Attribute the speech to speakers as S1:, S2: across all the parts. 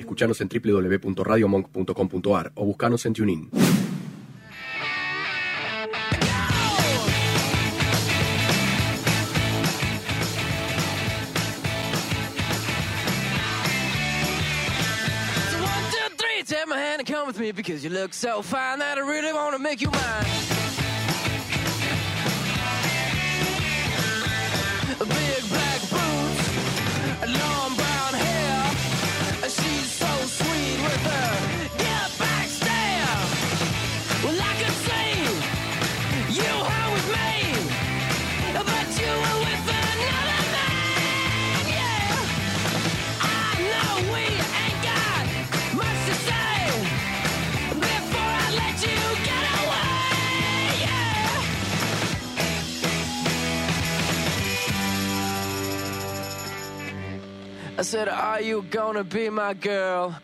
S1: Escuchanos en www.radiomonk.com.ar o buscanos en TuneIn.
S2: So one, two, three, take my hand and come with me because you look so fine that I really want to make you mine. Big black boots, long brown hair. She's so sweet with her get back stare. Well, I could see you were with me, but you were with another man. Yeah. I know we ain't got much to say before I let you get away. Yeah. I said, Are you gonna be my girl?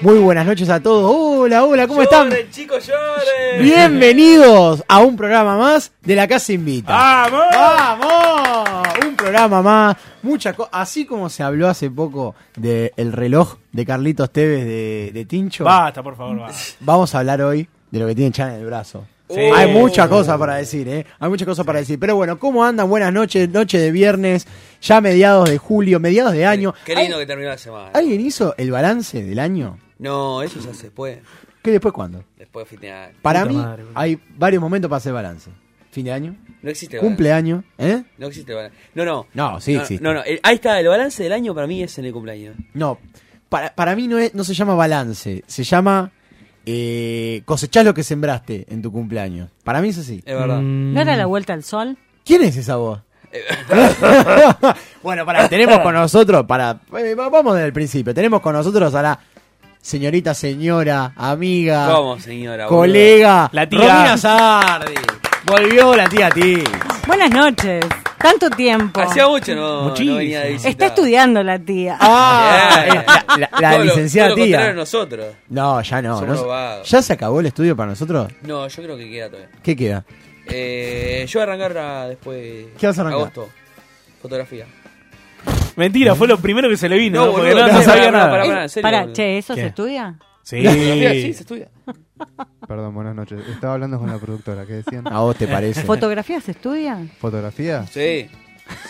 S3: Muy buenas noches a todos. Hola, hola, ¿cómo están?
S4: Lloren, chicos, lloren.
S3: Bienvenidos a un programa más de la Casa Invita.
S4: ¡Vamos!
S3: ¡Vamos! Un programa más. Muchas cosas. Así como se habló hace poco del reloj de Carlitos Tevez de, de Tincho,
S4: Basta, por favor, basta.
S3: vamos a hablar hoy de lo que tiene Chan en el brazo.
S4: Sí.
S3: Hay muchas cosas para decir, ¿eh? Hay muchas cosas para decir. Pero bueno, ¿cómo andan? Buenas noches, noche de viernes, ya mediados de julio, mediados de año.
S4: Qué lindo que terminó la semana.
S3: ¿Al- ¿Alguien hizo el balance del año?
S4: No, eso se hace después.
S3: ¿Qué después cuándo?
S4: Después de fin de año.
S3: Para
S5: Puta
S3: mí
S5: madre, boludo.
S3: hay varios momentos para hacer balance. Fin de año,
S4: No existe balance.
S3: cumpleaños, ¿eh?
S4: No existe balance. No, no.
S3: No, sí
S4: no,
S3: existe.
S4: No, no. El- ahí está, el balance del año para mí es en el cumpleaños.
S3: No, para, para mí no, es, no se llama balance, se llama eh, cosechás lo que sembraste en tu cumpleaños. Para mí es así.
S4: Es verdad.
S5: Mm.
S6: ¿No era la vuelta al sol?
S3: ¿Quién es esa voz? bueno, para, tenemos con nosotros, para, eh, va- vamos desde el principio, tenemos con nosotros a la señorita, señora, amiga,
S4: ¿Cómo, señora?
S3: Ah,
S4: boludo?
S3: colega,
S5: La tía.
S3: Romina Sardi. Volvió la tía Tiz.
S6: Buenas noches. Tanto tiempo.
S4: Hacía mucho, no,
S5: Muchísimo.
S4: no venía de visita.
S6: Está estudiando la tía.
S3: Ah,
S4: Bien.
S3: es la, la
S4: Todo lo-
S3: licenciada
S4: todo lo
S3: tía.
S4: contrario a nosotros.
S3: No, ya no.
S4: Somos
S3: no-
S4: vagos.
S3: ¿Ya se acabó el estudio para nosotros?
S4: No, yo creo que queda todavía.
S3: ¿Qué queda?
S4: Eh, yo voy a arrancar a- después.
S3: ¿Qué vas a arrancar?
S4: Agosto. Fotografía.
S5: Mentira, fue lo primero que se le vino.
S4: No,
S5: No, Porque
S4: boludo,
S5: no, no
S4: no,
S5: sabía
S4: no,
S5: nada.
S4: pará, pará.
S6: Eh,
S4: en serio,
S6: Pará,
S4: boludo.
S6: che, ¿eso
S3: ¿Qué?
S6: se estudia?
S4: Fotografía,
S5: Sí.
S4: sí, se estudia.
S7: Perdón, buenas noches. Estaba hablando con la productora. ¿Qué decían?
S3: ¿A vos te parece?
S6: ¿Fotografía se estudia?
S7: ¿Fotografía?
S4: Sí.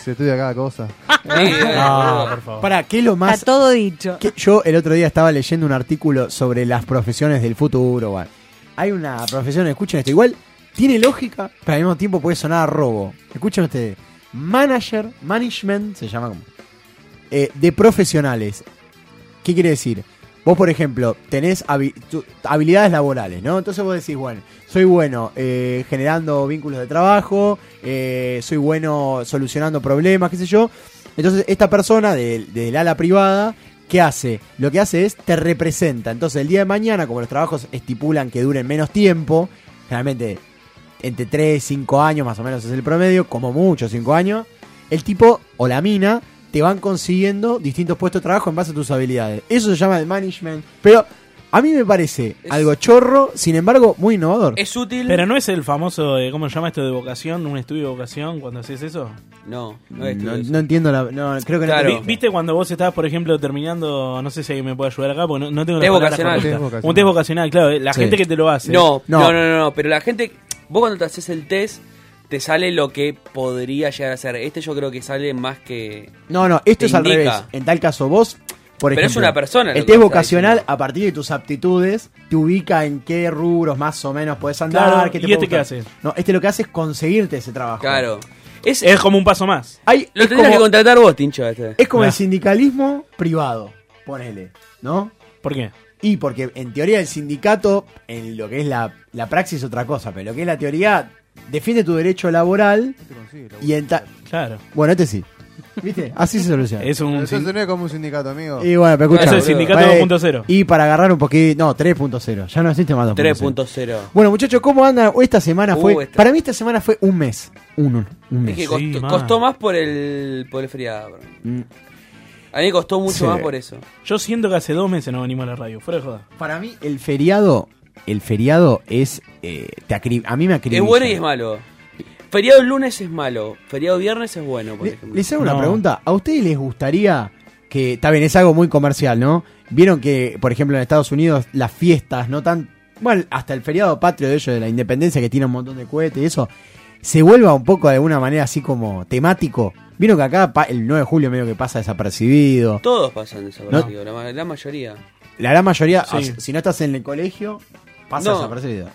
S7: Se estudia cada cosa.
S4: Sí, eh,
S3: Ah,
S5: por favor.
S3: Para, ¿qué es lo
S6: Está
S3: más...?
S6: todo dicho.
S3: que- yo el otro día estaba leyendo un artículo sobre las profesiones del futuro. bueno. Hay una profesión, escuchen esto, igual tiene lógica, pero al mismo tiempo puede sonar a robo. Escuchen ustedes. Manager, management, se llama como... eh, de profesionales. ¿Qué quiere decir? Vos, por ejemplo, tenés habi- tu- habilidades laborales, ¿no? Entonces vos decís, bueno, soy bueno eh, generando vínculos de trabajo, eh, soy bueno solucionando problemas, qué sé yo. Entonces, esta persona del del ala privada, ¿qué hace? Lo que hace es te representa. Entonces, el día de mañana, como los trabajos estipulan que duren menos tiempo, generalmente entre 3, 5 años más o menos es el promedio, como mucho 5 años, el tipo o la mina te van consiguiendo distintos puestos de trabajo en base a tus habilidades. Eso se llama el management. Pero a mí me parece
S4: Es-
S3: algo chorro, sin embargo, muy innovador.
S4: Es útil.
S5: Pero no es el famoso, eh, ¿cómo se llama esto de vocación? ¿Un estudio de vocación cuando haces eso?
S4: No, no es
S3: No,
S4: estudio.
S3: no entiendo la... No, creo que no
S4: Claro.
S5: Vi-
S3: entendí.
S5: ¿Viste cuando vos estabas, por ejemplo, terminando, no sé si alguien me puede ayudar acá, porque no, no tengo las
S4: Test
S5: palabras
S4: vocacional.
S7: Test
S5: correctas.
S7: vocacional.
S5: Un test vocacional, claro, eh, la
S3: Sí.
S5: gente que te lo hace.
S4: No,
S3: No.
S4: no, no, no, no, pero la gente, vos cuando te haces el test, te sale lo que podría llegar a ser. Este yo creo que sale más que...
S3: No, no, esto
S4: Te
S3: es al
S4: indica.
S3: revés. En tal caso, vos, por
S4: Pero es
S3: ejemplo,
S4: una persona lo
S3: el
S4: que
S3: test
S4: está
S3: vocacional,
S4: diciendo.
S3: a partir de tus aptitudes, te ubica en qué rubros más o menos podés andar.
S5: Claro,
S3: qué te
S5: ¿y
S3: puede
S5: este qué
S3: gustar.
S5: hace?
S3: No, este lo que hace es conseguirte ese trabajo.
S4: Claro. Es,
S5: Es como un paso más. Ah,
S3: Hay,
S4: lo
S3: es,
S4: tendrías que
S3: como,
S4: contratar vos, Tincho. Este.
S3: es como
S5: Nah.
S3: el sindicalismo privado, ponele, ¿no?
S5: ¿Por qué?
S3: Y porque en teoría el sindicato, en lo que es la, la praxis es otra cosa, pero lo que es la teoría, defiende tu derecho laboral
S7: No te consigue, laburo.
S3: y en ta-
S5: Claro.
S3: Bueno, este sí. ¿Viste? Así se soluciona.
S5: Es un...
S7: Pero
S5: sin-
S7: Eso no es como un sindicato, amigo.
S3: Y bueno, pero escucha.
S4: Eso es
S3: boludo.
S5: sindicato
S3: Vale,
S5: 2.0.
S3: Y para agarrar un poquito. No, 3.0. Ya no existe más 2.0.
S4: 3.0.
S3: Bueno, muchachos, ¿cómo andan? Esta semana
S4: Uh,
S3: fue.
S4: esta-
S3: Para mí, esta semana fue un mes. Un, un, un
S4: Es que
S3: mes.
S4: costó,
S5: Sí, man.
S4: costó más por el, por el friado. bro.
S3: Mm.
S4: A mí me costó mucho
S3: Sí.
S4: más por eso.
S5: Yo siento que hace dos meses no venimos a la radio, fuera de joda.
S3: Para mí, el feriado el feriado es. eh, te acri- a mí me acribilla.
S4: Es bueno y es malo. Feriado lunes es malo. Feriado viernes es bueno, por
S3: Le-
S4: ejemplo.
S3: les hago una
S5: No.
S3: pregunta. ¿A ustedes les gustaría que. Está bien, es algo muy comercial, ¿no? Vieron que, por ejemplo, en Estados Unidos las fiestas no tan. Bueno, hasta el feriado patrio de ellos, de la independencia, que tiene un montón de cohetes y eso, se vuelva un poco de alguna manera así como temático. Vieron que acá pa- el 9 de julio medio que pasa desapercibido.
S4: Todos pasan desapercibido, la, ma- la mayoría.
S3: La gran mayoría,
S5: Sí.
S3: as- si no estás en el colegio, pasa
S4: No.
S3: desapercibido.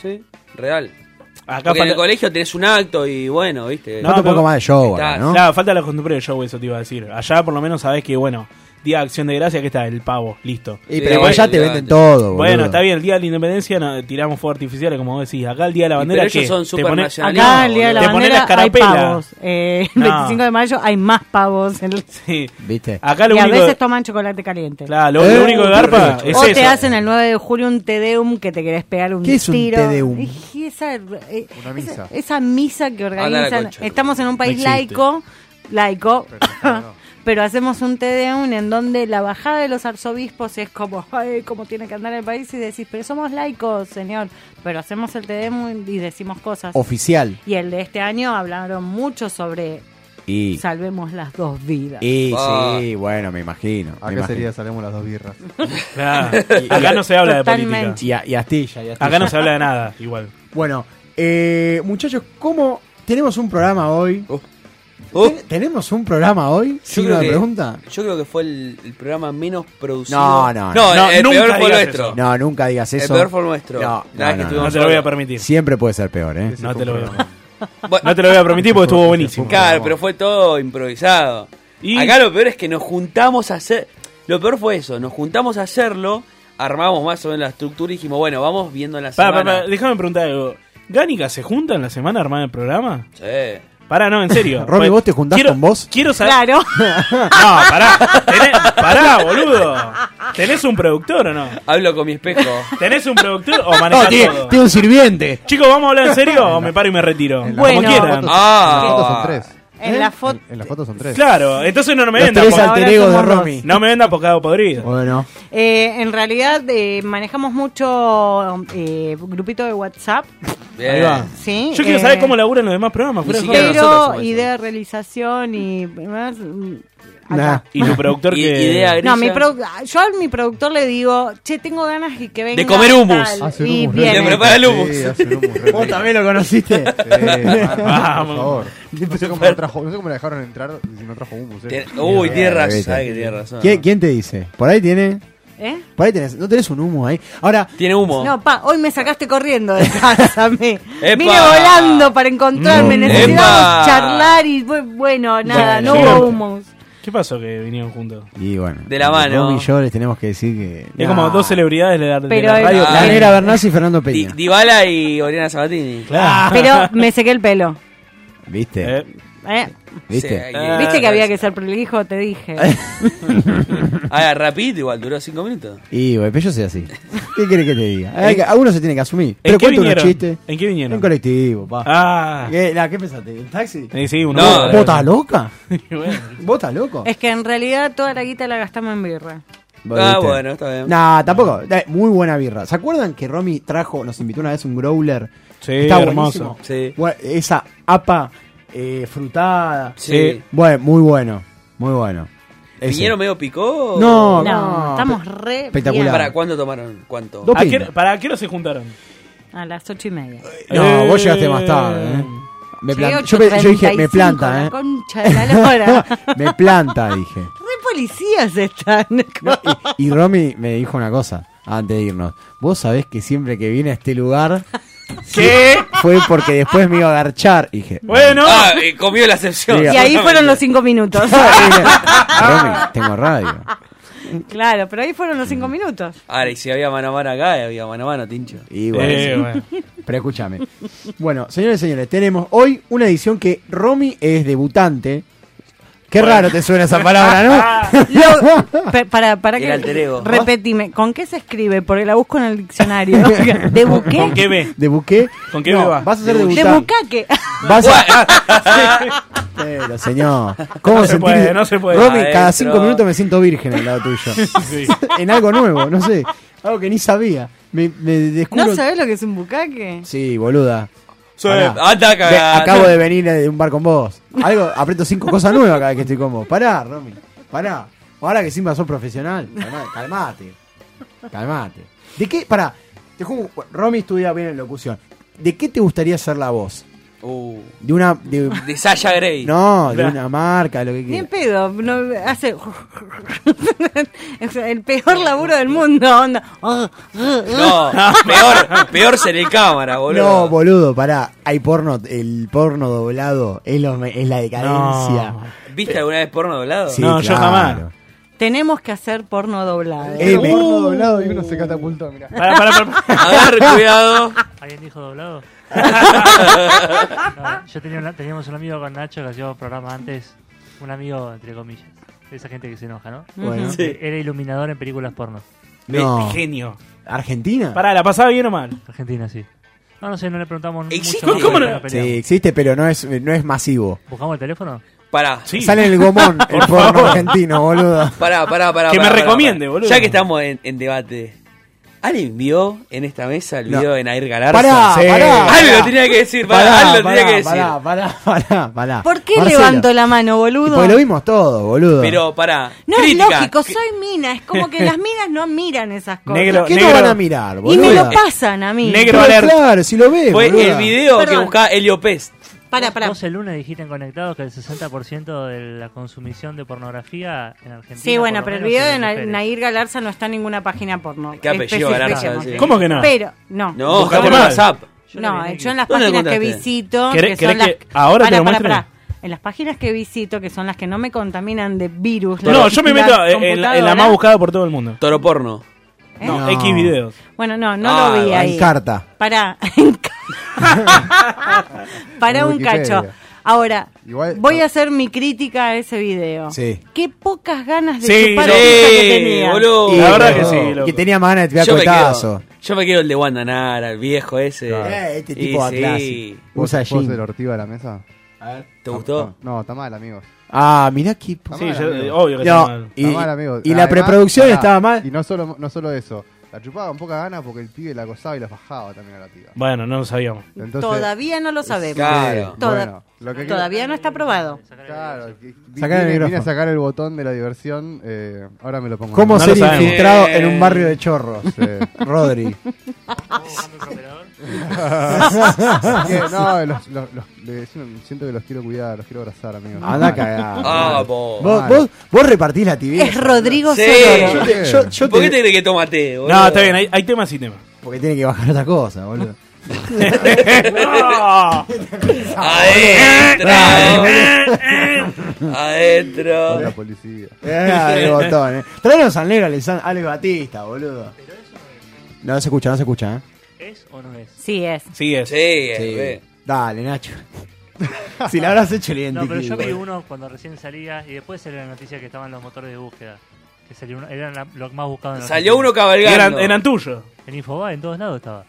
S4: Sí, real.
S5: Acá
S4: Porque en el
S5: falta,
S4: colegio tenés un acto y bueno, viste.
S5: Eh, No,
S3: Falta un
S5: pero-
S3: poco más de show,
S4: Está-
S3: ahora, ¿no?
S5: Claro, falta la costumbre del show, eso te iba a decir. Allá por lo menos sabés que, bueno, día de acción de gracia, que está el pavo, listo.
S3: Y,
S4: Sí,
S3: pero allá te
S4: olvidate.
S3: venden todo,
S5: Bueno,
S3: boludo.
S5: está bien, el día de la independencia no, tiramos fuegos artificiales, como vos decís. Acá el día de la
S4: Y
S5: bandera.
S4: pero ellos
S5: ¿qué?
S4: son
S5: Te pones-
S4: supernacionales.
S6: Acá el día de la
S5: Te ponen la
S6: bandera hay
S5: escarapela.
S6: pavos. Eh,
S5: No.
S6: 25 de mayo hay más pavos. en el-
S5: Sí.
S3: ¿Viste?
S5: Acá lo
S6: y a
S5: único.
S6: veces toman chocolate caliente.
S5: Claro, lo,
S3: Eh,
S5: lo único que garpa
S3: perfecto.
S5: es
S6: o
S5: eso.
S6: te hacen el 9 de julio un tedeum que te querés pegar un
S3: ¿Qué es un
S6: tiro.
S3: Te Deum?
S6: Y Esa, eh,
S7: Una misa.
S6: esa, esa misa que
S4: Anda la
S6: organizan.
S4: concha.
S6: Estamos en un país
S5: No existe.
S6: laico, laico,
S7: Pero no.
S6: pero hacemos un tedeum en donde la bajada de los arzobispos es como, ay, cómo tiene que andar el país y decís, pero somos laicos, señor. Pero hacemos el tedeum y decimos cosas.
S3: Oficial.
S6: y el de este año hablaron mucho sobre
S3: Y,
S6: salvemos las dos vidas.
S3: y
S4: Ah.
S3: sí, bueno, me imagino. me
S7: Acá
S3: imagino.
S7: sería salemos las dos birras.
S5: Claro. Acá no se habla de política.
S6: Totalmente.
S3: Y, a- y Astilla, y Astilla.
S5: Acá no se habla de nada, igual.
S3: Bueno, eh, muchachos, ¿cómo tenemos un programa hoy?
S4: Oh. Oh,
S3: ¿Ten- ¿Tenemos un programa hoy?
S4: Yo
S3: ¿Sí
S4: creo
S3: una
S4: que-
S3: pregunta?
S4: yo creo que fue el, el programa menos producido.
S3: No, no, Eh,
S4: no.
S5: no.
S4: el,
S5: No, nunca
S4: peor fue
S5: digas
S4: nuestro.
S5: eso.
S3: No, nunca digas
S4: El
S3: eso.
S4: peor fue nuestro.
S3: No,
S4: La
S3: no,
S4: vez que
S3: no,
S4: estuvimos
S5: No te lo voy a
S4: solos.
S5: permitir.
S3: Siempre puede ser peor, ¿eh?
S5: No te lo veo.
S4: Bueno,
S5: No te lo voy a permitir porque estuvo buenísimo.
S4: Claro, pero fue todo improvisado.
S5: Y-
S4: Acá lo peor es que nos juntamos a hacer. Lo peor fue eso, nos juntamos a hacerlo, armamos más o menos la estructura y dijimos, bueno, vamos viendo en la
S5: Pa,
S4: semana.
S5: pa, pa, déjame preguntar algo. ¿Gánica se junta en la semana a armar el programa?
S4: Sí.
S5: Pará, no, en serio.
S3: Romy,
S5: Pues,
S3: ¿vos te juntás
S5: quiero-
S3: con vos?
S5: Quiero saber.
S6: Claro.
S5: No, pará. Tenés- pará, boludo. ¿Tenés un productor o no?
S4: Hablo con mi espejo.
S5: ¿Tenés un productor o manejás
S3: No, tiene,
S5: todo?
S3: tiene un sirviente.
S5: Chicos, ¿vamos a hablar en serio o me paro y me retiro?
S7: En
S5: Como
S7: la-
S6: Bueno.
S5: quieran.
S7: Las fotos-
S4: Ah.
S7: las fotos son tres. ¿Eh?
S6: En la foto.
S7: En las fotos son tres.
S5: Claro, entonces no me
S3: Los
S5: venda.
S3: tres
S5: por-
S6: al-
S3: alter
S6: ahora
S3: egos de
S6: somos dos.
S3: Romy.
S5: No me venda por cagado podrido.
S3: Bueno,
S6: Eh, en realidad eh, manejamos mucho eh, grupito de WhatsApp,
S4: Bien.
S3: Ahí va.
S6: ¿sí?
S5: Yo quiero
S6: Eh,
S5: saber cómo laburan los demás programas. fuera de
S4: siquiera
S5: joda.
S4: nosotros
S6: Pero
S4: somos
S6: idea, de realización y más... mm,
S3: Nah.
S6: acá.
S5: Y tu productor
S4: I-
S5: que.
S4: idea ¿eh? grisa.
S6: No, mi produ- ah, yo a mi productor le digo, che, tengo ganas de que venga.
S4: De comer hummus.
S3: Ah,
S6: tal".
S7: Hace un
S6: Y
S7: hummus re
S6: viene.
S4: Le
S7: rico.
S4: prepara el hummus.
S7: Sí, hace un hummus re
S3: vos
S7: rico.
S3: también lo conociste.
S7: Sí, vamos,
S5: Vamos.
S7: Eh, por favor. No sé, cómo lo trajo- no sé cómo la dejaron entrar si no trajo hummus. eh.
S4: Tien- Uy, tiene razón.
S3: viste.
S4: sabe que tiene razón.
S3: ¿Quién, quién te dice? Por ahí tiene.
S6: ¿Eh?
S3: Por ahí tenés. No tenés un humo ahí. Ahora,
S4: Tiene humo.
S6: No, pa, hoy me sacaste corriendo de casa. Me
S4: ¡Epa!
S6: vine volando para encontrarme.
S5: Mm.
S6: Necesitábamos
S4: ¡Epa!
S6: charlar y bu- bueno, nada, no
S4: Bueno,
S5: sí.
S6: hubo humos.
S5: ¿Qué pasó que vinieron juntos?
S3: y bueno.
S4: De la mano.
S3: Romy y yo les tenemos que decir que.
S5: Es como dos celebridades de la, de
S6: Pero
S5: la
S6: el-
S5: radio.
S4: Ah.
S3: La
S4: Ay.
S3: negra Bernasi y Fernando
S4: Di-
S3: Peña.
S4: Dybala y Oriana Sabatini.
S5: Claro.
S6: Ah. Pero me sequé el pelo.
S3: ¿Viste?
S5: Eh,
S6: ¿eh?
S4: Sí,
S3: ¿Viste?
S4: ahí-
S6: Viste que había que ser prolijo, te dije.
S4: Ah, rapidito igual, duró cinco minutos.
S3: Y güey, pero yo soy así. ¿Qué querés que te diga? Hay que- A uno se tiene que asumir. Pero
S5: Eh. ¿En qué
S3: cuento unos
S5: vinieron?
S3: chistes.
S5: ¿En qué vinieron?
S3: En colectivo, pa.
S5: Ah.
S3: ¿Qué, la- ¿qué pensaste? ¿En taxi?
S5: Eh, sí, un
S4: No,
S5: Uber.
S3: ¿Vos estás loca?
S5: Bueno.
S3: ¿Vos estás loco?
S6: Es que en realidad toda la guita la gastamos en birra.
S3: Vos,
S4: Ah,
S3: ¿viste?
S4: bueno, está bien.
S3: Nah, tampoco. Eh, Muy buena birra. ¿Se acuerdan que Romy trajo, nos invitó una vez un growler?
S5: Sí,
S3: Está
S5: hermoso.
S3: buenísimo.
S4: Sí.
S3: Bueno, Esa apa eh, frutada. Eh,
S4: Sí.
S3: Bueno, muy bueno. Muy bueno. Ese.
S4: ¿Vinieron medio picó?
S6: No,
S3: No, no.
S6: estamos
S3: pe-
S6: re
S3: espectacular.
S4: ¿Para cuánto tomaron? ¿Cuánto?
S3: Dos
S5: ¿A qué-
S3: pintas.
S5: ¿Para qué hora se juntaron?
S6: bien. A las ocho y media.
S3: No,
S5: Eh.
S3: vos llegaste más tarde. ¿eh? Me
S6: Llegué
S3: plan- Yo, pe- yo dije, me
S6: 8:35,
S3: planta,
S6: La
S3: ¿eh?
S6: concha de la lora.
S3: me planta, dije.
S6: re policías están.
S3: No, y, y Romy me dijo una cosa antes de irnos. Vos sabés que siempre que vine a este lugar
S5: ¿Qué?
S3: fue porque después me iba a agarchar. Y dije,
S5: Bueno.
S4: Ah, eh, comió la excepción.
S3: Sí,
S6: Y ahí fueron los cinco minutos.
S3: Y dije, Romy, tengo radio.
S6: Claro, pero ahí fueron los cinco minutos.
S4: Ahora, y si había mano a mano acá, había mano a mano, tincho.
S3: Y bueno,
S5: Eh,
S3: sí.
S5: bueno.
S3: pero escúchame. Bueno, señores y señores, tenemos hoy una edición que Romy es debutante. Qué raro te suena esa palabra, ¿no? Ah.
S6: Lo- pe- para, para
S4: El
S6: que
S4: alter ego.
S6: repetime, ¿con qué se escribe? Porque la busco en el diccionario. ¿De buque?
S5: ¿Con qué ve?
S3: ¿De buqué?
S5: ¿Con qué
S3: no,
S5: beba?
S3: Vas a ser
S4: De
S6: De
S3: debutante.
S6: bucaque.
S3: Vas a... Pero, señor, ¿cómo
S5: No se
S3: sentir-
S5: puede, no se puede.
S3: Romy, cada
S4: Adentro.
S3: cinco minutos me siento virgen al lado tuyo.
S5: Sí.
S3: en algo nuevo, no sé. Algo que ni sabía. Me, me descubro.
S6: ¿No sabés lo que es un bucaque?
S3: Sí, boluda.
S4: Soy-
S3: Pará.
S4: anda a
S3: Ve,
S4: cagar.
S3: acabo de venir de un bar con vos. Algo, aprieto cinco cosas nuevas cada vez que estoy con vos. Pará, Romy. Pará. Ahora que Simba sos profesional, calma- calmate. Calmate. ¿De qué? Pará. Te juro, Romy estudia bien en locución. ¿De qué te gustaría ser la voz?
S4: Uh,
S3: De una. de-
S4: de Sasha Grey.
S3: no, de una marca, lo que
S6: Ni en
S3: quieras.
S6: pedo, no, hace Es el peor laburo del mundo, onda.
S4: No, peor, peor ser el cámara, boludo.
S3: No, boludo, pará. Hay porno, el porno doblado es, lo me- es la decadencia.
S5: No.
S4: ¿Viste alguna vez porno doblado?
S3: Sí,
S5: No, yo jamás.
S6: Tenemos que hacer porno doblado.
S3: Eh, me-
S7: Porno doblado y uno se catapultó, mirá.
S5: Pará, pará, pará.
S4: A ver, cuidado.
S8: ¿Alguien dijo doblado? No, yo tenía una- teníamos un amigo con Nacho que hacía un programa antes, un amigo entre comillas, de esa gente que se enoja, ¿no?
S3: Bueno.
S4: Sí.
S8: Era iluminador en películas porno,
S3: No.
S5: Genio.
S3: ¿Argentina?
S5: Pará, ¿la pasaba bien o mal?
S8: Argentina sí. No, no sé, no le preguntamos
S4: ¿Existe?
S8: mucho.
S4: ¿Cómo
S8: no?
S4: no?
S8: la peleamos.
S3: Sí, existe, pero no es, no es masivo.
S8: ¿Buscamos el teléfono?
S4: Pará,
S5: Sí.
S3: Sale en el gomón el porno argentino, boludo.
S4: pará, pará, pará.
S5: Que me
S4: pará, pará,
S5: recomiende,
S4: pará.
S5: boludo.
S4: Ya que estamos en, en debate. ¿Alguien vio en esta mesa el
S3: No.
S4: video de Nair Galarza?
S3: Pará, Sí. pará.
S4: Algo tenía que decir, pará, algo tenía que decir.
S3: Pará, pará, pará, pará.
S6: ¿Por qué
S3: Marcelo,
S6: levanto la mano,
S3: y
S6: boludo?
S3: Porque lo vimos todo, boludo.
S4: Pero pará,
S6: No
S4: crítica.
S6: es lógico, soy mina. Es como que las minas no miran esas cosas.
S5: Negro,
S3: ¿Qué no
S5: negro.
S3: van a mirar,
S6: y
S3: boludo?
S6: me lo pasan a mí.
S5: Negro.
S3: Pero
S5: alert.
S3: claro, si lo ves,
S4: Fue
S3: boluda.
S4: el video que
S6: Perdón.
S4: buscaba Helio Pest.
S6: Para, para.
S8: Vos el lunes dijiste en Conectados que el 60% de la consumición de pornografía en Argentina.
S6: Sí, bueno,
S8: por
S6: pero
S8: lo
S6: el
S8: menos
S6: video
S8: es
S6: de Na-
S8: mujeres.
S6: Nair Galarza no está en ninguna página porno.
S4: Qué apellido Galarza,
S6: Especifiquemos.
S4: sí.
S5: ¿Cómo que no?
S6: Pero, no.
S4: No,
S5: Buscate
S4: buscamos en
S5: mal.
S4: WhatsApp.
S8: Yo la
S6: No, eh,
S8: vi en
S6: yo en las
S4: ¿Dónde la
S6: páginas que
S4: encontraste?
S6: visito.
S5: ¿Querés-
S6: que son
S5: querés
S6: las-
S5: que ahora te
S6: Pará,
S5: lo
S6: pará,
S5: muestre?
S6: pará. En las páginas que visito, que son las que no me contaminan de virus.
S5: No,
S6: las-
S5: yo me
S6: las
S5: meto eh, en la, en la más
S6: computadoras.
S5: buscada por todo el mundo.
S4: Toro porno.
S6: ¿Eh?
S5: No,
S3: No.
S5: X videos.
S6: Bueno, no, no
S4: Ah,
S6: lo vi
S4: en
S6: ahí.
S3: En carta.
S6: Pará. En ca- Pará
S7: En
S6: un cacho.
S7: Wikipedia.
S6: Ahora,
S7: Igual- ah.
S6: voy a hacer mi crítica a ese video.
S3: Sí.
S6: Qué pocas ganas de
S5: Sí,
S6: chupar
S5: sí,
S6: pija que tenía.
S4: Eh, boludo.
S5: La verdad
S3: pero-
S5: que sí, loco.
S3: Que tenía más ganas de tirar
S4: yo, me
S3: cotazo.
S4: quedo, yo me quedo el de Wanda Nara, el viejo ese.
S3: Eh, este
S4: Y
S3: tipo va
S4: sí.
S3: clase.
S7: ¿Vos,
S3: Usa
S7: vos
S3: jean.
S7: el ortigo de la mesa?
S4: ¿Te gustó?
S7: No, está mal, amigos.
S3: Ah, mirá qué... po-
S7: Está
S5: Sí,
S7: mal,
S5: yo-
S7: amigos.
S5: obvio que está
S3: No,
S5: mal.
S3: y,
S7: Está mal, amigos.
S3: y la
S7: Además,
S3: preproducción
S7: pará,
S3: estaba mal.
S7: Y no solo, no solo eso. La chupaba con poca gana porque el pibe la acosaba y la bajaba también a la tía.
S5: Bueno, no lo sabíamos.
S7: Entonces,
S6: Todavía no lo sabemos.
S4: Claro.
S6: Toda-
S7: Bueno, lo que
S6: Todavía no está aprobado.
S7: Claro, que- vi-
S3: Sacar el
S7: vine, vine
S3: micrófono.
S7: a sacar el botón de la diversión. eh, ahora me lo pongo.
S3: ¿Cómo
S5: No
S3: ser
S5: lo sabemos.
S3: infiltrado en un barrio de chorros?
S7: Eh,
S3: Rodri.
S7: que- no, los, los- los- le- siento que los quiero cuidar, los quiero abrazar, amigos.
S3: Anda a cagar.
S4: Ah, vos.
S3: Vos, vos, vos repartís la tibia.
S6: Es Rodrigo
S4: Sí.
S6: Santoro.
S3: Yo te- yo- yo
S4: ¿Por qué
S3: te-
S4: te crees que toma té, boludo?
S5: No, está bien, hay, hay temas y temas.
S3: Porque tiene que bajar otra cosa, boludo.
S5: No.
S4: Adentro.
S7: Con la
S4: Adentro.
S7: policía.
S3: Eh, el botón, eh. Traenos al negro Alex- Alex Batista, boludo. No se escucha, no se escucha, eh.
S8: ¿Es o no es?
S6: Sí es.
S5: Sí, es.
S4: Sí,
S3: Sí.
S4: re.
S3: Dale, Nacho. si la habrás hecho, le
S8: No, pero
S3: identifico.
S8: yo vi uno cuando recién salía y después salió la noticia que estaban los motores de búsqueda. Que salió uno, eran la- los más buscados en la
S4: Salió uno
S8: Argentina.
S5: Eran,
S4: cabalgando.
S5: eran tuyos.
S8: En Infobae, en todos lados estaba.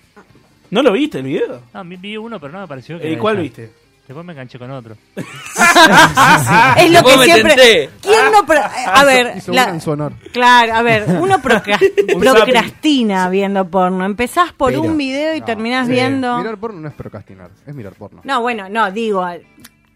S5: ¿No lo viste el video?
S8: Ah, vi- vi uno, pero no me pareció que.
S5: ¿Y
S8: era
S5: cuál
S8: esa.
S5: viste?
S8: Después me enganché con otro.
S6: Ah, Es lo
S4: Después
S6: que
S4: me
S6: siempre.
S4: tenté.
S6: ¿Quién no pro- A ver,
S7: Ah. Hizo
S6: la-
S7: una en su honor.
S6: claro, a ver, uno procra- procrastina viendo porno. Empezás por
S3: Pero-
S6: un video y terminás
S5: sí.
S6: viendo.
S7: Mirar porno no es procrastinar, es mirar porno.
S6: No, bueno, no, digo, al-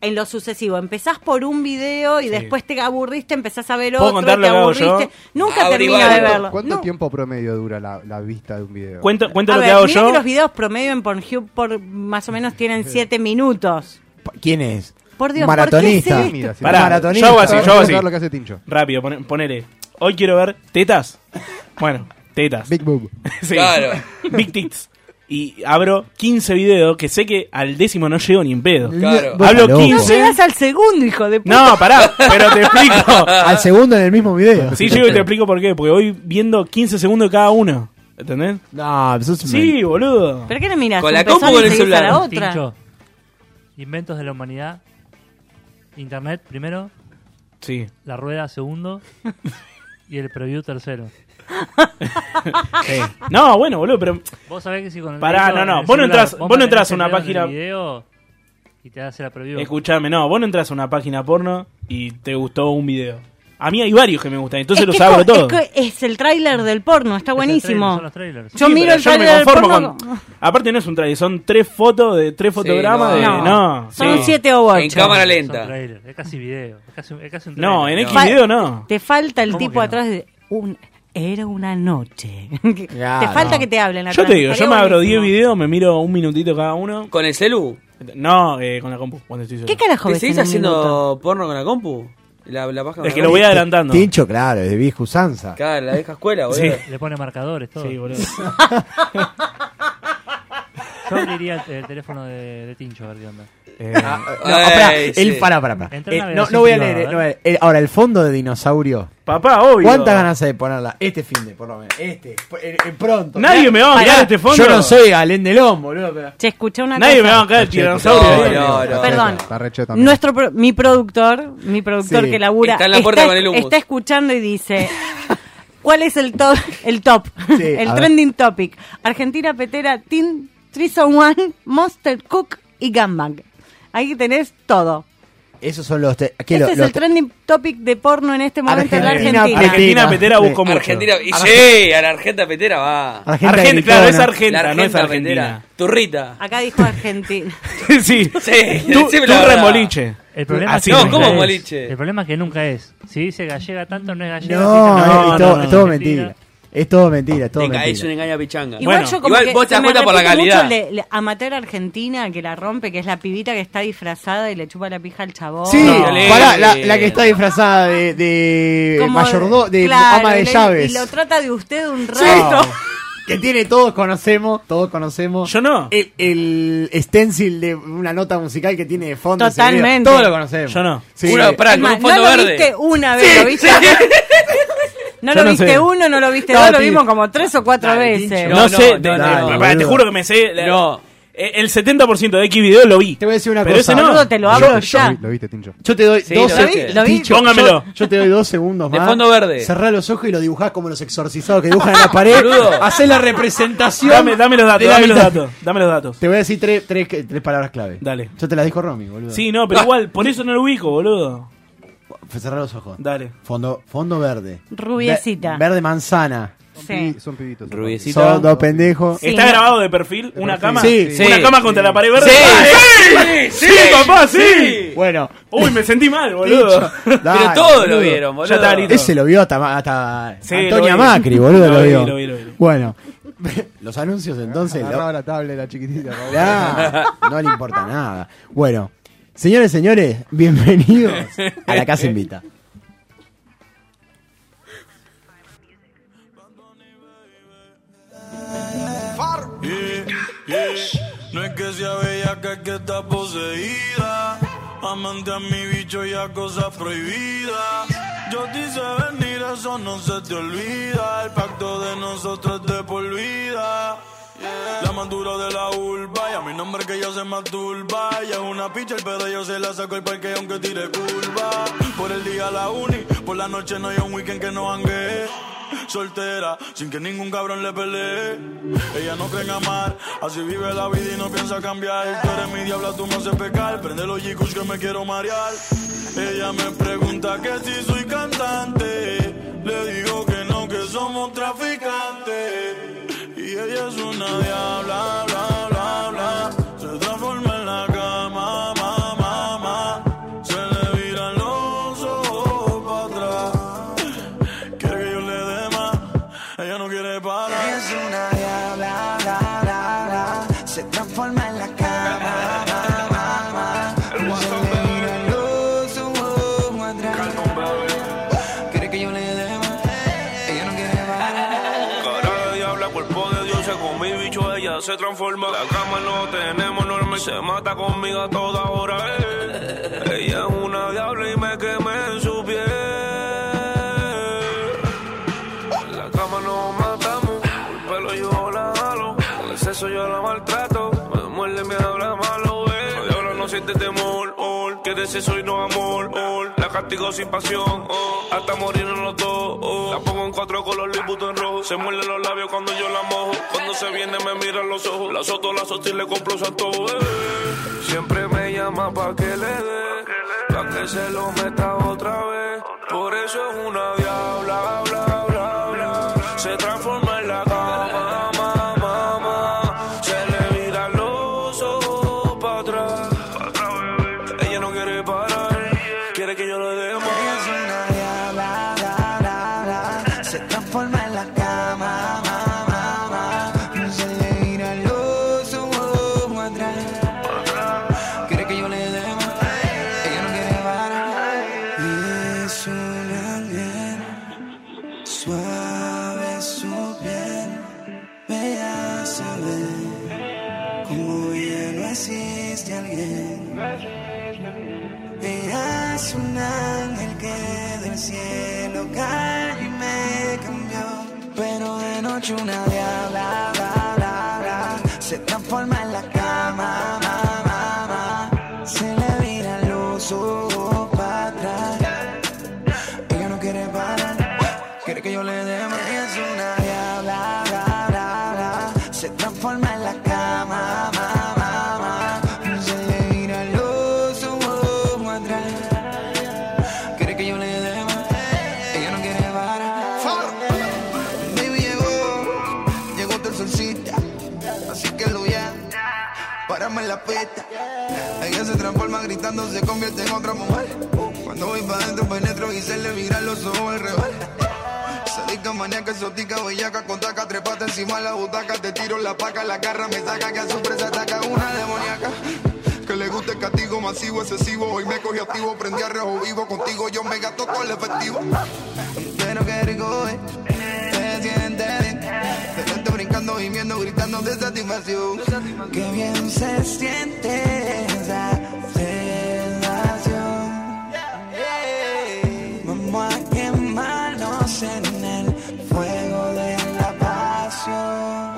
S6: en lo sucesivo. Empezás por un video y después te aburriste, empezás a ver
S5: ¿Puedo
S6: otro,
S5: contar
S6: te
S5: lo que hago
S6: aburriste. Nunca
S4: Abrí
S6: termino de
S4: varios.
S6: verlo.
S7: ¿Cuánto
S6: No.
S7: tiempo promedio dura la, la vista de un video?
S5: Cuento, cuento
S6: A
S5: lo
S6: ver,
S5: que hago
S6: mirá
S5: yo.
S6: que los videos promedio en Pornhub por más o menos tienen 7 minutos.
S3: ¿Quién es?
S6: Por Dios,
S3: Maratonista.
S6: ¿por qué
S7: Mira, si
S5: Pará,
S7: no-
S3: Maratonista.
S5: yo hago así, yo hago así.
S7: Vamos a ver lo que hace Tincho.
S5: Rápido, pone- ponele. Hoy quiero ver tetas. Bueno, tetas.
S7: Big Boob.
S5: Sí.
S4: Claro.
S5: Big tits. Y abro 15 videos que sé que al décimo no llego ni en pedo.
S4: Claro.
S3: Vos
S5: Hablo
S3: estás loco.
S6: No
S5: 15.
S6: llegas al segundo, hijo de puta.
S5: No, pará, pero te explico.
S4: Ah.
S3: Al segundo en el mismo video.
S5: Sí, yo te explico por qué. Porque voy viendo 15 segundos de cada uno. ¿Entendés?
S3: No, sos un
S5: Sí, boludo.
S6: ¿Pero qué no miras?
S4: Con la compu o con el celular.
S6: la otra.
S8: Tincho, inventos de la humanidad. Internet primero,
S5: Sí.
S8: la rueda segundo y el preview tercero.
S5: sí. No, bueno, boludo, pero
S8: Vos sabés que si con el
S5: Pará,
S8: dedo
S5: no, no,
S8: en el
S5: vos no
S8: celular,
S5: entrás- vos no
S8: mantenés
S5: entrás a
S8: el
S5: una
S8: dedo en
S5: página-
S8: el video y te hace la preview.
S5: escuchame, no, vos no entras a una página porno y te gustó un video. A mí hay varios que me gustan, entonces
S6: Es
S5: los
S6: que
S5: abro
S6: es co-
S5: todos.
S6: Es, que es el tráiler del porno, está buenísimo.
S8: Son los trailers.
S6: Yo
S5: Sí,
S6: miro
S5: pero
S6: el
S5: yo no me
S6: tráiler del porno.
S5: conformo con- Aparte no es un trailer, son tres fotos de tres fotogramas
S4: no.
S5: de. No.
S4: Sí.
S6: Son siete o
S4: En
S6: ocho.
S4: cámara
S8: Son
S4: lenta.
S8: trailers, Es casi video. Es casi, es casi un trailer.
S5: No, en X
S6: Fa-
S5: video no.
S6: Te falta el
S8: ¿Cómo
S6: tipo
S8: que no?
S6: atrás de un era una noche. te
S3: Claro.
S6: falta que te hablen atrás.
S5: Yo te digo, yo
S6: Estaría
S5: me abro 10
S6: buenísimo.
S5: videos, me miro un minutito cada uno.
S4: ¿Con el celu?
S5: No, eh, con la compu, cuando estoy solo.
S6: ¿Qué carajo
S4: ¿Te
S6: ves
S4: seguís
S6: en un minuto?
S4: haciendo porno con la compu? La, la paja con
S5: Es
S4: la
S5: que
S4: compu.
S5: lo voy adelantando.
S3: Tincho, claro, es de vieja usanza.
S4: Claro, la vieja escuela, boludo.
S5: Sí.
S8: Le pone marcadores, todo.
S5: Sí, boludo.
S8: Yo abriría el, el teléfono de, de Tincho a ver qué onda.
S5: Eh,
S3: No, pará,
S4: Ay,
S3: el
S4: Ah, sí.
S3: para, para, para.
S8: Entra en la
S3: no,
S8: grabación
S3: no voy a
S8: privada,
S3: leer. eh,
S8: ¿eh?
S3: no voy a leer. Eh, ahora, el fondo de dinosaurio.
S5: Papá, obvio.
S3: ¿Cuántas ganas hay de ponerla? Este fin de, por lo menos. Este, eh, eh, pronto.
S5: Nadie me va a mirar este fondo.
S3: Yo no soy Alén Delón, boludo. pero-
S6: Che, escuché una
S5: Nadie
S6: cosa.
S5: me va a bancar el
S4: No,
S5: tiranosaurio.
S4: no, no.
S6: Perdón.
S7: Está recho también.
S6: Nuestro pro- mi productor, mi productor
S3: Sí.
S6: que labura
S4: Está en la puerta
S6: está,
S4: con el hummus.
S6: está escuchando y dice, ¿cuál es el top? El top,
S3: Sí,
S6: el
S3: a ver.
S6: trending topic. Argentina Petera, Team Trison One, Monster Cook y Gangbang. Ahí tenés todo.
S3: Esos son los. te- ¿qué,
S6: Este
S3: los-
S6: es
S3: los
S6: el trending topic de porno en este momento en la
S3: Argentina
S6: Argentina.
S3: Petera.
S5: Argentina Petera
S3: Sí.
S5: busco mucho.
S4: Argentina. Y sí, a la Argenta Petera va.
S3: Argenta
S5: Argen-
S3: gritona.
S5: claro, es
S4: la
S5: Argenta, no es
S4: Argenta Petera.
S5: Argentina.
S4: Turrita.
S6: Acá dijo Argentina.
S5: sí. Tú,
S4: Sí, decime
S5: tú
S4: la verdad.
S5: remoliche.
S8: El problema
S5: Así
S8: es que
S5: no,
S8: nunca
S5: ¿cómo,
S8: es.
S4: boliche?
S8: El problema es que nunca es. Si dice gallega tanto, no es gallega.
S3: No,
S8: Tincho,
S5: no,
S3: es,
S5: no,
S3: todo,
S5: no.
S3: es todo mentira. Es todo mentira, es todo
S4: Venga, es
S3: mentira.
S4: un engaño a pichanga.
S6: Igual
S5: Bueno,
S6: yo como
S4: igual
S6: que
S4: vos te
S6: se
S4: das
S6: me
S4: cuenta por la
S6: repite mucho
S4: calidad.
S6: el de- el amateur argentina que la rompe, que es la pibita que está disfrazada y le chupa la pija al chabón.
S3: Sí,
S5: No.
S3: pará, la, la que está disfrazada de, de
S6: Como-
S3: mayordomo, de
S6: claro,
S3: ama de
S6: le-
S3: llaves.
S6: Y lo trata de usted un
S3: Sí.
S6: rato.
S3: Que tiene, todos conocemos, todos conocemos.
S5: Yo no.
S3: El, el stencil de una nota musical que tiene de fondo. ese video.
S6: Totalmente.
S3: Todos lo conocemos.
S5: Yo no.
S3: Sí.
S4: Una pará,
S6: Es
S4: con
S6: más,
S4: un fondo
S6: no lo
S4: verde.
S6: viste una vez, lo viste. No
S5: Yo
S6: lo
S5: no
S6: viste
S5: sé.
S6: uno, no lo viste
S3: No,
S6: dos, lo
S3: tío.
S6: vimos como tres o cuatro
S4: Dale,
S6: veces.
S5: No,
S4: No, no,
S5: sé.
S4: no,
S5: de-
S4: no,
S5: de-
S3: no,
S5: papá,
S3: boludo.
S5: te juro que me sé. la-
S4: No.
S5: eh, El 70% de X video lo vi.
S3: Te voy a decir una
S5: Pero
S3: cosa.
S5: ese no.
S6: Boludo, te lo abro ya.
S7: Lo, vi- lo viste, Tincho.
S3: Yo te doy
S4: Sí,
S3: dos
S4: lo
S3: segundos.
S4: viste.
S6: Lo vi.
S3: Dicho,
S5: Póngamelo.
S3: Yo, yo te doy dos segundos
S4: De
S3: más.
S4: fondo verde.
S3: Cerrá los ojos y lo dibujás como los exorcizados que dibujan en la pared.
S4: Boludo.
S3: Hacés la representación.
S5: Dame, dame los
S3: de
S5: datos,
S3: la
S5: dame los
S3: mitad.
S5: datos. Dame los datos.
S3: Te voy a decir tres, tres, tres palabras clave.
S5: Dale.
S3: Yo te las dijo Romy, boludo.
S5: Sí, no, pero igual, por eso no lo ubico, boludo.
S3: Cerrá los ojos.
S5: Dale.
S3: Fondo, fondo verde.
S6: Rubiecita.
S3: Ve- verde manzana.
S6: Sí.
S7: Son pibitos. son
S4: Rubiecita. Sí,
S3: Son dos
S7: claro.
S3: pendejos.
S6: Sí,
S5: ¿Está
S6: no.
S5: grabado de perfil una
S7: perfil.
S5: cama?
S3: Sí,
S5: ¿Una
S4: sí.
S5: cama contra la pared verde?
S4: Sí,
S5: ¡Ah,
S4: sí, sí,
S5: papá, sí.
S3: Bueno,
S5: Uy, me sentí mal, boludo.
S4: Pero
S3: dale,
S4: todos lo
S3: boludo.
S4: vieron, boludo.
S5: Ya está, listo.
S3: Ese lo vio hasta, hasta
S5: Sí,
S3: Antonia
S5: lo vi.
S3: Macri, boludo,
S5: Lo
S3: lo,
S5: vi,
S3: vio.
S5: lo vi, lo vi.
S3: Bueno, los anuncios entonces. lo-
S7: Agarraba la tabla de la chiquitita. por favor.
S3: Ya, no le importa nada. Bueno, señores, señores, bienvenidos a la Casa Invita.
S9: Yeah, yeah. No es que sea bella que, es que está poseída. Amante a mi bicho y a cosas prohibidas. Yo te hice venir, eso no se te olvida. El pacto de nosotros es de por vida. La más dura de la urba, y a mi nombre que yo se masturba. Ella es una picha, pero yo se la saco el parque aunque tire curva. Por el día la uni, por la noche no hay un weekend que no hangue. Soltera, sin que ningún cabrón le pelee. Ella no cree en amar, así vive la vida y no piensa cambiar. Tú eres mi diabla, tú me haces pecar. Prende los yicus que me quiero marear. Ella me pregunta que si soy cantante. Le digo que no, que somos traficantes. Y ella es una diabla, bla, bla, bla. Se transforma en la cama, ma, ma, ma. Se le viran los ojos para atrás. Quiere que yo le dé más, ella no quiere parar.
S10: Es una diabla, bla, bla, bla. se transforma en la cama. Los ojos atrás. Quiere que yo le dé más, ella no quiere parar.
S9: Cara de diabla, cuerpo de Dios, con mi bicho ella se transforma. La cama no tenemos normal, se mata conmigo a toda hora. eh. Ella es una diabla y me quemé en su piel. La cama nos matamos, por el pelo yo la jalo, con el sexo yo la maltrato, me muerde, me habla malo, eh. La diabla no siente temor, oh, que de sexo y no amor, oh. La castigo sin pasión, oh, hasta morir en los dos, oh. La pongo en cuatro colores y puto en rojo, se muerde los labios cuando yo la mojo, cuando se viene me miran los ojos, la soto, la soto y le compro su antojo, eh. Siempre me llama pa' que le dé, pa' que se lo meta otra vez. Por eso es una diabla, bla, bla, bla. Se transforma en la cama, ma, ma, ma. Se le viran los ojos para atrás. Ella no quiere parar, quiere que yo lo deje más.
S10: Bla, bla, bla, bla. Se transforma en la cama, ma, ma, ma. Se le gira los ojos atrás. Quiere que yo le dé más. Ella no quiere parar. Y es una bien suave su piel. Bella se ve como ya no existe alguien. Ella es un ángel que del cielo cayó y me cambió. Pero de noche una diabla, bla, bla, bla, se transforma en la cama, ma, ma, ma. Se le viran los ojos para atrás. Ella no quiere parar, quiere que yo le dé más. Ella es una diabla, bla, bla, bla, se transforma en la cama, ma, ma, ma. Se le viran los ojos atrás. Quiere que yo le dé más, ella no quiere parar. Baby llegó, llegó tu solcita, así que lo ya, párame la pista. Ella se transforma gritando, se convierte en otra mujer. Cuando voy para adentro penetro y se le viran los ojos al revés. Sadica, maníaca, exótica, bellaca, con taca, trepata encima de la butaca, te tiro la paca, la garra me saca, que a su presa ataca una demoníaca. Que le gusta el castigo masivo, excesivo, hoy me cogí activo, prendí a rejo vivo, contigo yo me gasto todo el efectivo. Pero que rico es, se siente bien, te lo estoy brincando, viviendo, gritando de satisfacción. Qué bien se siente esa sensación. Vamos a quemarnos en el fuego de la pasión.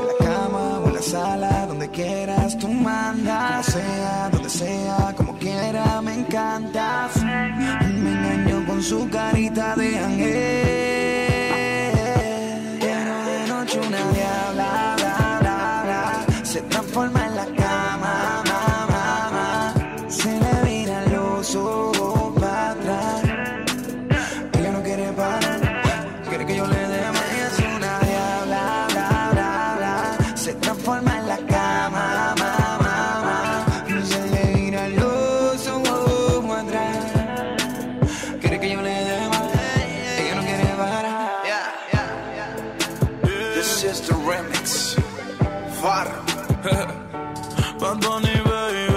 S10: En la cama o en la sala, donde quieras tú mandas. Como sea, donde sea, como quiera, me encantas. Me engañó con su carita de ángel. Pero de noche una diabla, bla, bla, bla, se transforma en la cama, ma, ma, ma. Se le viran los ojos para atrás. Ella no quiere parar, quiere que yo le dé más. Ella es una diabla, bla, bla, bla. Se transforma en la cama, ma, ma, ma. Se le gira los ojos atrás. Quiere que yo le dé más. Ella no quiere parar.
S9: This is the remix. Far. Bad Bunny, baby.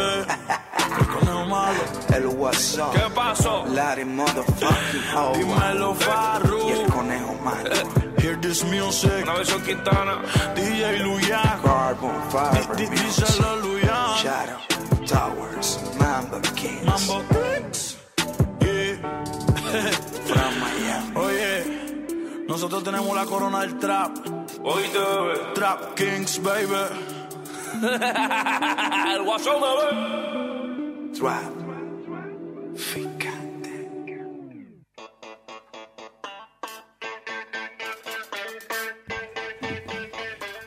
S9: El conejo malo.
S10: El WhatsApp.
S9: ¿Qué pasó?
S10: Larry motherfucking Howard.
S9: Dímelo, Farru.
S10: Y el conejo malo.
S9: Eh, Hear this music. Una versión Quintana. DJ Luya.
S10: Carbon Fiber.
S9: D-
S10: Music.
S9: díselo, Luyan.
S10: Shadow. Towers. Mambo Kings.
S9: Mambo Kings. Yeah.
S10: From Miami.
S9: Oye, nosotros tenemos la corona del trap. Oíste, bebé. Trap Kings, baby. El guasón, bebé.
S10: Trap.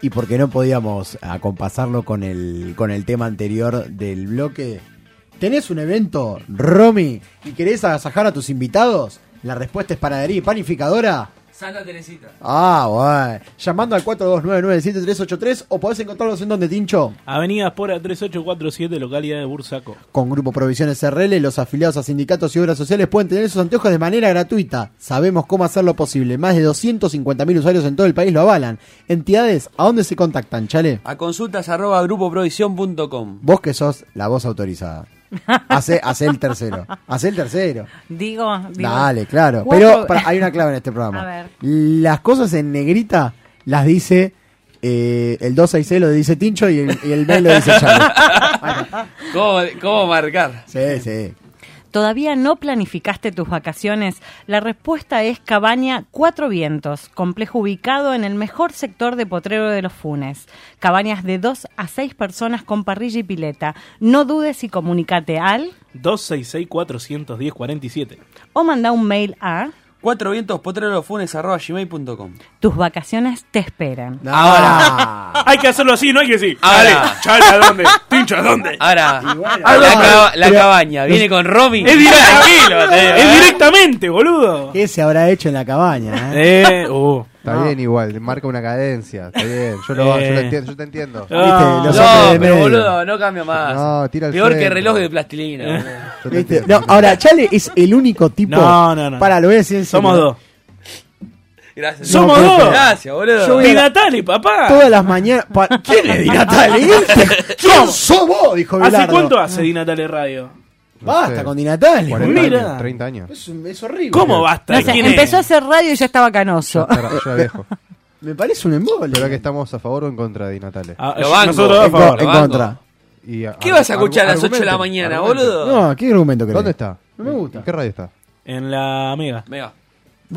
S3: Y porque no podíamos acompasarlo con el, con el tema anterior del bloque. ¿Tenés un evento, Romy, y querés agasajar a tus invitados? La respuesta es panadería y panificadora.
S4: Santa Teresita.
S3: Ah, bueno. Llamando al 4299-7383 o podés encontrarlos en donde, Tincho.
S5: Avenida Espora 3847, localidad de Bursaco.
S3: Con Grupo Provisiones RL, los afiliados a sindicatos y obras sociales pueden tener sus anteojos de manera gratuita. Sabemos cómo hacerlo posible. Más de 250.000 usuarios en todo el país lo avalan. Entidades, ¿a dónde se contactan, Chale?
S4: A consultas arroba grupoprovisión.com.
S3: Vos que sos la voz autorizada. Hacé, hacé el tercero. Hacé el tercero.
S6: Digo, digo.
S3: Dale, claro.
S6: Cuatro-
S3: Pero pará, hay una clave en este programa.
S6: A ver.
S3: Las cosas en negrita las dice eh, el 266 lo dice Tincho y el, y el B lo dice Chale.
S4: ¿Cómo, cómo marcar?
S3: Sí, sí.
S6: ¿Todavía no planificaste tus vacaciones? La respuesta es Cabaña Cuatro Vientos, complejo ubicado en el mejor sector de Potrero de los Funes. Cabañas de 2 a 6 personas con parrilla y pileta. No dudes y comunicate al
S5: 266-410-47.
S6: o manda un mail a
S4: Cuatro vientos potrerofunes arroba gmail.com.
S6: Tus vacaciones te esperan.
S3: Ah,
S4: Ahora.
S5: Ah. hay que hacerlo así, no hay que decir.
S4: Ahora.
S5: Dale, chala, ¿dónde? Pincha, ¿dónde?
S4: Ahora,
S5: ahora-
S4: la, caba- la
S5: Pero-
S4: cabaña, viene con Romy.
S5: Es directo.
S4: Tranquilo, te-
S5: Es directamente, boludo.
S3: ¿Qué se habrá hecho en la cabaña? eh?
S5: Eh, uh.
S7: Está bien igual, te marca una cadencia. Está bien, yo, lo, yo, lo
S5: Eh.
S7: entiendo, yo te entiendo.
S5: Ah.
S3: Viste, los
S4: No,
S3: hombres de
S4: pero
S3: medio.
S4: boludo, no cambia más.
S7: No, tira al
S4: Peor que
S7: frente.
S4: reloj de plastilina. boludo.
S7: Yo te
S3: ¿Viste?
S7: entiendo.
S3: No, ahora, Chale es el único tipo.
S5: No, no, no.
S3: Para, lo voy a decir en
S5: Somos
S3: serio.
S5: dos.
S4: Gracias.
S5: Somos
S3: No,
S5: dos.
S4: Gracias, boludo.
S3: Yo voy a-
S5: Di Natale, papá.
S3: Todas las mañanas. pa- ¿Quién le di Natale? ¿Quién sos vos? Dijo
S5: ¿Hace
S3: Bilardo.
S5: cuánto hace Di Natale Radio?
S3: Basta
S7: No sé.
S3: con Di Natale.
S7: 40
S5: Mira.
S7: años, 30 años.
S3: Es, un- es horrible.
S5: ¿Cómo basta?
S6: No sé,
S5: ¿Quién es?
S6: empezó a hacer radio y ya estaba canoso.
S7: Ahora, yo era viejo.
S3: Me parece un embole.
S7: Pero que estamos a favor o en contra de Di Natale.
S5: Ah,
S4: Lo banco.
S5: Nosotros a
S3: en, co-
S5: favor.
S3: en
S4: banco.
S3: contra.
S7: Y a-
S4: ¿Qué vas a escuchar a las
S7: argu-
S4: 8 de la
S7: argumenten,
S4: mañana,
S7: argumenten.
S4: boludo?
S3: No, ¿qué argumento crees?
S7: ¿Dónde está?
S3: No me gusta.
S7: ¿En qué radio está?
S5: En la mega.
S4: Venga,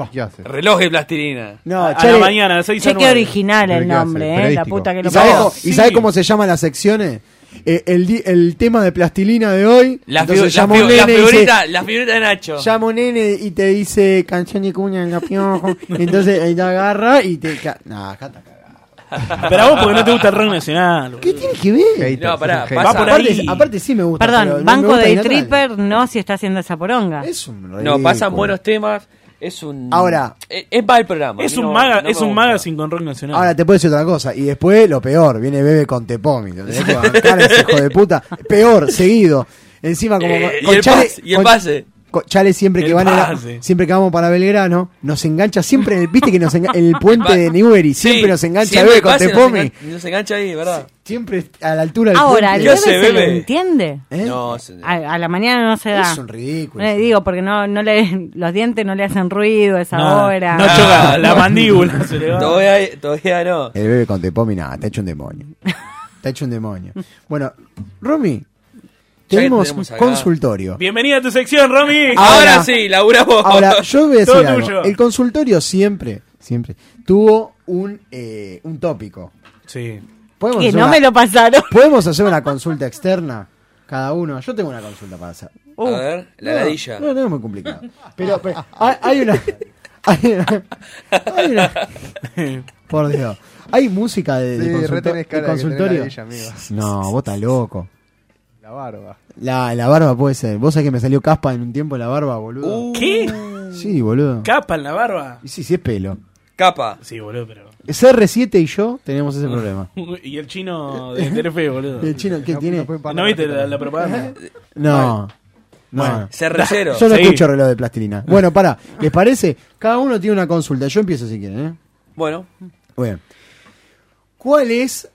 S7: ¿Qué hace?
S4: reloj de plastilina.
S3: No,
S5: a
S3: Chale,
S5: la mañana, a las 6 a
S6: Che, qué
S5: 9.
S6: original
S7: Pero
S6: el
S7: ¿qué hace?
S6: nombre, eh, la
S7: Periodístico.
S6: puta que
S3: ¿Y
S6: lo
S3: sabés
S6: parió.
S3: cómo- y sabés cómo se llaman las secciones? Eh, el, di- el tema de plastilina de hoy.
S4: La,
S3: entonces
S4: figu- la
S3: llama un
S4: figu- la
S3: nene y dice,
S4: figurita, la figurita de Nacho.
S3: Llama un nene y te dice canción y cuña en la piojo. Entonces él agarra y te. ca- No, acá está cagado.
S5: Pero a vos porque no te gusta el rock nacional.
S3: ¿Qué tiene que ver?
S7: Hater,
S4: No, pará,
S7: sos un
S4: pasa-
S5: Va por ahí.
S3: Aparte, aparte sí me gusta. pero no
S6: Perdón,
S3: me
S6: banco
S3: gusta
S6: de
S3: Natale.
S6: Tripper no si está haciendo esa poronga.
S3: Es un
S4: No,
S3: ridículo.
S4: pasan buenos temas. Eh, Es un.
S3: Ahora.
S4: Es, es mal programa.
S5: Es
S4: a mí
S5: un,
S4: no-
S5: maga,
S4: no
S5: es
S4: me
S5: un
S4: gusta.
S5: magazine con rock nacional.
S3: Ahora te puedo decir otra cosa. Y después lo peor, viene Bebe con Tepomi. Lo tenés que bancar a ese hijo de puta. Peor, seguido. Encima como
S4: Eh,
S3: con
S4: y el
S3: Chale-
S4: pase. Y el
S3: con-
S4: pase.
S3: con Chale siempre que
S5: El
S3: van a la-
S5: pase.
S3: siempre que vamos para Belgrano, nos engancha siempre en el, viste que nos enga- en el puente de Newbery, siempre
S4: Sí,
S3: nos engancha
S4: siempre
S3: Bebe con
S4: pase, nos
S3: Tepomi.
S4: engan- Nos engancha ahí, ¿verdad?
S3: Siempre a la altura del
S6: Ahora, ¿el
S3: puente.
S4: ¿qué
S6: bebé
S4: hace,
S6: se lo
S4: bebé?
S6: entiende?
S3: ¿Eh?
S4: No, se-
S6: A, a la mañana no se da.
S3: Es un ridículo.
S6: Eh, digo, porque no, no le, los dientes no le hacen ruido a esa
S5: no,
S6: hora.
S5: no choca, la mandíbula se le va.
S4: Ah, todavía, todavía no.
S3: El bebé con Tepomi, nada, te ha hecho un demonio. Te ha hecho un demonio. Bueno, Romy,
S4: que
S3: tenemos,
S4: tenemos
S3: un
S4: acá-
S3: consultorio.
S5: Bienvenida a tu sección, Romy.
S3: Ah. Ahora-
S4: Ahora, sí, labura vos.
S3: Ahora, yo voy a decir
S5: Todo
S3: algo.
S5: tuyo.
S3: El consultorio siempre, siempre, tuvo un, eh, un tópico.
S5: Sí.
S3: Podemos
S6: que
S3: hacer
S6: no
S3: una-
S6: me lo pasaron.
S3: ¿Podemos hacer una consulta externa? Cada uno. Yo tengo una consulta para hacer.
S4: a ver, la
S3: Oh. No,
S4: ladilla.
S3: No, no es muy complicado. Pero, pero hay, hay una. Hay una, hay una- Por Dios. Hay música de, de
S7: hater. Sí,
S3: consulto-
S7: re tenés
S3: de
S7: cara de que tenés
S3: consultorio.
S7: la villa, amigo.
S3: no, vos estás loco.
S7: La barba.
S3: La, la barba puede ser. Vos sabés que me salió caspa en un tiempo la barba, boludo.
S5: ¿Qué?
S3: Sí, boludo.
S5: ¿Capa en la barba?
S3: Y sí, sí es pelo.
S4: Capa.
S5: Sí, boludo, pero.
S3: CR7 y yo tenemos ese problema.
S5: Y el chino de Telefe, boludo.
S3: ¿El chino que
S7: No,
S3: tiene?
S7: no pueden parar
S5: ¿No
S7: la
S5: viste
S7: tarjeta.
S5: la, la propaganda?
S3: No. No.
S4: Cerrecero.
S3: Yo no
S5: Seguí.
S3: escucho reloj de plastilina. Bueno, pará. ¿Les parece? Cada uno tiene una consulta. Yo empiezo si quieren, ¿eh?
S4: Bueno,
S3: Bueno. ¿Cuál es.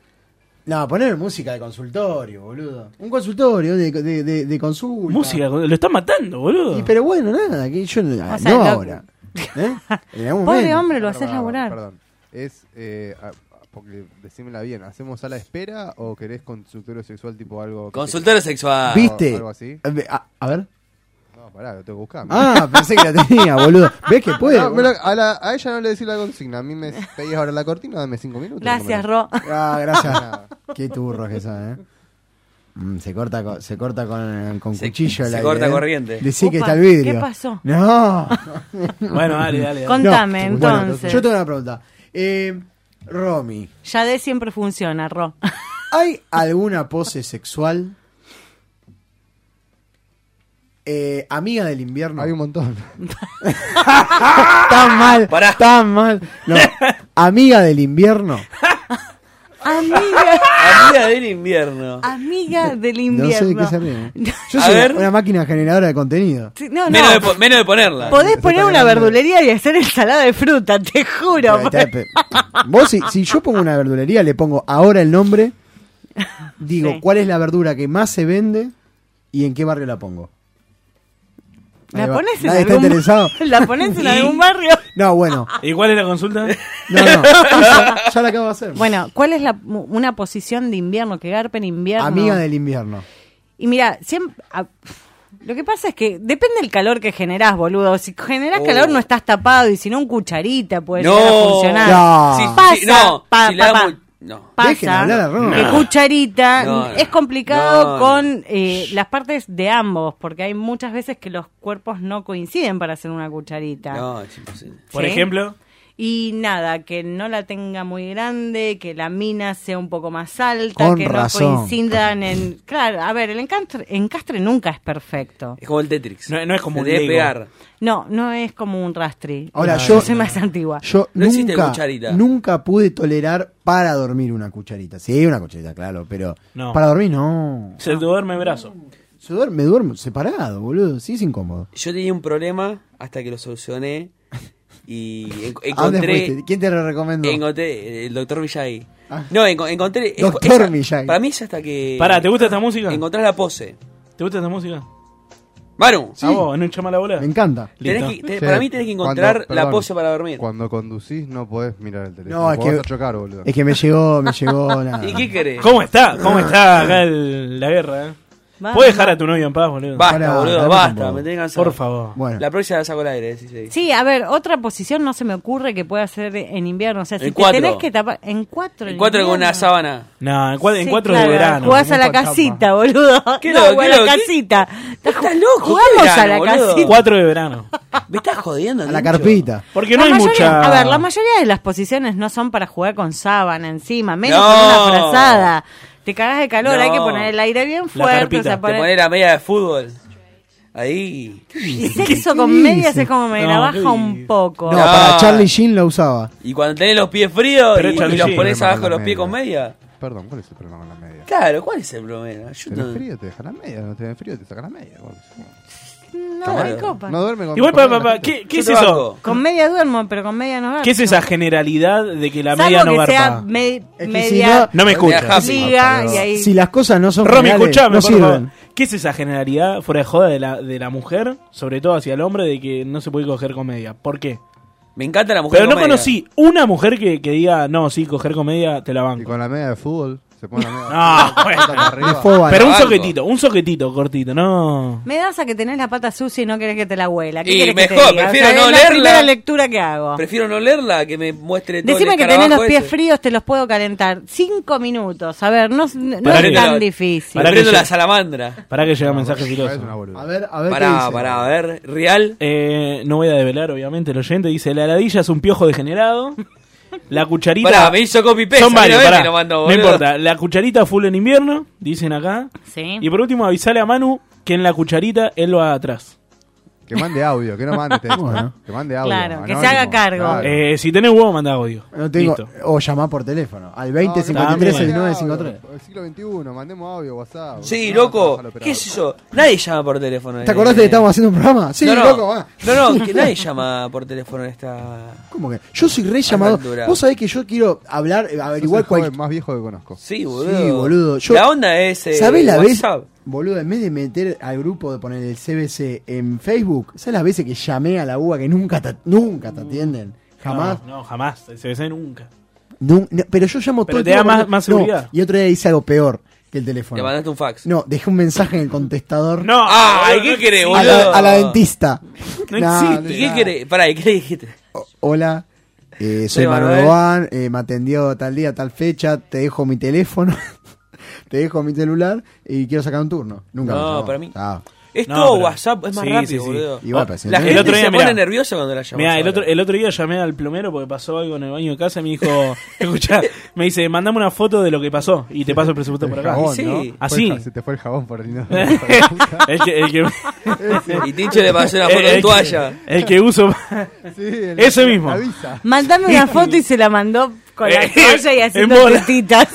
S3: No, poner música de consultorio, boludo. Un consultorio de, de, de, de consulta.
S5: Música, lo está matando, boludo.
S3: Y, pero bueno, nada, que yo no,
S6: sea,
S3: no
S6: lo-
S3: ahora. ¿Eh? En algún
S6: Pobre
S3: momento.
S6: hombre, lo haces
S7: Barba,
S6: laburar.
S7: Perdón. Es. Eh, a- a- porque decímela bien, ¿hacemos a la espera o querés consultorio sexual tipo algo? que te-
S4: consultorio sexual.
S3: Vi- ¿Viste? Eh,
S7: Algo así.
S3: A, a ver.
S7: No, pará, lo tengo que buscar.
S3: Ah, pensé que la tenía, boludo. ¿Ves que puede?
S7: No, me
S3: boludo?
S7: lo- a, la- a ella no le decís la consigna. A mí me pedís ahora la cortina, dame cinco minutos.
S6: Gracias,
S7: Ro.
S6: Ro.
S3: Ah, gracias. Qué turros que son, ¿eh? Mm, se corta con, se corta con, con
S4: Se-
S3: cuchillo
S4: se
S3: la
S4: corta corriente.
S3: Decí que
S6: Upa,
S3: está el vidrio.
S6: ¿qué pasó?
S3: No.
S5: Bueno, dale, dale. dale.
S6: Contame,
S3: No. Bueno,
S6: entonces.
S3: yo tengo una pregunta. Eh, Romy,
S6: Ya de siempre funciona, Ro.
S3: ¿hay alguna pose sexual? Eh, amiga del invierno.
S7: Hay un montón.
S3: Tan mal,
S4: Pará.
S3: tan mal. No. Amiga del invierno.
S6: Amiga,
S4: Amiga del invierno.
S6: amiga del
S3: No sé
S6: invierno.
S3: de qué se ¿eh? ríen. Yo
S4: A
S3: soy una-
S4: ver.
S3: una máquina generadora de contenido.
S6: Sí, No, no.
S4: Menos, de, po- menos de ponerla.
S6: Podés poner una
S3: ganando.
S6: verdulería y hacer ensalada de fruta, te juro.
S3: Pero está- pe- Vos, si, si yo pongo una verdulería, le pongo ahora el nombre, digo
S6: Sí.
S3: cuál es la verdura que más se vende y en qué barrio la pongo.
S6: ¿La
S3: Ahí va.
S6: pones en
S3: Nadie está
S6: algún
S3: interesado.
S6: ¿La pones en
S5: Y-
S6: algún barrio?
S3: No, bueno.
S5: ¿Y cuál es la consulta?
S3: No, no. Ya, ya la acabo de hacer.
S6: Bueno, ¿cuál es la, una posición de invierno que garpen invierno?
S3: Amiga del invierno.
S6: Y mira, siempre. a- lo que pasa es que depende del calor que generás, boludo. Si generás
S4: Oh.
S6: calor no estás tapado y si no un cucharita puede
S4: No.
S6: llegar a funcionar.
S3: No.
S6: Pasa,
S4: no,
S6: pa,
S4: si le
S6: pa,
S4: damos-
S6: pa.
S4: No.
S3: Dejen
S6: pasa
S3: hablar a Ron.
S6: que
S3: No.
S6: cucharita
S4: No, no.
S6: es complicado
S4: No, no.
S6: con eh, las partes de ambos, porque hay muchas veces que los cuerpos no coinciden para hacer una cucharita.
S4: No, es imposible.
S5: Por
S6: ¿Sí?
S5: ejemplo,
S6: Y nada, que no la tenga muy grande, que la mina sea un poco más alta,
S3: Con
S6: que
S3: razón.
S6: no coincidan en... Claro, a ver, el encastre, encastre nunca es perfecto.
S4: Es como el Tetris.
S5: No- no es como
S4: Se
S5: un
S4: te debe
S5: Lego.
S4: pegar.
S6: No, no es como un rastri.
S3: Ahora,
S6: No,
S3: yo-
S6: soy más antigua.
S3: Yo
S4: No existe
S3: nunca,
S4: cucharita.
S3: nunca pude tolerar para dormir una cucharita. Sí, una cucharita, claro, pero
S5: No.
S3: para dormir no.
S5: se te duerme el brazo.
S3: Yo duer- me duermo separado, boludo. Sí, es incómodo.
S4: Yo tenía un problema hasta que lo solucioné y en-
S3: ¿A dónde
S4: encontré,
S3: fuiste? ¿Quién te lo recomendó?
S4: encontré el doctor Villay.
S3: Ah.
S4: No, enco- encontré... es-
S3: Doctor
S4: esa-
S3: Villay.
S4: Para mí es hasta que...
S5: Pará, ¿te gusta esta música?
S4: Encontrás la pose.
S5: ¿Te gusta esta música?
S4: Manu,
S3: Sí.
S5: ¿A vos? ¿No llama la bola?
S3: Me encanta.
S4: tenés
S5: Listo.
S4: que- te-
S7: Che,
S4: para mí tenés que
S7: cuando-
S4: encontrar la
S7: perdón,
S4: pose para dormir.
S7: Cuando conducís no podés mirar el teléfono.
S3: No, es
S7: porque
S3: que-
S7: vas a chocar, boludo.
S3: Es que me llegó, me llegó nada.
S4: ¿Y qué querés?
S5: ¿Cómo está? ¿Cómo está acá el- la guerra? Eh?
S6: Va,
S5: ¿Puedes dejar a tu novio en paz, boludo?
S4: Basta,
S3: Pará,
S4: boludo,
S3: dame
S4: basta.
S3: tampoco.
S4: Me tenés cansado.
S5: Por favor.
S3: Bueno,
S4: La próxima la saco al aire, sí, sí.
S6: Sí, a ver, otra posición no se me ocurre que pueda hacer en invierno. O sea, si
S4: En
S6: te
S4: cuatro.
S6: tenés que tapar. En cuatro.
S4: En cuatro con una sábana.
S5: No, en, cua- en cuatro de verano.
S6: Jugás a la
S5: Mucha
S6: casita, boludo.
S4: ¿Qué
S6: no,
S4: loco,
S6: a
S4: qué
S6: la
S4: loco, qué-
S6: casita.
S4: Estás loco,
S6: Jugamos
S4: qué
S6: a la
S4: verano, boludo.
S5: chapa.
S6: casita.
S5: Cuatro de verano.
S4: Me estás jodiendo,
S3: a la
S4: Nacho.
S3: carpita.
S5: Porque
S6: La
S5: no hay
S6: mayoría-
S5: mucha.
S6: A ver, la mayoría de las posiciones no son para jugar con sábana encima, menos
S4: No.
S6: con una frazada. Te cagás de calor,
S4: No.
S6: hay que poner el aire bien fuerte.
S5: carpita.
S6: O sea,
S5: Te
S4: Te
S6: poner-
S4: ponés la media de fútbol. Ahí.
S6: Y sexo
S3: ¿Qué
S6: con
S3: dice?
S6: medias es como me
S5: No,
S6: la
S5: ¿qué
S6: baja un
S5: dice? Ah.
S6: poco.
S3: No,
S4: No.
S3: para Charlie Sheen lo usaba.
S4: Y cuando tenés los pies fríos
S5: Pero
S4: y,
S5: Charlie
S4: y los
S5: Sheen,
S4: pones
S7: problema
S4: abajo
S7: con la
S4: los pies con media.
S7: Perdón, ¿cuál es el problema con la media?
S4: Claro, ¿cuál es el problema? Yo
S7: Tenés
S4: no-
S7: frío, te dejan la media. No tenés frío, te sacan la media. boludo.
S6: No,
S4: Claro.
S6: me copa.
S7: No duerme con
S5: Igual,
S7: con
S5: papá,
S7: la
S5: papá,
S7: gente.
S5: ¿qué, qué
S4: Yo
S5: es
S4: te
S5: eso?
S4: banco.
S6: Con media duermo, pero con media no garpo.
S5: ¿Qué es esa generalidad de que la
S6: Salvo
S5: media no
S6: que sea
S5: garpa?
S6: me-
S3: Es que si
S6: media
S5: No me
S4: Media
S5: escuchas.
S4: happy.
S6: liga
S7: Sí.
S6: y ahí...
S3: Si las cosas no son
S5: Romy,
S3: reales,
S5: escuchame,
S3: no
S5: por favor.
S3: sirven.
S5: ¿Qué es esa generalidad fuera de joda de la, de la mujer, sobre todo hacia el hombre, de que no se puede coger comedia? ¿Por qué?
S4: Me encanta la mujer
S5: Pero no
S4: con media.
S5: conocí una mujer que, que diga, no, sí, coger comedia te la
S7: Y
S5: banco.
S7: con la media de fútbol se pone la media.
S5: No, bueno.
S7: Toca para arriba.
S3: De foba,
S5: Pero un
S4: banco.
S5: soquetito, un soquetito cortito, no.
S6: Me das a que tenés la pata sucia y no querés que te la huela. ¿Qué
S4: Y
S6: querés que te
S4: mejor,
S6: diga?
S4: prefiero
S6: O sea,
S4: no
S6: es la
S4: leerla.
S6: primera lectura que hago.
S4: Prefiero no leerla que me muestre todo
S6: Decime
S4: el
S6: que tenés los
S4: escarabajo
S6: pies
S4: ese.
S6: fríos, te los puedo calentar. Cinco minutos. A ver, no, no
S5: Pará
S6: es
S5: que-
S6: tan difícil.
S4: Me
S5: Pará que
S4: prendo
S5: yo-
S4: la salamandra.
S5: Para que llega mensaje
S7: Es
S5: filoso.
S7: una boluda.
S3: A ver, a ver qué
S4: Pará,
S3: dice.
S4: pará, a ver. Real.
S5: Eh, no voy a develar, obviamente, el oyente. Dice, la heladilla es un piojo degenerado. La cucharita...
S4: Pará, me hizo copy paste.
S5: Son varios, pará.
S4: Lo mando,
S5: no
S4: boludo.
S5: importa. La cucharita full en invierno, dicen acá.
S6: Sí.
S5: Y por último, avisale a Manu que en la cucharita él va atrás.
S7: Que mande audio, que no mande texto.
S3: Bueno.
S7: Que mande audio.
S6: Claro, que se
S7: anónimo.
S6: haga cargo.
S7: Claro.
S5: Eh, si tenés huevo, manda audio.
S3: No tengo,
S5: Listo.
S3: o llamá por teléfono al
S7: No, que
S3: 2053
S5: también.
S3: 6953.
S7: El siglo XXI, mandemos audio, WhatsApp.
S4: Sí,
S7: No,
S4: loco.
S7: trabaja el
S4: ¿Qué
S7: operador.
S4: es eso? Nadie llama por teléfono.
S3: ¿Te acordaste
S4: eh.
S3: que estábamos haciendo un programa? Sí,
S4: no, no.
S3: loco, va.
S4: No, no, que nadie llama por teléfono en esta.
S3: ¿Cómo que? Yo soy re llamado.
S4: Aventura.
S3: Vos sabés que yo quiero hablar, eh,
S7: Sos
S3: averiguar
S7: el joven
S3: cuál.
S7: más viejo que conozco.
S4: Sí, boludo.
S3: Sí, boludo, yo-
S4: La onda es. eh,
S3: ¿Sabés la vez?
S4: WhatsApp.
S3: Boludo, en vez de meter al grupo de poner el CBC en Facebook, ¿sabes las veces que llamé a la UBA que nunca te, nunca te atienden? Jamás.
S5: No, no, jamás. El CBC nunca.
S3: Nun- no, pero yo llamo
S5: Pero
S3: todo el
S5: te da
S3: tiempo
S5: más-
S3: porque-
S5: más
S3: no,
S5: seguridad.
S3: y otro día hice algo peor que el
S4: Le
S3: teléfono.
S4: mandaste un fax.
S3: No, dejé un mensaje en el contestador
S5: No,
S4: Ay,
S5: boludo,
S4: ¿qué
S5: no
S4: querés,
S5: existe.
S3: a,
S4: boludo?
S3: la, a la dentista.
S5: No
S3: Nah,
S5: existe.
S4: ¿Y qué querés? Pará, ¿y qué le dijiste?
S3: O- Hola, eh, soy
S4: Soy
S3: Manuel
S4: Manuel.
S3: Obán, eh, me atendió tal día, tal fecha, te dejo mi teléfono, te dejo mi celular y quiero sacar un turno. Nunca me
S4: No,
S3: llamó.
S4: para mí.
S3: Ah,
S4: Es
S5: No,
S4: todo
S5: pero-
S4: WhatsApp, es más
S5: Sí,
S4: rápido,
S5: sí, sí.
S4: boludo.
S3: Igual, pero si
S4: la
S3: no-
S4: gente
S5: El otro día,
S4: se pone
S5: mirá.
S4: nerviosa cuando la llamas.
S5: Mirá, el
S4: ahora.
S5: otro, el otro día llamé al plomero porque pasó algo en el baño de casa y me dijo, escucha, me dice, mandame una foto de lo que pasó y te paso el presupuesto por acá.
S7: Jabón,
S4: Sí.
S7: ¿no?
S4: Sí.
S5: Así.
S7: Fue el ja- Se te fue el jabón por ahí, ¿no?
S5: el que, el que,
S4: Y Tincho le pasó una
S5: el-
S4: foto
S5: el
S4: en
S5: que-
S4: toalla.
S5: el que uso.
S7: Sí, el-
S5: Ese mismo.
S7: Avisa.
S6: Mandame una foto y se la mandó con la
S5: Eh,
S6: toalla y
S5: en
S6: haciendo
S5: bola.
S6: tetitas.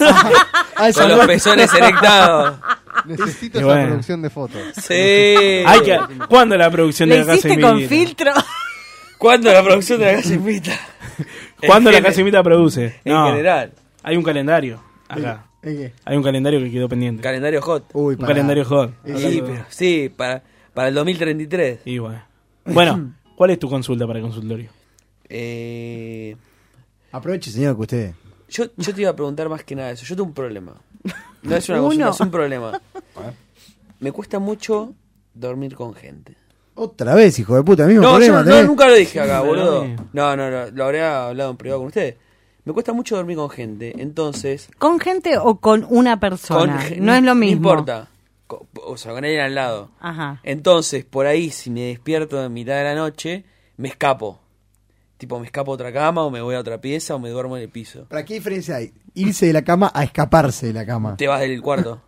S3: Ah, esa
S4: Con los
S3: no-
S4: pezones erectados.
S7: Necesito
S5: Y
S7: esa
S5: bueno.
S7: producción de fotos.
S4: Sí.
S5: Hay que, ¿Cuándo la producción
S6: ¿Le
S5: de la casa
S6: hiciste
S5: imita?
S6: con filtro?
S4: ¿Cuándo la producción de la casa invita?
S5: ¿Cuándo
S4: En
S5: la
S4: gen-
S5: casa imita produce?
S4: En
S5: No,
S4: general.
S5: Hay un calendario acá.
S3: ¿Eh, qué?
S5: Hay un calendario que quedó
S4: Un
S5: pendiente.
S4: Calendario hot.
S3: Uy,
S5: un
S3: pará.
S5: calendario joven.
S4: Sí, pero, sí para, para el 2033.
S5: Y bueno. Bueno, ¿cuál es tu consulta para el consultorio?
S4: Eh,
S3: Aproveche, señor, que usted.
S4: yo, yo te iba a preguntar más que nada eso. Yo tengo un problema. No es una
S6: Uno.
S4: consulta, es un problema. Me cuesta mucho dormir con gente.
S3: Otra vez, hijo de puta, el mismo
S4: No, yo
S3: problema.
S4: no-
S3: tenés.
S4: nunca lo dije acá, boludo.
S5: Problema.
S4: No, no, no. Lo habría hablado en privado con ustedes. me cuesta mucho dormir con gente. Entonces,
S6: ¿Con gente o con una persona?
S4: con-
S6: no es lo mismo.
S4: No importa. Co- O sea, con alguien al lado.
S6: Ajá.
S4: Entonces, por ahí, si me despierto en mitad de la noche, me escapo. Tipo, me escapo a otra cama, o me voy a otra pieza, o me duermo en el piso.
S3: ¿Para qué diferencia hay? Irse de la cama a escaparse de la cama.
S4: Te vas del cuarto.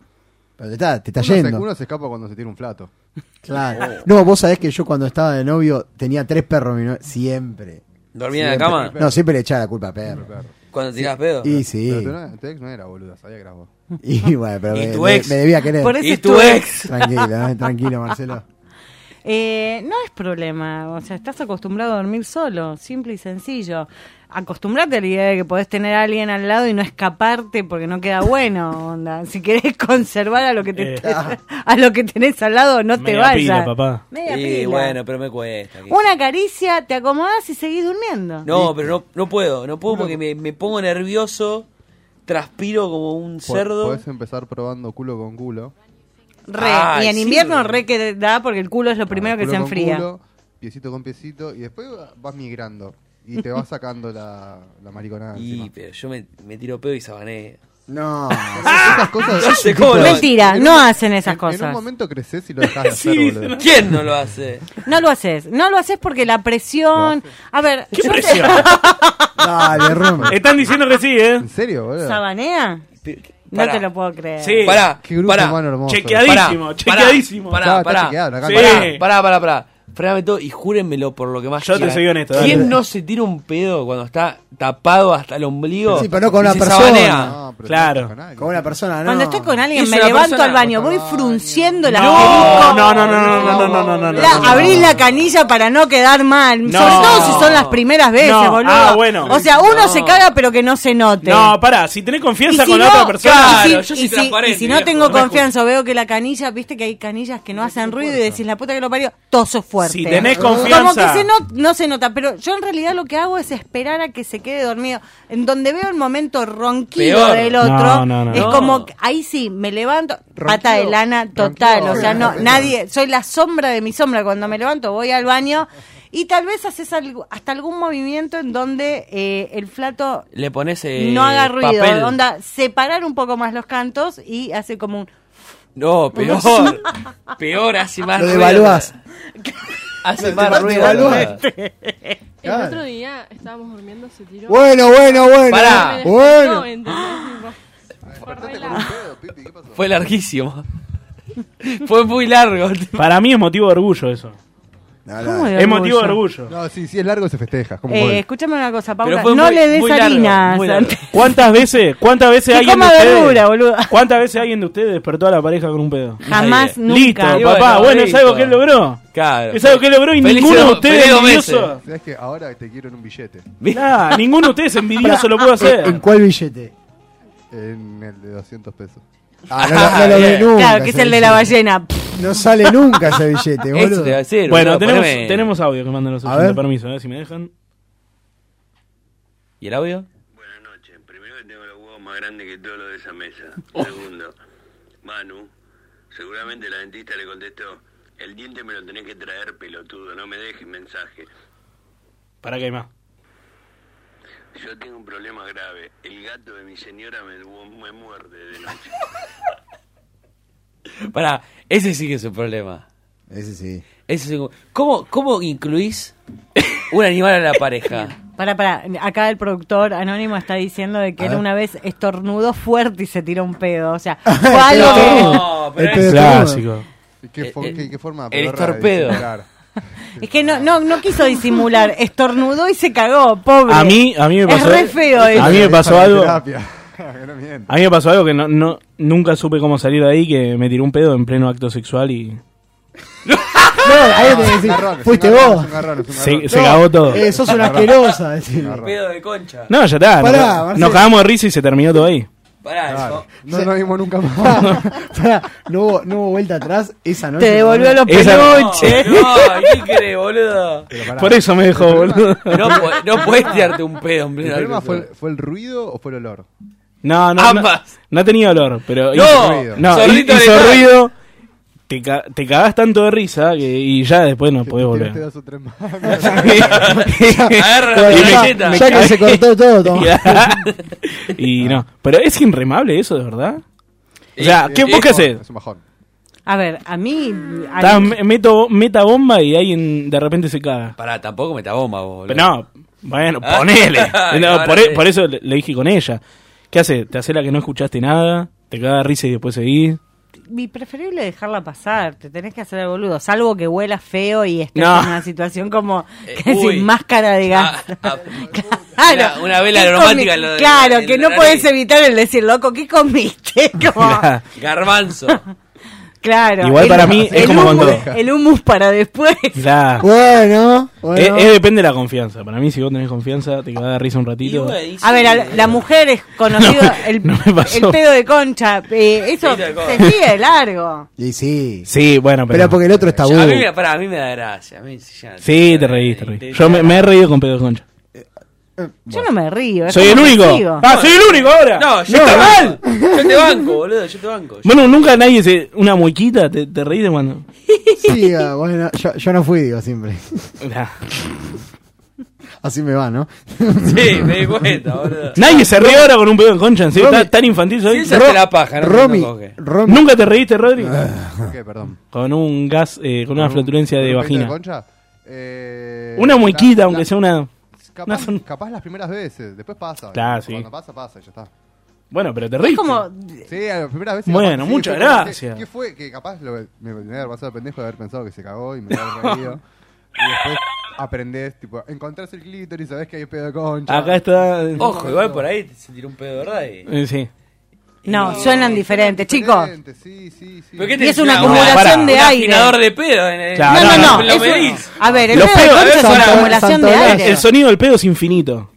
S3: Pero te está, te está
S7: Uno se-
S3: yendo.
S7: uno se escapa cuando se tira un flato. Oh.
S3: Claro.
S4: Oh.
S3: No, vos sabés que yo cuando estaba de novio tenía tres perros. mi no- Siempre.
S4: ¿Dormía en la
S3: Siempre.
S4: cama?
S3: No, siempre le echaba la culpa a perro.
S4: ¿Cuando tirabas pedo?
S3: Y sí.
S7: Pero tu, tu ex no era boluda, sabía que eras vos.
S3: Y bueno, pero
S4: ¿Y
S3: me,
S4: tu
S3: me-
S4: ex?
S3: me debía querer.
S6: Por eso ¿Y es tu tu ex? ex?
S3: Tranquilo, eh, tranquilo, Marcelo.
S6: Eh, no es problema, o sea, estás acostumbrado a dormir solo, simple y sencillo. Acostumbrate a la idea de que podés tener a alguien al lado y no escaparte porque no queda bueno, onda. Si querés conservar a lo que te
S5: Eh.
S6: a lo que tenés al lado, no te
S5: Media
S6: vayas.
S5: pila, papá.
S6: Media
S4: Y
S6: pila.
S4: bueno, pero me cuesta. ¿qué?
S6: Una caricia, te acomodás y seguís durmiendo.
S4: No, pero no, no puedo, no puedo porque me, me pongo nervioso, transpiro como un
S7: Po-
S4: cerdo.
S7: Podés empezar probando culo con culo.
S6: Re,
S4: Ay,
S6: y en
S4: sí.
S6: invierno re que da porque el culo es lo primero
S7: Ah,
S6: que
S7: culo
S6: se
S7: con
S6: enfría.
S7: culo, piecito con piecito. Y después vas migrando. Y te vas sacando la, la mariconada.
S4: Y
S7: encima.
S4: pero yo me, me tiro pedo y sabané.
S3: No.
S7: Esas cosas.
S4: No sé cómo lo
S6: Mentira,
S7: En
S6: no
S7: un-
S6: hacen esas
S7: en- En un
S6: cosas.
S7: momento creces y lo dejas de hacer,
S5: Sí,
S7: boludo.
S5: dicen-
S4: ¿Quién no lo hace?
S6: No lo haces, no lo haces porque la presión. A ver,
S5: ¿Qué
S6: yo te-
S5: presión?
S3: Dale, Roma.
S5: Están diciendo que sí, ¿eh?
S7: Ah, ¿En serio, boludo?
S6: ¿Sabanea?
S4: Pero-
S6: No
S4: pará, Ah,
S6: te lo puedo creer.
S5: Sí.
S4: Pará,
S7: Qué grupo
S4: pará,
S7: humano hermoso.
S5: Chequeadísimo,
S4: pará,
S5: chequeadísimo.
S4: Pará,
S7: Está- está
S4: pará,
S7: chequeado,
S4: pará,
S7: acá
S5: Sí.
S4: pará, pará, pará, pará. Frename todo y júrenmelo por lo que más
S5: Yo te
S4: quieran.
S5: soy honesto, dale.
S4: ¿Quién no se tira un pedo cuando está tapado hasta el ombligo?
S3: Sí, pero no con
S4: y
S3: una
S4: se
S3: persona.
S4: sabanea?
S7: No, pero
S5: Claro.
S7: no estás nadie.
S3: Con una persona, no.
S6: Cuando estoy con alguien
S4: Es
S6: me
S4: una
S6: levanto
S4: persona-
S6: al baño, voy frunciendo el asterisco.
S5: No, no, no, no, no, no, no, no, no, no.
S6: La, abrís la canilla para no quedar mal.
S5: No.
S6: Sobre todo si son las primeras veces,
S5: No.
S6: boludo.
S5: Ah, bueno.
S6: O sea, uno
S4: No.
S6: se caga pero que no se note.
S5: No, pará, si tenés
S6: Y
S5: confianza
S6: si
S5: con la
S6: no-
S5: otra persona.
S4: Claro,
S6: y si-
S4: yo soy
S6: y si-
S4: transparente,
S6: y si no
S4: viejo,
S6: tengo
S4: no me
S6: confianza o veo que la canilla, viste que hay canillas que no hacen ruido y decís la puta que lo parió, toso fuerte.
S5: Si tenés
S6: Como que
S5: confianza.
S6: se no, no se nota, pero yo en realidad lo que hago es esperar a que se quede dormido. En donde veo el momento ronquido
S4: Peor.
S6: del otro,
S5: No, no, no.
S6: es
S4: No.
S6: como que ahí sí, me levanto, pata de lana total, o sea, no, nadie, soy la sombra de mi sombra. Cuando me levanto voy al baño y tal vez haces algo- hasta algún movimiento en donde eh, el flato
S4: Le pones eh,
S6: no haga ruido,
S4: papel.
S6: onda, separar un poco más los cantos y hace como un...
S4: No, peor. peor, hace más
S3: Lo
S4: ruido.
S3: devaluás.
S4: Hace más ruido.
S3: devaluás.
S11: El
S3: Claro.
S11: otro día estábamos durmiendo, se tiró.
S3: Bueno, bueno, bueno.
S4: Pará.
S3: Bueno. Ah,
S11: No, ¿entendés? Fue re largo.
S4: Fue larguísimo. Fue muy largo.
S5: Para mí es motivo de orgullo eso.
S3: No, no.
S6: ¿Cómo de
S5: Es motivo de
S6: orgullo?
S5: orgullo.
S7: No, sí, sí, es largo se festeja. Como
S6: Eh,
S7: gol.
S6: escúchame una cosa,
S4: Pero
S6: Paula,
S4: fue
S6: no
S4: muy-
S6: le des
S4: muy largo,
S6: harinas.
S4: muy largo.
S5: ¿Cuántas veces, cuántas veces
S6: Que
S5: alguien de
S6: coma
S5: ustedes,
S6: verdura, boludo.
S5: cuántas veces alguien de ustedes despertó a la pareja con un pedo?
S6: Jamás,
S4: Nadie.
S6: nunca.
S5: Listo,
S4: Y bueno,
S5: papá, bueno, es
S4: listo.
S5: algo que él logró.
S4: Claro.
S5: Es algo que él logró y
S4: Feliz
S5: ninguno de
S4: dos-
S5: ustedes
S4: feliz dos
S5: envidioso.
S7: Sabes que ahora te quiero en un billete.
S5: Nah, ninguno de ustedes envidioso lo puede
S3: ¿En
S5: hacer.
S3: cuál billete?
S7: En el de 200 pesos.
S3: Ah, no, lo- no lo ve nunca.
S6: Claro, que es
S3: ese
S6: el de la
S3: billete.
S6: ballena. Pff,
S3: No sale nunca ese billete,
S4: Eso
S3: boludo.
S4: te iba a decir,
S5: Bueno,
S4: boludo,
S5: tenemos,
S4: poneme-
S5: tenemos audio que mandan los
S3: A
S5: oyentes,
S3: ver.
S5: permiso, eh, si me dejan.
S4: ¿Y el audio?
S12: Buenas noches. Primero que tengo los huevos más grandes que todos los de esa mesa. Segundo, Manu, seguramente la dentista le contestó, el diente me lo tenés que traer pelotudo, no me dejes mensaje.
S5: Para que hay más.
S12: Yo tengo un problema grave, el gato de mi señora me, du- me muerde de noche.
S4: Pará, ese sí que es un problema.
S3: Ese sí.
S4: Ese sí que- ¿Cómo, ¿Cómo incluís un animal a la pareja?
S6: Para, para, acá el productor anónimo está diciendo de que
S3: A
S6: él
S3: ver.
S6: una vez estornudó fuerte y se tiró un pedo. O sea, fue
S3: El
S6: algo que...
S3: pedo-
S4: pero
S3: el
S4: es-
S3: pedo-
S5: Clásico.
S7: Este ¿Y ¿Qué,
S4: Eh,
S7: fo-
S4: eh,
S7: qué- qué forma?
S4: el
S7: pedorra de
S4: torpedo.
S7: disimular?
S6: Es que no, no, no quiso disimular, estornudó y se cagó, pobre.
S5: A mí, a mí me
S6: Es
S5: pasó.
S6: re feo eso.
S5: A mí me pasó
S7: Para
S5: algo.
S7: terapia. Que no mientas.
S5: A mí me pasó algo que no, no- nunca supe cómo salir de ahí, que me tiró un pedo en pleno acto sexual y
S3: No, ahí te
S7: Es un
S3: decís,
S7: garrón, es un
S3: fuiste
S7: garrón,
S3: vos.
S7: es un garrón, es un
S5: se,
S7: garrón.
S5: se
S3: No,
S5: cagó todo.
S3: Eh, sos una asquerosa. decís.
S7: Un garrón.
S4: Pedo de concha.
S5: No, ya está.
S3: Pará,
S5: nos- nos,
S3: Marcelo.
S5: cagamos de risa y se terminó todo ahí.
S4: Pará,
S7: Claro.
S4: eso.
S7: No nos vimos nunca más.
S3: Pará, no, hubo, no hubo vuelta atrás esa noche.
S6: Te devolvió los
S5: Esa-
S6: peluches.
S4: No, ¿qué crees, boludo?
S7: Pero pará,
S5: Por eso me dejó, boludo.
S4: No, po- no puedes tirarte un pedo en
S7: ¿El
S4: pleno
S7: problema
S4: acto
S7: fue,
S4: sexual.
S7: fue el ruido o fue el olor?
S5: No, no, no,
S4: Ambas.
S5: no tenía olor, pero
S4: ¡No!
S5: no,
S4: Zorrito
S5: hizo
S4: letal.
S5: ruido, te, ca- te cagás tanto de risa que- y ya después no podés volver.
S7: Te das otra más.
S5: Agarra
S7: Ya-
S5: servilleta.
S7: ya que se cortó todo, toma.
S5: y no, pero es inremable eso, de verdad. O sea, ¿qué, vos qué haces?
S7: Es un bajón.
S6: A ver, a mí. a
S5: Estás
S6: mí-
S5: me- meto, meta bomba y alguien de repente se caga.
S4: Pará, tampoco meta bomba, vos, boludo.
S5: Pero no, bueno, ponele.
S4: Ah,
S5: No,
S4: ahora
S5: por, e-
S4: sí.
S5: por eso le, le dije con ella. ¿Qué hace? ¿Te hace la que no escuchaste nada? ¿Te caga de risa y después seguís?
S6: mi preferible dejarla pasar, te tenés que hacer el boludo, salvo que huela feo y estés
S5: No.
S6: en una situación como
S4: Eh,
S6: que
S4: uy.
S6: sin máscara de gas. Ah,
S4: Una- una vela
S6: ¿qué
S4: aromática
S6: comi-
S4: lo de-
S6: claro,
S4: en
S6: que
S4: la
S6: no
S4: nariz.
S6: podés evitar el decir, loco, ¿qué comiste? Como,
S4: Garbanzo.
S6: claro.
S5: Igual
S6: el-
S5: para mí es
S6: el
S5: como
S6: hummus-
S5: cuando-
S6: El hummus para después.
S5: Claro.
S3: Bueno,
S5: Es,
S6: bueno.
S5: es Eh, depende de la confianza. Para mí, si vos tenés confianza, te caga de risa un ratito.
S6: A ver, a- la mujer es conocida, el,
S5: no me pasó.
S6: el pedo de concha, eh, eso se sigue de largo.
S3: Y sí.
S5: Sí, bueno, pero.
S3: Pero porque el otro es tabú.
S4: A mí, me- pará, a mí me da gracia. A mí, si ya-
S5: Sí, te reís, te reís. Yo me, me he reído con pedo de concha.
S6: Yo no me río. es
S5: Eh, Soy el
S6: como
S5: único.
S6: ofensivo.
S5: Ah, soy el único ahora.
S4: No, yo
S5: No,
S4: te
S5: no.
S4: banco. Yo te banco, boludo. Yo te banco.
S5: Bueno, nunca nadie se. Una muequita, te, te reís de cuando.
S3: Sí, ah, bueno, yo, yo no fui, digo, siempre.
S5: Nah.
S3: Así me va, ¿no?
S4: Sí, me di cuenta, boludo.
S5: Nadie se ríe ahora con un pedo en concha, en serio.
S3: Romy-
S5: Está tan infantil soy.
S4: Sí, se hace la paja, no-
S3: Romy,
S4: no coge.
S3: Romy. Ah.
S5: ¿Nunca te reíste, Rodri?
S7: Ok, perdón.
S5: Con un gas, eh, con una flotulencia de
S7: ¿Con un peito
S5: vagina.
S7: concha? Eh,
S5: Una muequita,
S7: la-
S5: aunque
S7: la-
S5: sea una.
S7: Capaz, capaz las primeras veces, después pasa.
S5: Claro, sí.
S7: Cuando pasa, pasa, ya está.
S5: Bueno, pero te reíste.
S7: Sí, a las primeras veces.
S5: Bueno,
S7: capaz, sí,
S5: muchas
S7: fue como, ¿qué-
S5: gracias.
S7: ¿Qué, fue? Que capaz lo, me tenía haber pasado pendejo de haber pensado que se cagó y me había reído. y después aprendés, tipo, encontrás el clítoris y sabés que hay pedo de concha.
S5: Acá está.
S4: Ojo, igual por ahí se tiró un pedo de verdad. y-
S5: Eh, Sí.
S6: No, suenan diferentes, chicos.
S4: ¿Pero qué
S6: Y es una
S4: decía?
S6: acumulación
S4: Pará,
S6: de
S4: un
S6: aire.
S4: afinador de pedo. en el-
S5: Claro,
S6: no,
S5: no,
S6: no,
S4: lo
S6: eso-
S4: medís.
S6: a ver, el
S5: Los
S6: pedo de
S5: pedos,
S6: concha es
S5: Santo-
S6: una acumulación de
S5: Santo-
S6: aire.
S5: El sonido del pedo es infinito.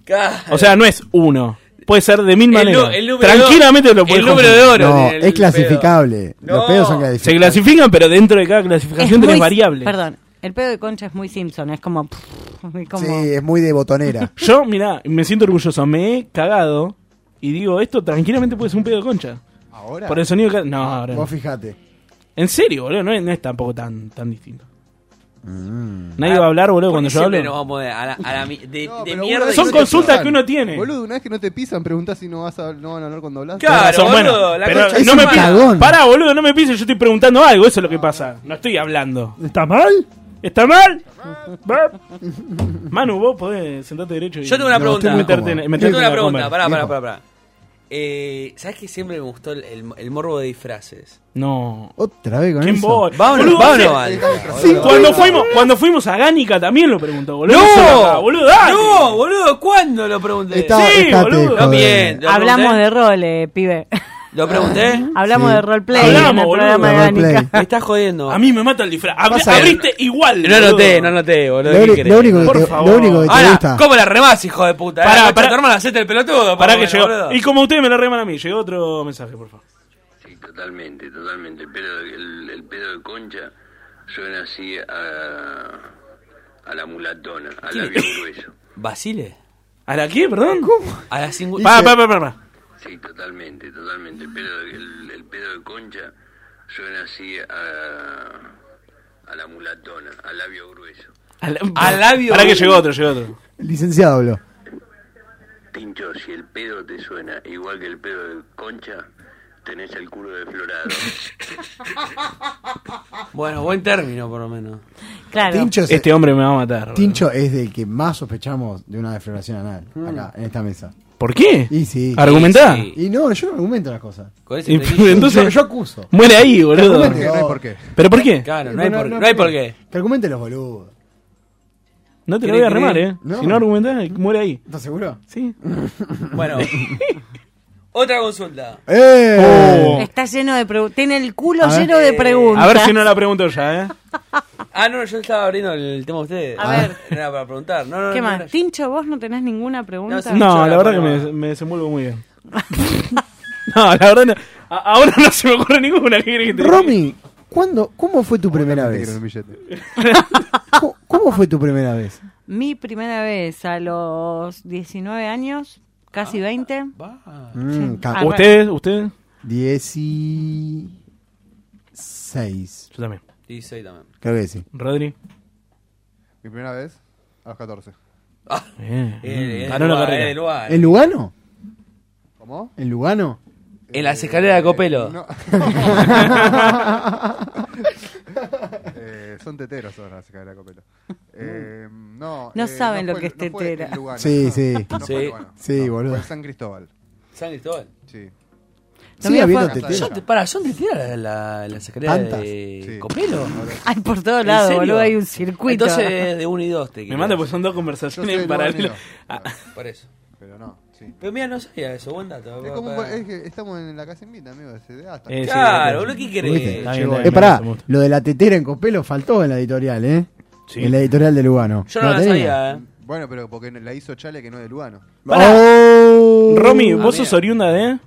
S5: O sea, no es uno. Puede ser de mil
S4: El nu-
S5: maneras.
S4: el número
S5: Tranquilamente
S4: de-
S5: lo puedes
S4: el número
S5: confundir.
S4: de oro
S3: No, es clasificable. Los pedos son
S5: Se
S3: clasificables.
S5: clasifican, pero dentro de cada
S6: Es
S5: clasificación tenés
S6: muy-
S5: variables.
S6: Perdón, el pedo de concha es muy Simpson, es como. es como-
S3: Sí, es muy de botonera.
S5: Yo, mirá, me siento orgulloso. Me he cagado y digo, esto tranquilamente puede ser un pedo de concha.
S7: ¿Ahora?
S5: Por el sonido que... No, ahora no.
S3: Vos fijate.
S5: En serio, boludo, no es, no es tampoco tan, tan distinto.
S3: Mm.
S5: Nadie va a hablar, boludo, cuando yo
S4: Siempre
S5: hablo.
S4: nos vamos de- a la, a la mi- de, de
S7: Pero
S4: mierda.
S7: una
S4: y
S5: Son
S4: no te
S5: consultas
S4: pagan.
S5: que uno tiene.
S7: Boludo, una vez que no te pisan, preguntás si no, vas a, no van a hablar cuando hablas.
S4: Claro,
S5: Tenés razón,
S4: boludo,
S5: bueno,
S4: la
S5: pero
S4: concha de
S5: no
S4: su
S5: me
S4: madre.
S5: pises. Pará, boludo, no me pises, yo estoy preguntando algo, eso es lo que pasa. No estoy hablando. ¿Está mal? ¿Está mal? Va. Manu, vos podés sentarte derecho y
S4: Yo tengo una
S5: No,
S4: pregunta.
S5: estoy meterte en-
S4: Yo
S5: meterte
S4: tengo
S5: en
S4: una
S5: la
S4: pregunta.
S5: conversa.
S4: Pará, pará,
S5: Viejo.
S4: pará. pará. Eh, ¿Sabes que siempre me gustó el, el- el morbo de disfraces?
S5: No.
S3: Otra vez con
S5: ¿Quién
S3: eso.
S5: vos?
S4: Vámonos,
S5: Boludo,
S4: vámonos,
S5: hace-
S4: Alfa,
S5: Sí,
S4: boludo.
S5: cuando, fuimos, cuando fuimos a Gánica también lo preguntó, boludo.
S4: ¡No!
S5: Acá, boludo, dale.
S4: ¡No, boludo! ¿Cuándo lo pregunté?
S3: Está-
S5: Sí,
S3: estate,
S5: boludo.
S3: joder.
S4: Lo bien, lo
S6: Hablamos
S4: pregunté.
S6: de rol, eh, pibe.
S4: ¿Lo pregunté?
S6: Hablamos
S3: Sí.
S6: de roleplay
S5: Hablamos,
S6: en el
S5: boludo,
S6: programa de
S3: de roleplay.
S6: Anica.
S4: Me estás jodiendo.
S5: A mí me mata el disfraz. Abri-
S3: Pasa-
S5: abriste igual.
S4: No
S5: boludo.
S4: noté, no noté, boludo.
S3: Lo,
S4: ¿qué
S3: uni-
S4: querés?
S3: lo único que
S5: Por
S3: te,
S5: favor.
S3: lo único que te
S4: Ahora,
S3: gusta.
S4: ¿cómo la remás, hijo de puta? Eh,
S5: Pará,
S4: Para,
S5: pará.
S4: para. Tu hermana, hacete el pelotudo.
S5: Pará
S4: por
S5: que
S4: lo
S5: llegó.
S4: menos, boludo.
S5: Y como ustedes me lo reman a mí, llegó otro mensaje, por favor.
S12: Sí, totalmente, totalmente. El pedo, de- el, el pedo de concha suena así a, a la mulatona, al labio grueso.
S4: ¿Basile?
S5: ¿A la qué, perdón?
S4: A las 50.
S5: Pará, pará, pará, pará.
S12: Sí, totalmente, totalmente. El pedo, de- el, el pedo de concha suena así a, a la mulatona, al labio grueso.
S5: Al,
S4: Al labio.
S5: Pará que llegó otro, llegó otro.
S3: Licenciado habló.
S12: Tincho, si el pedo te suena igual que el pedo de concha, tenés el culo deflorado.
S4: Bueno, buen término, por lo menos.
S6: Claro.
S3: Tincho, es-
S5: Este hombre me va a matar.
S3: Tincho es del que más sospechamos de una defloración anal. Acá, en esta mesa.
S5: boludo. Mm. ¿Por qué?
S3: Y sí.
S5: ¿Argumentá?
S4: Sí,
S3: Y no, yo no argumento las cosas.
S4: Con ese
S5: Y-
S4: término-
S5: entonces,
S3: yo, yo acuso.
S5: muere ahí, boludo.
S3: Argumente,
S7: No hay por qué.
S5: ¿Pero por qué?
S4: Claro, no hay por,
S3: no
S4: no hay por qué.
S3: Que argumente los boludos.
S5: No te lo voy a
S4: ¿Querés-
S5: remar,
S4: querés?
S5: eh.
S3: No.
S5: Si no argumentás, muere ahí.
S3: ¿Estás seguro?
S5: Sí.
S4: Bueno. Otra consulta.
S3: ¡Eh!
S5: Oh.
S6: Está lleno de preguntas. Tiene el culo
S3: A ver.
S6: lleno de preguntas.
S5: A ver si no la pregunto ya, eh.
S4: Ah, no, yo estaba abriendo el tema a ustedes.
S6: A ver.
S4: No era para preguntar. No, no,
S6: ¿Qué
S4: no,
S6: más?
S4: no era-
S6: Tincho, vos no tenés ninguna pregunta.
S4: No,
S5: No,
S4: Yo
S5: la
S4: la
S5: verdad que
S4: pongo.
S5: me, me desenvuelvo muy bien. no, la verdad no. A- ahora no se me ocurre ninguna. ¿Qué querés que te diga?
S3: Romy, ¿cuándo, ¿cómo fue tu primera
S7: Te quiero
S3: vez?
S7: un billete.
S3: ¿Cómo, cómo fue tu primera vez?
S6: Mi primera vez a los 19 años,
S7: Ah,
S6: casi 20.
S3: Mm, ca-
S6: Ah,
S5: ¿Ustedes? ¿Ustedes?
S3: Dieci... 16.
S5: Yo también.
S4: 16 también.
S3: Creo que sí.
S5: Rodri.
S7: Mi primera vez a los 14.
S4: Ah,
S5: Bien. Mm,
S4: Eh, eh,
S5: Ganó la
S4: Lugano,
S5: carrera.
S4: eh, Lugano.
S3: ¿El Lugano?
S7: ¿Cómo?
S3: ¿El Lugano?
S4: En las escaleras de Copelo.
S7: No. Eh, son teteros ahora, se cae la copela.
S4: Mm.
S7: Eh, no,
S6: No
S7: eh,
S6: saben lo
S7: fue-
S6: que es
S7: no fue en
S6: tetera.
S7: Lugano,
S3: Sí,
S7: no.
S3: sí.
S7: No fue
S3: Sí.
S7: en Lugano,
S3: Sí,
S7: no,
S3: boludo.
S7: Fue en San Cristóbal.
S4: ¿San Cristóbal?
S7: Sí.
S6: La mía
S4: habiendo
S6: fue-
S4: teteras. Son te- pará, son teteras las la, las escaleras
S6: Tantas.
S4: de Copelo.
S6: Ay, por todos
S4: ¿En
S6: lados,
S4: serio?
S6: boludo, hay un circuito.
S4: Entonces, de uno y dos te
S5: Me manda porque son dos conversaciones Ah. en paralelo.
S4: Por eso.
S7: Pero no, sí.
S4: Pero mira, no sabía eso, buen dato.
S7: Es como es que estamos en la casa invita, amigo. ese- ah, está.
S4: Eh, sí, Claro, boludo, ¿qué querés?
S3: ¿Viste?
S4: Está bien, está
S3: Eh,
S4: bien,
S3: pará,
S4: me gusta.
S3: lo de la tetera en Copelo faltó en la editorial, ¿eh?
S7: Sí.
S3: En la editorial de Lugano. la tenía?
S4: eh.
S7: Bueno, pero porque la hizo Chale que no es de Lugano.
S3: Oh.
S5: Romy,
S4: Ah,
S5: vos sos oriunda de.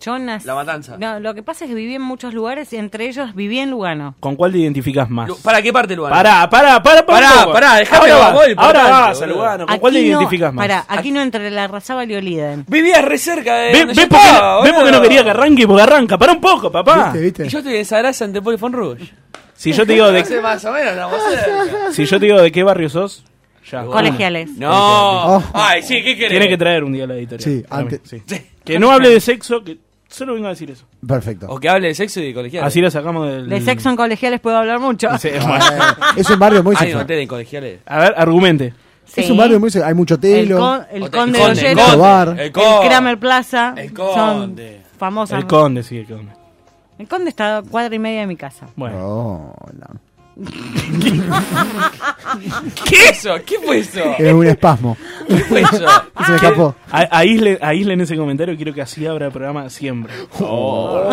S6: Yo nací-
S4: La Matanza.
S6: No, lo que pasa es que viví en muchos lugares y entre ellos viví en Lugano.
S5: ¿Con cuál te identificás más?
S4: ¿Para qué parte, Lugano?
S5: Pará, pará, pará, pará.
S4: Pará,
S5: un poco.
S4: pará, dejame
S5: Ahora
S4: la
S5: vas,
S4: gol,
S5: Ahora
S4: importante,
S5: vas a
S4: boludo.
S5: Lugano. ¿Con cuál te
S6: Aquí no-
S5: identificás más?
S6: Pará, aquí no entre la razaba y Oliden.
S4: Vivías re cerca de.
S5: Ve,
S4: donde
S5: ve
S4: yo
S5: por qué
S4: estaba,
S5: no- ve por qué no
S4: boludo.
S5: quería que arranque, porque arranca. Pará un poco, papá.
S4: Y yo estoy en Sagrasa ante Polifon Rouge.
S5: Si yo te digo de,
S4: Hace más o menos, estamos cerca.
S5: si yo te digo de qué barrio sos, ya.
S4: Colegiales.
S5: Bueno.
S4: No. Ay, sí, ¿qué querés?
S5: Tiene que traer un día la editorial.
S3: Oh. Sí,
S5: Para mí,
S3: antes-
S5: sí. Que no hable de sexo, que solo vengo a decir eso.
S3: Perfecto.
S4: O que hable de sexo y de colegiales.
S5: Así lo sacamos del.
S6: De sexo en colegiales puedo hablar mucho.
S3: Es un barrio muy
S4: Hay un
S3: sexual.
S4: hotel en colegiales.
S5: A ver, argumente.
S3: Es un barrio muy sexual. Hay mucho
S6: El,
S3: telo.
S6: con- el Conde
S5: Conde,
S6: de Ollero,
S5: el
S3: Conde,
S6: el,
S5: el Conde.
S6: Kramer Plaza,
S4: El
S6: son
S4: Conde.
S6: famosas.
S5: El conde, sí, el conde.
S6: El Conde está a cuadra y media de mi casa.
S5: Bueno.
S4: ¿Qué eso? ¿Qué fue eso?
S3: Es un espasmo.
S4: ¿Qué fue eso?
S3: Ah, Se me escapó.
S5: A- Aísle, aíslen ese comentario, quiero que así abra el programa siempre. Por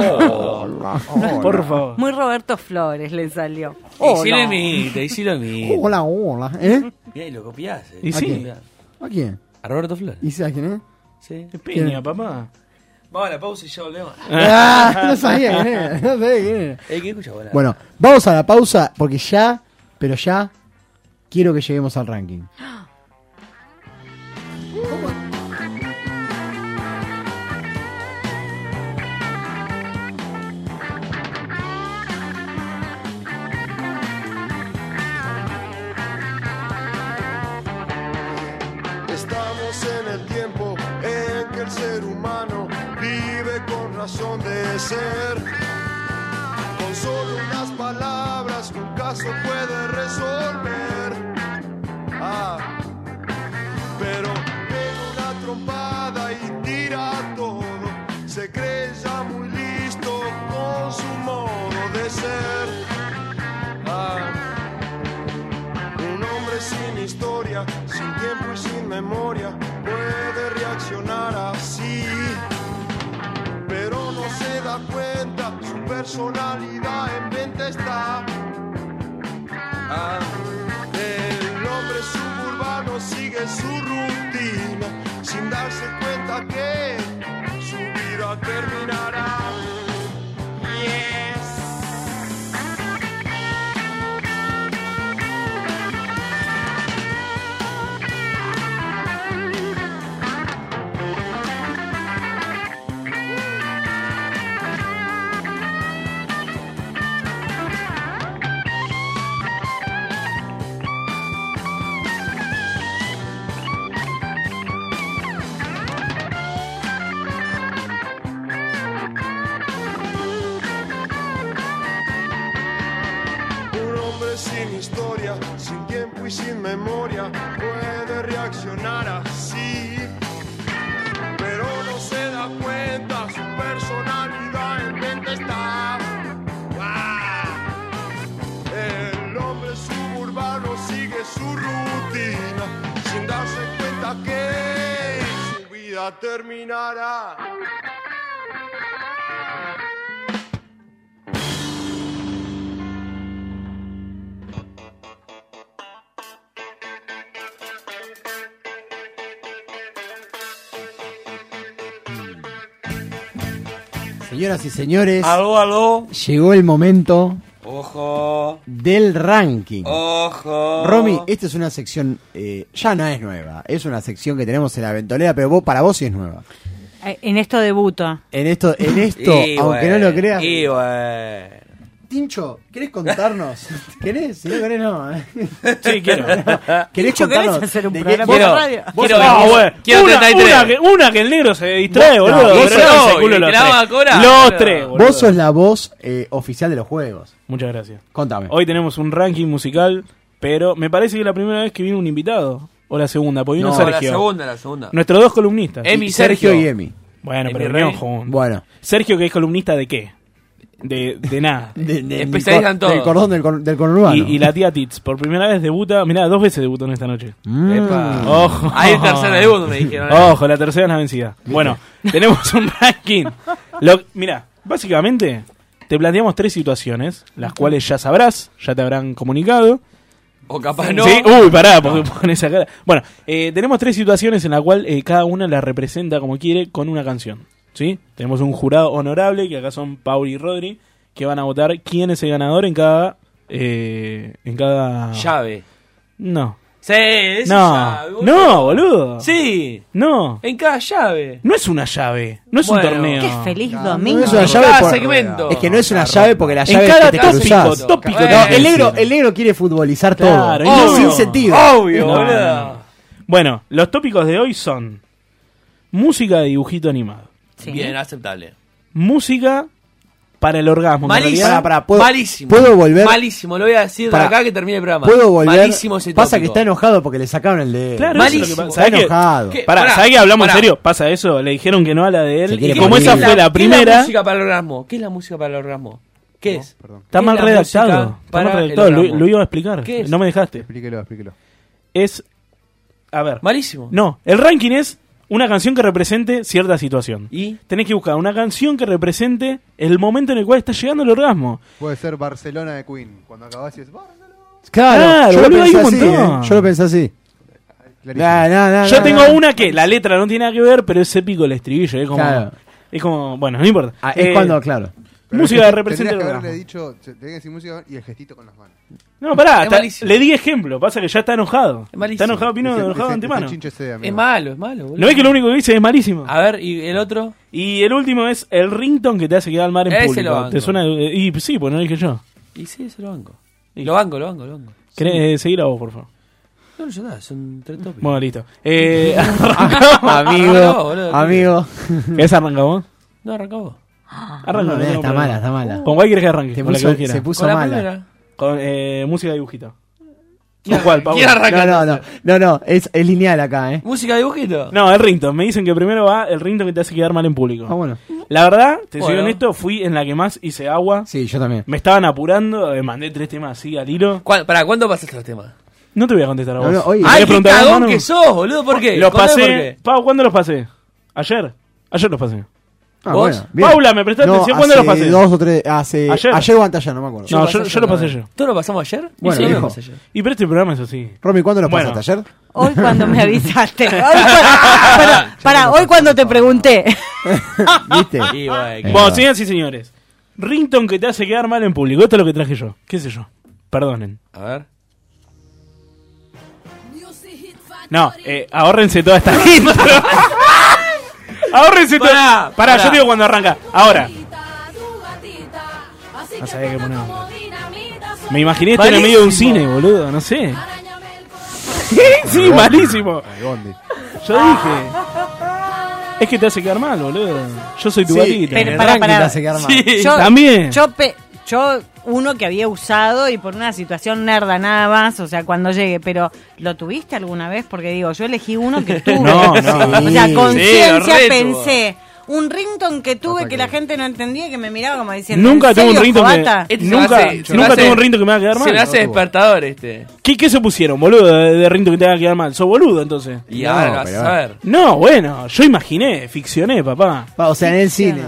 S5: favor.
S6: Muy Roberto Flores le salió.
S4: Hicilo
S6: Hola.
S4: el mito, hicilo el mito.
S3: Uh, Hola, hola. ¿Eh?
S4: Mirá, y lo copiás. eh.
S5: Y sí.
S4: Lo copiás.
S3: ¿A quién?
S4: A Roberto Flores.
S3: ¿Y sabes quién es?
S4: Sí.
S5: Piña, papá.
S4: Vamos a la pausa y ya volvemos.
S3: Ah, no sabía quién era, no sabía quién era.
S4: Eh, ¿qué escuchás, boludo?
S3: Bueno, vamos a la pausa porque ya, pero ya, quiero que lleguemos al ranking.
S13: Estamos en el tiempo en que el ser humano vive con razón de ser. Con solo unas palabras un caso puede resolver. Ah, pero pega una trompada y tira todo. Se cree ya muy listo con su modo de ser. Ah. Un hombre sin historia, sin tiempo y sin memoria puede reaccionar así. Pero no se da cuenta, su personalidad en venta está. Ah, el hombre suburbano sigue su rutina sin darse cuenta que su vida terminará. Un hombre sin historia, sin tiempo y sin memoria puede reaccionar así. Pero no se da cuenta, su personalidad en mente está. ¡Ah! El hombre suburbano sigue su rutina sin darse cuenta que su vida terminará.
S3: Señoras y señores,
S4: Aló, aló.
S3: llegó el momento
S4: Ojo.
S3: del ranking.
S4: Oh. Ojo.
S3: Romy, esta es una sección, eh, ya no es nueva, es una sección que tenemos en la ventolera, pero vos, para vos sí es nueva.
S6: Eh, En esto debuto.
S3: En esto, en esto
S4: Y
S3: aunque
S4: bueno,
S3: no lo creas,
S4: Y bueno.
S3: Tincho, ¿querés contarnos? ¿Querés? Si no querés, no. ¿eh?
S5: Sí, quiero.
S3: ¿Querés
S5: Tincho,
S3: contarnos?
S5: ¿querés hacer un
S3: de
S5: programa
S3: qué-
S5: de
S3: vos-
S5: radio?
S3: vos-
S5: Quiero-
S3: Ah, bueno.
S5: quiero
S3: una-
S5: 33.
S3: una que-
S5: que- una que el negro se distrae,
S3: No,
S5: boludo.
S3: vos
S5: Pero
S3: sos-
S5: no, ese culo
S3: que te
S5: los
S3: la
S5: tres.
S3: va a cobrar.
S5: Los tres, boludo.
S3: Vos sos la voz eh, oficial de los juegos.
S5: Muchas gracias.
S3: Contame.
S5: Hoy tenemos un ranking musical, pero me parece que es la primera vez que viene un invitado. O la segunda, porque vino
S4: No, la
S5: Sergio.
S4: segunda, la segunda.
S5: Nuestros dos columnistas.
S4: Emi y Sergio. Sergio y
S3: Emi.
S5: Bueno,
S4: Emi
S5: pero
S4: Rey.
S5: vinieron juntos.
S3: Bueno.
S5: Sergio, que es columnista de qué? De, de nada.
S3: de- del cor- Del cordón del, cor- del conurbano.
S5: Y, y la tía Tits, por primera vez debuta, mirá, dos veces debutó en esta noche.
S3: Mm. Epa.
S5: Ojo.
S4: Ahí es tercera debut, me dijeron.
S5: Ojo, la tercera es la vencida. Bueno, tenemos un ranking. Lo, mirá, básicamente te planteamos tres situaciones, las cuales ya sabrás, ya te habrán comunicado.
S4: O capaz no.
S5: Sí, uy, pará, porque pon esa cara. Bueno, eh, tenemos tres situaciones en la cual eh, cada una la representa como quiere con una canción. ¿sí? Tenemos un jurado honorable, que acá son Pauli y Rodri, que van a votar quién es el ganador en cada. eh, en cada.
S4: Llave.
S5: No.
S4: Sí, es
S5: no.
S4: llave, boludo.
S5: no, boludo.
S4: Sí.
S5: No.
S4: En cada llave.
S5: No es una llave. No es
S4: Bueno.
S5: un torneo.
S4: Qué feliz
S3: No, no es una llave
S4: Cada
S3: por-
S4: segmento.
S3: Es que no es una llave porque la
S5: En
S3: llave
S5: cada
S3: es que te
S5: tópico,
S3: cruzás.
S5: tópico
S3: No,
S5: tenés que
S3: el, negro,
S5: decir.
S3: el negro quiere futbolizar
S5: Claro,
S3: todo.
S5: obvio.
S3: Es sin sentido.
S5: No,
S3: No.
S5: no, no. Bueno, los tópicos de hoy son música de dibujito animado.
S4: Bien, aceptable.
S5: Música para el orgasmo. que en
S4: Malísimo.
S5: realidad-
S4: malísimo.
S3: puedo volver?
S4: Malísimo, lo voy a decir
S3: Pará.
S4: de acá que termine el programa.
S3: Puedo volver.
S4: Malísimo ese
S3: Pasa que
S4: tópico.
S3: está enojado porque le sacaron el de.
S5: Claro, eso es lo que pasa.
S3: Está
S5: ¿Sabés qué?
S3: enojado.
S5: ¿Qué? Pará,
S4: Pará,
S5: ¿sabés que hablamos en
S4: pará.
S5: serio? Pasa eso, le dijeron que no a la de él.
S3: quiere
S5: Y como
S3: morir.
S5: esa fue
S4: ¿Qué es
S5: la
S4: ¿Qué es la
S5: primera,
S4: música para el orgasmo? ¿Qué es la música para el orgasmo? ¿Qué es?
S5: está mal redactado. Está mal redactado, lo, lo iba a explicar.
S4: ¿Qué es?
S5: No me dejaste.
S7: Explíquelo, explíquelo.
S5: Es. A ver.
S4: Malísimo.
S5: No, el ranking es una canción que represente cierta situación.
S4: Y
S5: tenés que buscar una canción que represente el momento en el cual está llegando el orgasmo.
S7: Puede ser Barcelona de Queen. Cuando acabas y dices, "Barcelona".
S3: Claro,
S5: Claro,
S3: yo lo
S5: boludo, hay
S3: pensé
S5: un
S3: así.
S5: montón.
S3: ¿eh? Yo lo pensé así. Nah, nah, nah,
S5: Yo
S3: nah,
S5: tengo
S3: nah.
S5: una que la letra no tiene nada que ver, pero es épico el estribillo. Es como,
S3: Claro.
S5: es como bueno, no importa.
S3: Ah, es
S5: Eh,
S3: cuando, claro.
S7: Pero
S5: Música
S7: es
S5: que
S7: que
S5: represente el
S7: tendrías que
S5: orgasmo.
S7: haberle dicho, te- tenés que decir música y el gestito con las manos.
S5: No, pará,
S4: Es
S5: está-
S4: malísimo.
S5: le di ejemplo. Pasa que ya está enojado.
S4: malísimo.
S5: Está enojado, Pino,
S4: Ese-
S5: enojado de
S4: ese-
S5: antemano.
S4: ese chincho es malo, es malo. boludo.
S5: ¿No ves que lo único que dice es malísimo?
S4: A ver, ¿y el otro?
S5: Y el último es el rington que te hace quedar al mar en
S4: Ese lo
S5: público.
S4: banco.
S5: ¿Te suena? eh, Y sí, pues no lo dije yo.
S4: Y sí, eso lo banco. Lo banco, lo banco, lo banco.
S5: ¿Querés eh, seguir a vos, por favor?
S4: No, no, yo nada, son tres tópicos.
S5: Bueno, listo. Eh,
S3: Amigo,
S4: Arrancá vos, boludo.
S3: amigo.
S5: ¿Querés arrancar vos?
S4: No, arranca vos.
S5: Arranca,
S3: No,
S5: no
S3: no,
S5: tengo
S3: está
S5: problema.
S3: mala, está mala.
S5: ¿Con cuál quieres que arranque?
S3: Te
S5: Con la
S3: puso-
S5: que vos quieras.
S3: se puso
S4: Con la
S3: mala.
S4: primera.
S5: Con eh, música de dibujito. ¿Con cuál, Pablo?
S4: ¿Quién arranca?
S3: No, no, no, no, no, es, es lineal acá, ¿eh?
S4: ¿Música de dibujito?
S5: No, el rington. Me dicen que primero va el rington que te hace quedar mal en público.
S3: Ah, bueno.
S5: La verdad, te soy
S4: Bueno.
S5: honesto, fui en la que más hice agua.
S3: Sí, yo también.
S5: Me estaban apurando, eh, mandé tres temas así al hilo.
S4: ¿Cuál- ¿Para cuándo pasaste los temas?
S5: No te voy a contestar a
S3: No,
S5: vos.
S3: no, oye.
S5: ¿Me
S4: ¡Ay,
S5: querés
S4: qué
S5: preguntar a
S4: cagón
S5: Manu?
S4: que sos, Oh, boludo! ¿Por qué?
S5: Los
S4: Contame
S5: pasé.
S4: por qué.
S5: Pau, ¿cuándo los pasé? ¿Ayer? Ayer los pasé.
S3: Ah,
S4: ¿Vos?
S3: bien.
S5: Paula, ¿me prestaste atención? ¿Cuándo
S3: hace
S5: lo pasé?
S3: Dos o tres, hace,
S5: Ayer.
S3: ayer. o anteayer, no me acuerdo.
S5: No, yo, yo lo pasé yo.
S4: ¿Todos lo pasamos ayer?
S3: Bueno,
S4: Sí, yo lo
S3: hijo.
S4: pasé ayer.
S5: Y pero este programa es así.
S3: Romy, ¿cuándo lo
S5: Bueno.
S3: pasaste ayer?
S6: Hoy cuando me avisaste. Hoy cua- para, para, hoy cuando te pregunté.
S3: ¿Viste?
S4: Y bueno,
S5: Bueno, señoras y señores. Rington que te hace quedar mal en público. Esto es lo que traje yo. ¿Qué sé yo? Perdonen.
S4: A ver.
S5: No, eh, ahórrense toda esta intro. ahórrense toda. Pará,
S4: pará.
S5: yo digo cuando arranca. Ahora.
S11: No
S5: sabía qué poner. Me
S11: Me
S5: imaginé esto en el
S4: Malísimo.
S5: medio de un cine, boludo. No sé. sí, malísimo.
S7: Ay, Bondi.
S5: Yo dije. Es que te hace quedar mal, boludo. Yo soy tu gatita.
S6: Pero para,
S3: ranking te
S6: para.
S3: hace quedar mal.
S6: Yo,
S5: También.
S6: Yo, pe- yo uno que había usado y por una situación nerda nada más, o sea, cuando llegue, pero ¿lo tuviste alguna vez? Porque digo, yo elegí uno que tuve.
S5: No, no.
S6: O sea,
S3: Sí.
S6: conciencia
S4: Sí, lo retuvo.
S6: pensé. Un rington que tuve que la gente no entendía y que me miraba como diciendo.
S5: Nunca
S6: ¿en
S5: tuve un
S6: serio,
S5: rington
S6: Jovata?
S5: que.
S4: Este se
S5: Nunca,
S4: me hace- se me
S5: nunca
S4: hace-
S5: tuve un rington que me haga quedar
S4: Se le
S5: mal.
S4: hace despertador este.
S5: ¿Qué, qué se pusieron, boludo? De, de rington que te haga quedar mal. Sos boludo entonces.
S4: Y
S3: No,
S4: ahora lo vas
S3: pero-
S4: a ver.
S5: No, bueno, yo imaginé, ficcioné, papá.
S3: Va, O sea, en el cine.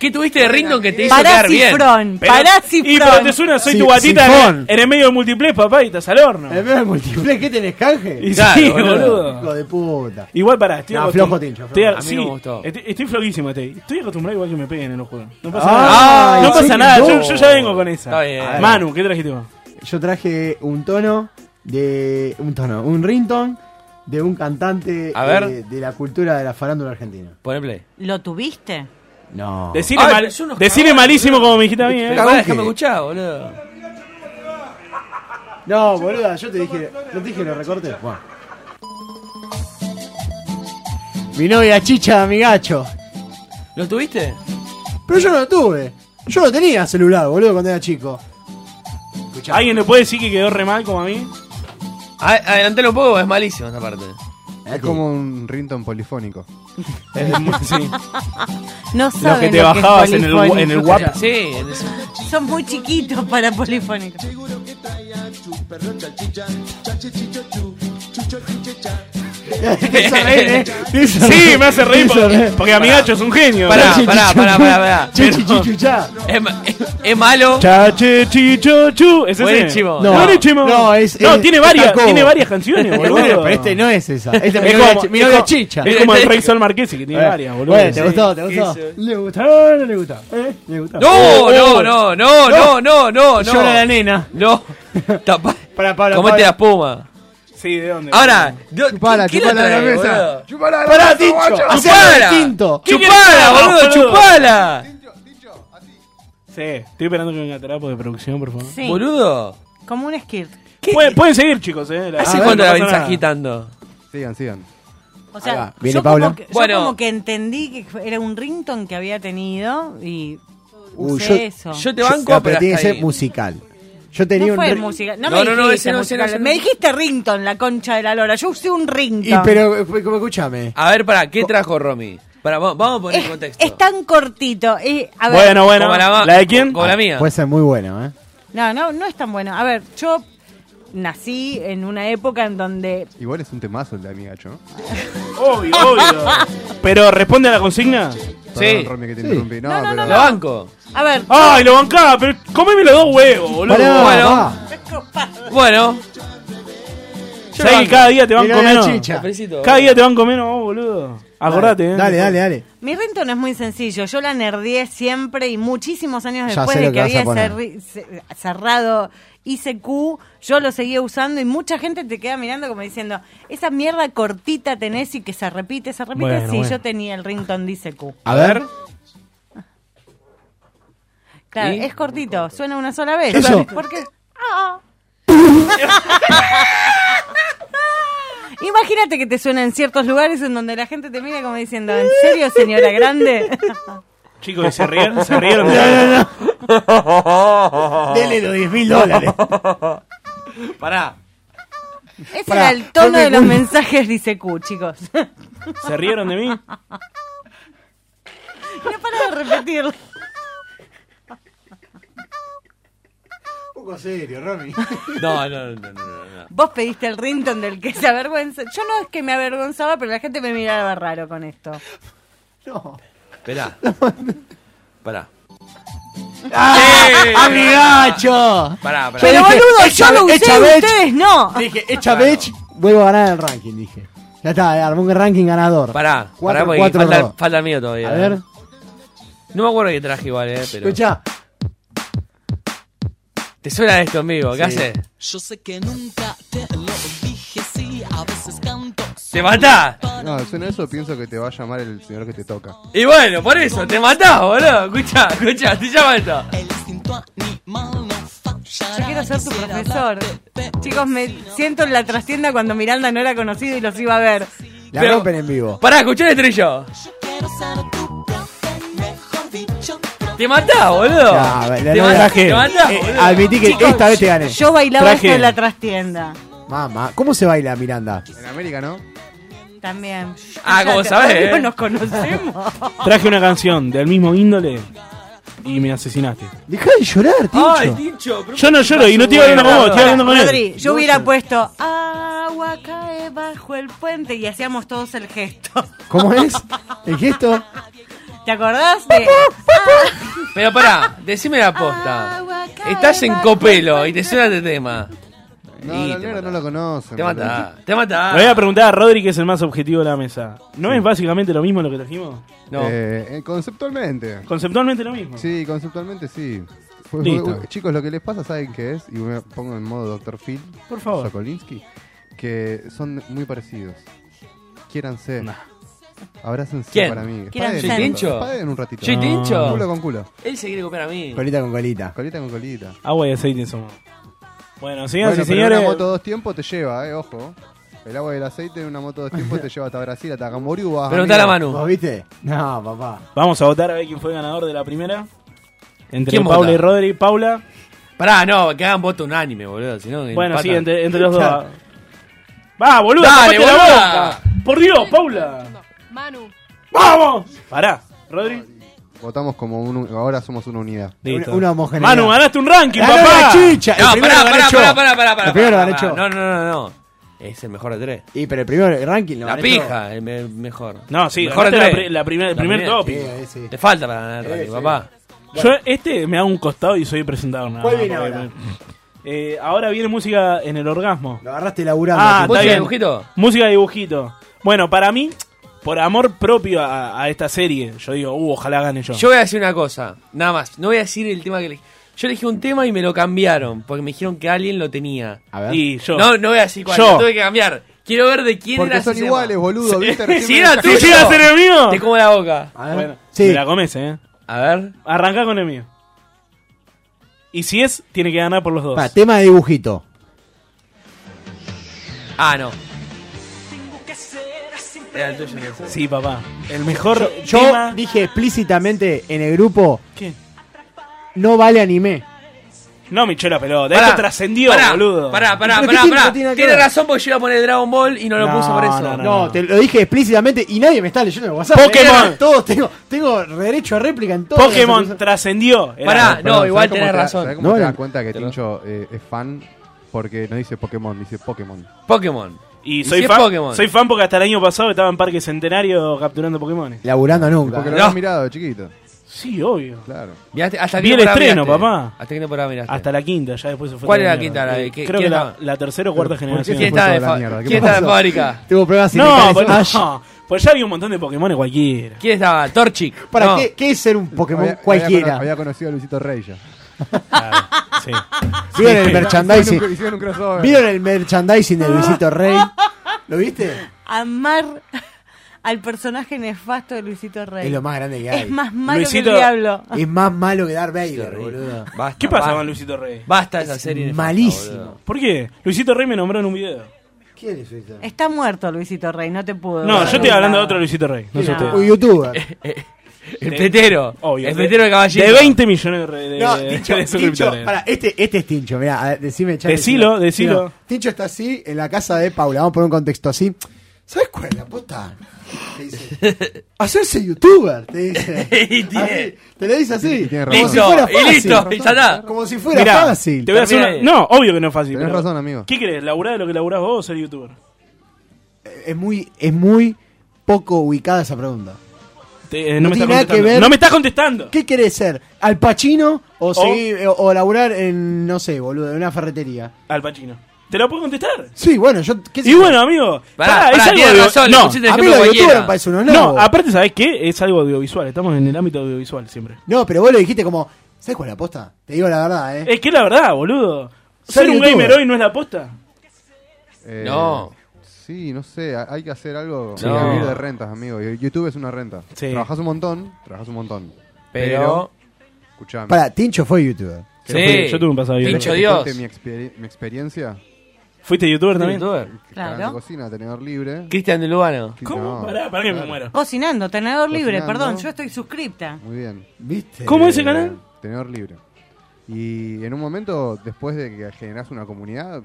S4: ¿Qué tuviste de Rington que te hizo
S6: Pará,
S4: quedar bien?
S6: Cifrón, pará, Cifrón.
S5: Y pero te suena, soy
S3: Si-
S5: tu gatita en
S3: sifón.
S5: el, en el medio del multiplex, papá, y estás al horno.
S3: El medio multiple, ¿qué tenés,
S5: Y
S3: canje?
S4: Claro,
S5: sí,
S4: boludo.
S5: boludo.
S3: Hijo de puta.
S5: Igual pará, estoy
S3: No,
S5: acostum-
S3: flojo, Tincho,
S5: estoy-
S3: flojo.
S4: A mí
S5: sí,
S4: me gustó.
S5: Estoy, estoy flojísimo, estoy, estoy acostumbrado igual que me peguen en los juegos. No pasa
S3: Ah,
S5: nada. No
S3: sí,
S5: pasa nada, yo,
S3: no.
S5: yo ya vengo con esa.
S4: Está bien.
S5: Manu, ¿qué trajiste vos?
S3: Yo traje un tono de. Un tono, un rington de un cantante
S4: A ver.
S3: eh, de la cultura de la farándula argentina.
S4: Poné play.
S6: ¿Lo tuviste?
S3: No.
S5: De cine, mal- de cine malísimo como me dijiste a mí, eh.
S4: Déjame escuchar, boludo.
S3: No, boluda, yo te dije, no te dije los recortes. Bueno. Mi novia chicha, mi gacho.
S4: ¿Lo tuviste?
S3: Pero yo no lo tuve. Yo no tenía celular, boludo, cuando era chico.
S5: ¿Alguien le puede decir que quedó re mal como a mí?
S4: Adelantalo un poco, es malísimo esta parte.
S7: Es como un rington polifónico.
S6: No saben
S7: que te
S6: lo
S7: bajabas
S6: es
S7: en el
S6: polifónico.
S7: wa- en el WhatsApp. Sí,
S6: Son muy chiquitos para polifónicos.
S4: ¿eh?
S5: ¿eh?
S3: ¿eh?
S5: Sí, me hace reír porque, porque a mi gacho es un genio.
S4: Pará, pará, pará, pará, pará. Es, ma- es malo.
S5: Chache chicho chu. ¿Es ese?
S4: Buenísimo.
S5: No,
S4: No.
S5: Buenísimo.
S4: No, es-
S5: No,
S4: es-
S5: tiene varias,
S4: Tacobo.
S5: tiene varias canciones,
S4: Bueno,
S5: boludo.
S4: pero este no es esa. Este es mi
S5: Es
S4: novia
S5: como-
S4: chi- mi
S5: es
S4: novia
S5: como-
S4: chicha.
S5: Es como el
S4: Este-
S5: Rey Sol Marquesi que tiene
S4: Bueno,
S5: varias, boludo.
S4: bueno, ¿te
S5: Sí.
S4: gustó? ¿Te gustó?
S5: Eso.
S3: ¿Le gustó o no le gustó? ¿Eh? ¿Le gustó?
S4: No, no, no, no, no, no, no, no.
S3: oh. Llora la nena.
S4: No. Tapá.
S3: Para,
S4: Comete la espuma.
S5: Sí, ¿de dónde?
S4: Ahora, Dios,
S7: Chupala,
S4: ¿qué- qué
S7: chupala
S4: la
S7: de la
S4: trae,
S7: mesa.
S4: boludo?
S7: Chupala de la
S4: Pará,
S7: mesa,
S4: Tincho,
S7: guacho.
S4: hacé algo
S5: Chupala.
S4: distinto.
S5: ¿Qué
S4: Chupala,
S5: querés?
S4: boludo, chupala.
S5: Sí, estoy esperando que venga trapo de producción, por favor.
S6: Sí.
S4: Boludo.
S6: Como un skirt.
S5: Pueden, pueden seguir, chicos, eh.
S4: ¿Hace
S5: a ver, no
S4: cuánto la
S5: pasa
S4: venís
S5: nada.
S4: agitando?
S7: Sigan, sigan.
S6: O sea,
S4: Viene
S6: yo,
S4: Paula.
S6: Como que, yo
S4: Bueno.
S6: como que entendí que fue- era un rington que había tenido y
S3: Uy,
S6: usé
S3: yo-
S6: eso.
S4: yo te banco,
S3: No,
S4: pero
S3: pero tiene que
S4: hasta
S3: ser
S4: ahí.
S3: musical. Yo tenía
S6: no
S3: un
S6: fue
S3: ri-
S6: musical. No,
S4: No,
S6: me
S4: no, no,
S6: dijiste
S4: ese no, ese
S6: musical.
S4: no, ese no.
S6: Me dijiste rington, la concha de la lora. Yo usé un
S3: Y,
S6: rington.
S3: pero, eh, como escúchame.
S4: A ver, pará, ¿qué trajo Romy? Pará, va- vamos a poner
S6: Eh.
S4: en contexto.
S6: Es tan cortito. y, a ver-
S4: Como la, ma- Como la mía.
S3: Puede ser muy bueno, ¿eh?
S6: No, no, no es tan bueno. A ver, yo nací en una época en donde...
S7: Igual es un temazo el de Amigacho, ¿no?
S5: Obvio, obvio. Pero responde a la consigna.
S7: Perdón, Romy, que te interrumpí. No, pero-
S5: Lo
S4: banco.
S6: A ver.
S5: Ay, lo bancaba, pero comeme los dos huevos, boludo.
S4: Pará, Bueno. Bueno.
S5: ¿Sabes que cada día te van
S6: Mirá la
S5: menos?
S6: chicha.
S5: Cada día te van menos vos, boludo. Acordate, eh.
S3: Dale, dale, dale.
S6: Mi rington es muy sencillo. Yo la nerdié siempre y muchísimos años
S3: Ya
S6: después
S3: sé
S6: de
S3: lo
S6: que,
S3: que vas a
S6: había
S3: poner.
S6: cerri- ce- cerrado ICQ, yo lo seguía usando y mucha gente te queda mirando como diciendo, esa mierda cortita tenés y que se repite, se repite.
S5: Bueno,
S6: sí,
S5: bueno.
S6: yo tenía el rington de ICQ.
S3: A ver.
S6: Claro,
S3: ¿Y?
S6: es cortito, suena una sola vez.
S3: Eso.
S6: ¿Por qué? Ah. Imagínate que te suena en ciertos lugares en donde la gente te mira como diciendo, ¿en serio, señora grande?
S5: Chicos, que se rieron, se rieron.
S3: Dele los 10 mil dólares.
S4: Pará.
S6: Ese
S5: Pará,
S6: era el tono
S5: ¿dónde-
S6: de los mensajes de ICQ, chicos.
S5: ¿Se rieron de mí?
S6: No para de repetirlo.
S3: Un poco serio, Romy.
S4: No, no, no, no, no. no.
S6: Vos pediste el rington del que se avergüenza. Yo no es que me avergonzaba, pero la gente me miraba raro con esto.
S4: Esperá. Pará. Eh.
S3: ¡Ah! ¡Amigacho!
S4: Pará, pará.
S6: Pero boludo, yo lo usé,
S3: echa bech.
S6: ustedes no.
S3: Dije, echa bech, vuelvo a ganar el ranking, dije. Ya está, armó un ranking ganador.
S4: Pará,
S3: Cuatro,
S4: pará, porque
S3: cuatro,
S4: falta,
S3: dos.
S4: falta el mío todavía.
S3: A ver.
S4: No me acuerdo qué traje igual, eh, pero.
S3: Escucha.
S4: ¿Te suena esto en vivo? ¿Qué haces?
S14: Yo sé que nunca te lo dije, sí, a veces canto.
S4: ¡Te matás!
S7: No, suena eso, pienso que te va a llamar el señor que te toca.
S4: Y bueno, por eso, te matás, boludo. Escucha, escucha, te llama esto.
S6: Yo quiero ser tu profesor. Chicos, me siento en la trastienda cuando Miranda no era conocido y los iba a ver.
S3: La
S4: Pero-
S3: rompen en vivo.
S4: Pará, escuchá el estribillo. Te matás,
S3: Ya,
S4: boludo.
S3: la- la-
S4: te
S3: la-
S4: matás,
S3: traje.
S4: te matás,
S3: Eh,
S4: boludo.
S3: admití que
S6: Chicos,
S3: esta vez te gané.
S6: Yo bailaba
S3: Traje.
S6: eso en la trastienda.
S3: Mamá, ¿cómo se baila Miranda?
S7: En América, ¿no?
S6: También.
S4: Ah, como sabés,
S6: todavía
S4: eh.
S6: nos conocemos.
S5: Traje una canción del mismo índole y me asesinaste.
S3: Deja de llorar,
S4: Ay,
S5: Tincho.
S4: Tincho, pero-
S5: Yo no lloro y no estoy hablando con vos, estoy hablando con
S6: Rodri,
S5: él.
S6: yo hubiera puesto agua cae bajo el puente y hacíamos todos el gesto.
S3: ¿Cómo es? El gesto.
S6: ¿Te acordás de
S4: Pero pará, decime la posta. Estás en Copelo y te suena este tema.
S7: No,
S4: Y
S7: la
S4: te
S7: negra no lo conoce.
S4: Te matás, te matás.
S5: Le voy a preguntar a Rodri, que es el más objetivo de la mesa. ¿No es básicamente lo mismo lo que trajimos?
S7: Eh, eh, conceptualmente.
S5: Conceptualmente lo mismo.
S7: Sí, conceptualmente sí. Fue- fue-
S5: Listo.
S7: chicos, lo que les pasa saben qué es, y me pongo en modo Dr. Phil,
S5: Por favor.
S7: Sokolinsky, que son muy parecidos. Quiéranse, Abrácense
S4: ¿Quién?
S7: para mí.
S4: ¿Quién?
S7: Espaden,
S4: ¿Soy Tincho?
S7: espaden un ratito.
S4: ¿Soy Tincho?
S7: Culo con culo.
S4: Él se quiere copiar a mí.
S3: Colita con colita.
S7: Colita con colita.
S5: Agua y aceite somos. Bueno, señoras
S7: Bueno,
S5: y
S7: pero
S5: señores.
S7: Una moto dos tiempos te lleva, eh, ojo. El agua y el aceite en una moto dos tiempos te lleva hasta Brasil, hasta Camboriú. vas,
S5: Preguntale
S7: amigo.
S5: a Manu.
S3: Ah, ¿Vos viste? No, papá.
S5: Vamos a votar a ver quién fue el ganador de la primera. Entre
S4: ¿Quién
S5: Paula
S4: vota?
S5: y Rodri. Paula.
S4: Pará, no, que hagan voto unánime, boludo. Si no,
S5: Bueno,
S4: empatan.
S5: sí, entre, entre los dos. ¡Va, boludo! ¡Dale,
S4: Dale,
S5: la
S4: boluda.
S5: boca! ¡Por Dios, Paula!
S11: Manu.
S5: ¡Vamos! Pará, Rodri.
S7: Votamos como un, ahora somos una unidad.
S5: Listo.
S3: Una homogeneidad.
S5: Manu, ganaste un ranking,
S3: Ganó
S5: papá.
S3: la chicha. El
S4: No,
S3: primero
S4: pará,
S3: ganó
S4: pará,
S3: yo.
S4: pará, pará, pará, pará.
S3: El primero
S4: pará,
S3: ganó
S4: pará.
S3: yo.
S4: No, no, no, no. Es el mejor de tres.
S3: Y pero el primero, el ranking lo
S4: La
S3: gané
S4: pija, el me- mejor.
S5: No, sí,
S4: mejor de
S5: ganaste la
S4: tres.
S5: pri- la primera- el
S4: La
S5: primer
S4: primera,
S5: tópico.
S4: sí,
S3: sí.
S4: Te falta para ganar el
S5: Sí,
S4: ranking,
S5: sí.
S4: papá.
S5: Yo este me hago un costado y soy presentador. nada
S3: ¿Cuál
S5: más,
S3: viene
S5: porque-
S3: ahora?
S5: Eh, ahora viene música en el orgasmo.
S3: Lo agarraste laburando.
S5: Ah,
S3: tipo.
S5: está bien.
S4: dibujito?
S5: Música de dibujito. Bueno, para mí, por amor propio a, a esta serie, yo digo, uh, ojalá gane yo.
S4: Yo voy a decir una cosa, nada más. No voy a decir el tema que elegí. Yo elegí un tema y me lo cambiaron, porque me dijeron que alguien lo tenía.
S3: A ver.
S5: Y yo.
S4: No, no voy a decir cuál,
S5: Yo.
S4: lo tuve que cambiar. Quiero ver de quién
S7: Porque
S4: era
S7: son
S4: ese
S7: iguales,
S4: tema.
S7: boludo, ¿viste? Recién
S4: si
S7: me
S4: era
S7: descargué.
S4: tuyo,
S5: ¿Llega a ser el mío?
S4: te como la boca.
S3: A ver.
S5: Bueno,
S3: Sí.
S5: me la comes, eh.
S4: A ver.
S5: Arranca con el mío. Y si es, tiene que ganar por los dos.
S3: Pa, tema de dibujito.
S4: Ah, no. Era el tuyo, ¿no?
S5: Sí, papá. El mejor
S3: Yo
S5: tema.
S3: dije explícitamente en el grupo,
S5: ¿Qué?
S3: no vale anime.
S5: No me echó la pelota.
S4: Pará,
S5: Esto trascendió,
S4: pará,
S5: boludo.
S4: Pará, pará,
S3: ¿Pero
S4: pará,
S3: qué tiene-
S4: pará.
S3: no tiene nada que
S4: Tiene
S3: ver?
S4: razón porque yo iba a poner Dragon Ball y no, lo
S5: No,
S4: puso por eso.
S5: no, Ah, no.
S3: No, te lo dije explícitamente y nadie me está leyendo en WhatsApp.
S5: Pokémon.
S3: Eh, Todos tengo, tengo derecho a réplica en todo.
S5: Pokémon trascendió. Era-
S4: Pará, no,
S7: Perdón,
S4: igual
S7: ¿sabés cómo
S4: tenés
S7: te da-
S4: razón.
S7: ¿sabés cómo
S3: No,
S7: te
S3: no.
S7: das cuenta que Tincho eh, es fan? Porque no dice Pokémon, dice Pokémon.
S4: Pokémon.
S5: Y
S4: ¿Y
S5: soy
S4: si es
S5: fan,
S4: Pokémon?
S5: soy fan porque hasta el año pasado estaba en Parque Centenario capturando Pokémon.
S3: Laburando nunca.
S7: Porque lo
S4: No.
S7: habías mirado de chiquito.
S5: Sí, obvio.
S7: Claro.
S4: Miraste- hasta qué
S5: Vi el
S4: temporada
S5: estreno,
S4: miraste?
S5: papá.
S4: ¿Hasta qué temporada miraste?
S5: Hasta la quinta, ya después se fue.
S4: ¿Cuál
S5: toda
S4: era la
S5: mierda.
S4: quinta? La-
S5: Eh,
S4: qué-
S5: Creo
S4: quién
S5: que la,
S4: estaba?
S5: la tercera o cuarta
S7: ¿Pero por qué
S5: generación.
S4: ¿Quién
S7: fue
S4: está
S7: toda
S4: de,
S7: la
S4: fa-
S7: mierda? ¿Qué
S4: ¿Quién está de
S7: pasó?
S4: fábrica?
S3: Tuvo pruebas
S5: No,
S3: sindicales.
S5: pues,
S3: Ash.
S5: no, pues ya había un montón de Pokémones cualquiera.
S4: ¿Quién estaba? Torchic.
S3: ¿Para
S4: No.
S3: qué, qué es ser un Pokémon
S7: Había- había
S3: cualquiera?
S7: cono- Había conocido a Luisito Rey ya.
S5: Sí.
S3: ¿Vieron el
S7: Hicieron
S3: merchandising?
S7: un- hicieron un crossover.
S3: ¿Vieron el merchandising de Luisito Rey? ¿Lo viste?
S6: Amar al personaje nefasto de Luisito Rey.
S3: Es lo más grande que hay.
S6: Es más malo que
S5: Luisito-
S6: el diablo.
S3: Es más malo que Darth Vader,
S4: Rey.
S3: boludo.
S4: Basta,
S5: ¿Qué pasa
S4: basta.
S5: con Luisito Rey?
S4: Basta esa serie. nefasta,
S3: malísimo.
S4: boludo.
S5: ¿Por qué? Luisito Rey me nombró en un video.
S3: ¿Quién es Luisito?
S6: Está muerto Luisito Rey, no te pudo.
S5: No, yo estoy
S6: Nada.
S5: hablando de otro Luisito Rey. No sé
S6: No.
S5: ustedes.
S3: Un youtuber.
S7: Eh,
S4: El tetero.
S5: Obvio.
S4: El tetero de caballito.
S5: De 20 millones de, re- de-
S3: No,
S5: de-
S3: Tincho,
S5: de
S3: Tincho,
S5: suscriptores.
S3: pará, este, este es Tincho, mirá, a ver, decime Charlie,
S5: Decilo,
S3: si no- si
S5: decilo.
S3: no. Tincho está así en la casa de Paula, vamos a poner un contexto así. ¿Sabes cuál es la puta? Te dice, hacerse youtuber, te dice.
S4: Y tiene-
S3: Así, te lo dice así.
S7: tiene
S3: como
S7: razón.
S3: si fuera
S4: Listo, y
S3: fácil.
S4: listo, y ya está.
S3: Como si fuera
S5: Mirá,
S3: fácil.
S5: Te voy a hacer
S4: Termina
S5: una-
S4: ahí.
S5: No, obvio que no es fácil.
S7: Tenés
S5: pero-
S7: razón, amigo.
S5: ¿Qué querés? ¿Laburar de lo que laburás vos o ser youtuber?
S3: Es muy, es muy poco ubicada esa pregunta.
S5: Te- eh,
S3: No
S5: me
S3: tiene
S5: estás
S3: nada que
S5: contestando.
S3: ver.
S5: No me estás contestando.
S3: ¿Qué querés ser? ¿Al Pacino o, seguir- o, o laburar en, no sé, boludo, en una ferretería?
S5: Al Pacino. ¿Te lo puedo contestar.
S3: Sí, bueno, yo. ¿qué sé
S5: Y
S3: yo?
S5: bueno, amigo.
S4: Pará,
S5: pará,
S4: pará,
S5: es algo
S4: tiene
S5: audio-
S4: razón, le
S5: no,
S4: pusiste-
S3: a mí
S4: ejemplo
S3: lo de
S4: cualquiera.
S3: youtuber me parece un honor.
S5: no, aparte, ¿sabés qué? Es algo audiovisual. Estamos en el ámbito audiovisual siempre.
S3: No, pero vos lo dijiste como, ¿sabes cuál es la posta? Te digo la verdad, ¿eh?
S5: Es que la verdad, boludo.
S3: Ser
S5: Ser, un
S3: youtuber.
S5: gamer hoy no es la aposta.
S7: Eh,
S4: No.
S7: Sí, no sé, ha- hay que hacer algo
S4: Sí.
S7: para
S4: No.
S7: vivir de rentas, amigo. Y YouTube es una renta.
S5: Sí.
S7: Trabajas un montón, trabajas un montón.
S4: Pero.
S7: escuchame.
S3: Para, Tincho fue youtuber.
S5: Yo tuve- yo tuve un pasado
S7: ¿querés
S4: Pincho
S7: que te
S4: Dios.
S7: cuente Mi, experi- mi experiencia.
S5: ¿Fuiste youtuber también?
S4: Youtuber.
S6: Claro.
S7: Cagando cocina, tenedor libre.
S4: Cristian de Lugano.
S5: ¿Cómo?
S7: No,
S5: pará, pará que me
S7: claro.
S5: muero.
S6: Cocinando, tenedor libre,
S7: Cocinando.
S6: perdón, yo estoy suscripta.
S7: Muy bien.
S3: ¿Viste?
S5: ¿Cómo es el canal?
S7: Tenedor libre. Y en un momento, después de que generás una comunidad,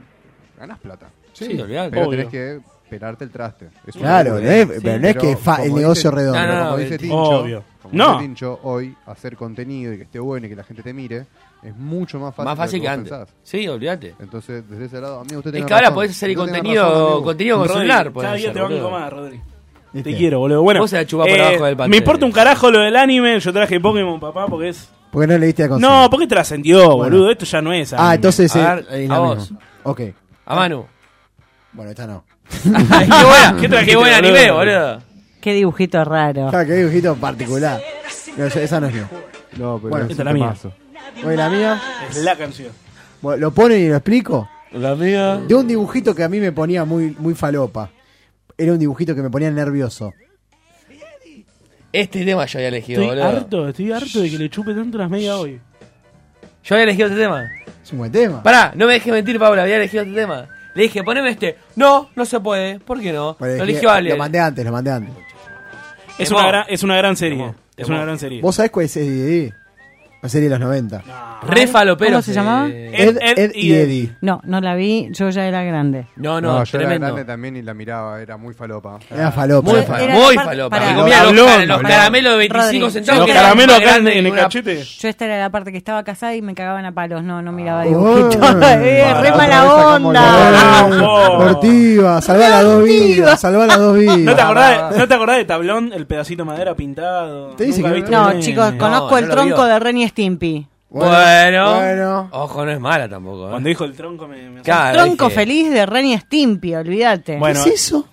S7: ganás plata.
S4: Sí, olvidate.
S7: Pero
S5: Obvio.
S7: tenés que pelarte el traste. Es una
S3: Claro,
S7: locura.
S3: no es- pero no es que
S7: Pero
S3: fa- el
S7: como
S3: negocio
S7: dice-
S3: redondo.
S4: No, no, no.
S7: como
S4: el-
S7: dice Tincho,
S5: obvio.
S7: como
S5: No.
S7: dice Tincho, hoy hacer contenido y que esté bueno y que la gente te mire es mucho más fácil,
S4: Más
S7: de lo
S4: fácil que
S7: vos
S4: antes.
S7: pensás.
S4: Sí, olvídate.
S7: Entonces, desde ese lado, amigo, usted
S4: Es
S7: tiene
S4: que ahora
S7: razón.
S4: podés hacer el
S7: Usted tiene
S4: contenido,
S7: razón, amigo.
S4: contenido con
S5: Rodri,
S4: celular.
S5: Cada
S4: podés
S5: día
S4: hacer,
S5: te banco
S4: boludo.
S5: más, Rodri.
S3: ¿Viste?
S5: Te quiero, boludo. Bueno, eh,
S4: Vos se la chupás por abajo del
S5: me
S4: pastel.
S5: importa un carajo lo del anime. Yo traje Pokémon, papá, porque es.
S3: Porque no le diste a consejo.
S5: No, porque trascendió,
S3: Bueno.
S5: boludo. Esto ya no es.
S3: Ah,
S5: anime.
S3: entonces.
S4: A
S3: eh,
S4: ver,
S3: es
S4: a
S3: la
S4: vos.
S3: misma. Ok.
S4: A Manu.
S3: Bueno, esta no.
S4: Ay, qué buena,
S5: ¿Qué
S4: qué
S5: trajiste,
S4: buen
S5: boludo?
S4: anime, boludo.
S6: Qué dibujito raro.
S3: Ah, qué dibujito particular. No, yo- esa no es mía.
S7: No, pero
S3: Bueno,
S7: es
S5: esta
S7: un
S5: es la mía.
S7: temazo.
S3: Oye, la mía.
S5: Es la canción.
S3: bueno, ¿Lo ponen y lo explico?
S4: La mía.
S3: De un dibujito que a mí me ponía muy, muy falopa. Era un dibujito que me ponía nervioso.
S4: Este tema yo había elegido,
S5: Estoy
S4: boludo.
S5: harto, estoy harto de que le chupe tanto las medias hoy.
S4: Yo había elegido este tema.
S3: Es un buen tema.
S4: Pará, no me dejes mentir, Paula, había elegido este tema. Le dije, poneme este. No, no se puede. ¿Por qué no?
S3: Bueno,
S4: lo
S3: dije-
S4: eligió Ale.
S3: Lo mandé antes, lo mandé antes.
S5: Es
S4: Temón.
S5: una, gran, es una gran serie. Es una gran serie.
S3: ¿Vos sabés cuál es Eddie Eddie? La serie de los 90.
S4: Re falopero.
S6: ¿Cómo se llamaba?
S3: Ed, Ed y Eddie.
S6: No, no la vi, yo ya era grande.
S7: yo era grande también y la miraba, era muy falopa.
S3: Era falopa.
S7: Muy
S3: Era
S7: falopa.
S3: falopa.
S7: Muy
S3: Pará,
S7: falopa.
S3: pará.
S7: Y comía los-
S3: Hablón,
S7: los
S3: hablón.
S7: caramelos de 25
S6: Rodri.
S7: centavos
S5: Los
S7: que eran
S5: caramelos
S7: más
S5: acá en,
S7: grandes
S5: en
S7: que
S5: el
S7: una-
S5: cachete.
S6: Yo esta era la parte que estaba casada y me cagaban a palos. No, no miraba de
S3: Oh.
S6: Eh, re mala onda.
S3: Oh. Cortiva, salvá las dos vidas, salvá las dos vidas.
S5: ¿No te, acordás, ¿No te acordás de tablón, el pedacito de madera pintado?
S3: Te dice
S5: Nunca
S3: que-
S5: viste
S6: No,
S5: nene.
S6: chicos, conozco el tronco de Renny Stimpy.
S4: Bueno, Ojo, no es mala tampoco. ¿eh?
S5: Cuando dijo el tronco me. me-
S4: Claro,
S6: tronco
S4: dije,
S6: feliz de Renny Stimpy, olvídate.
S5: Bueno, ¿Qué es
S3: eso?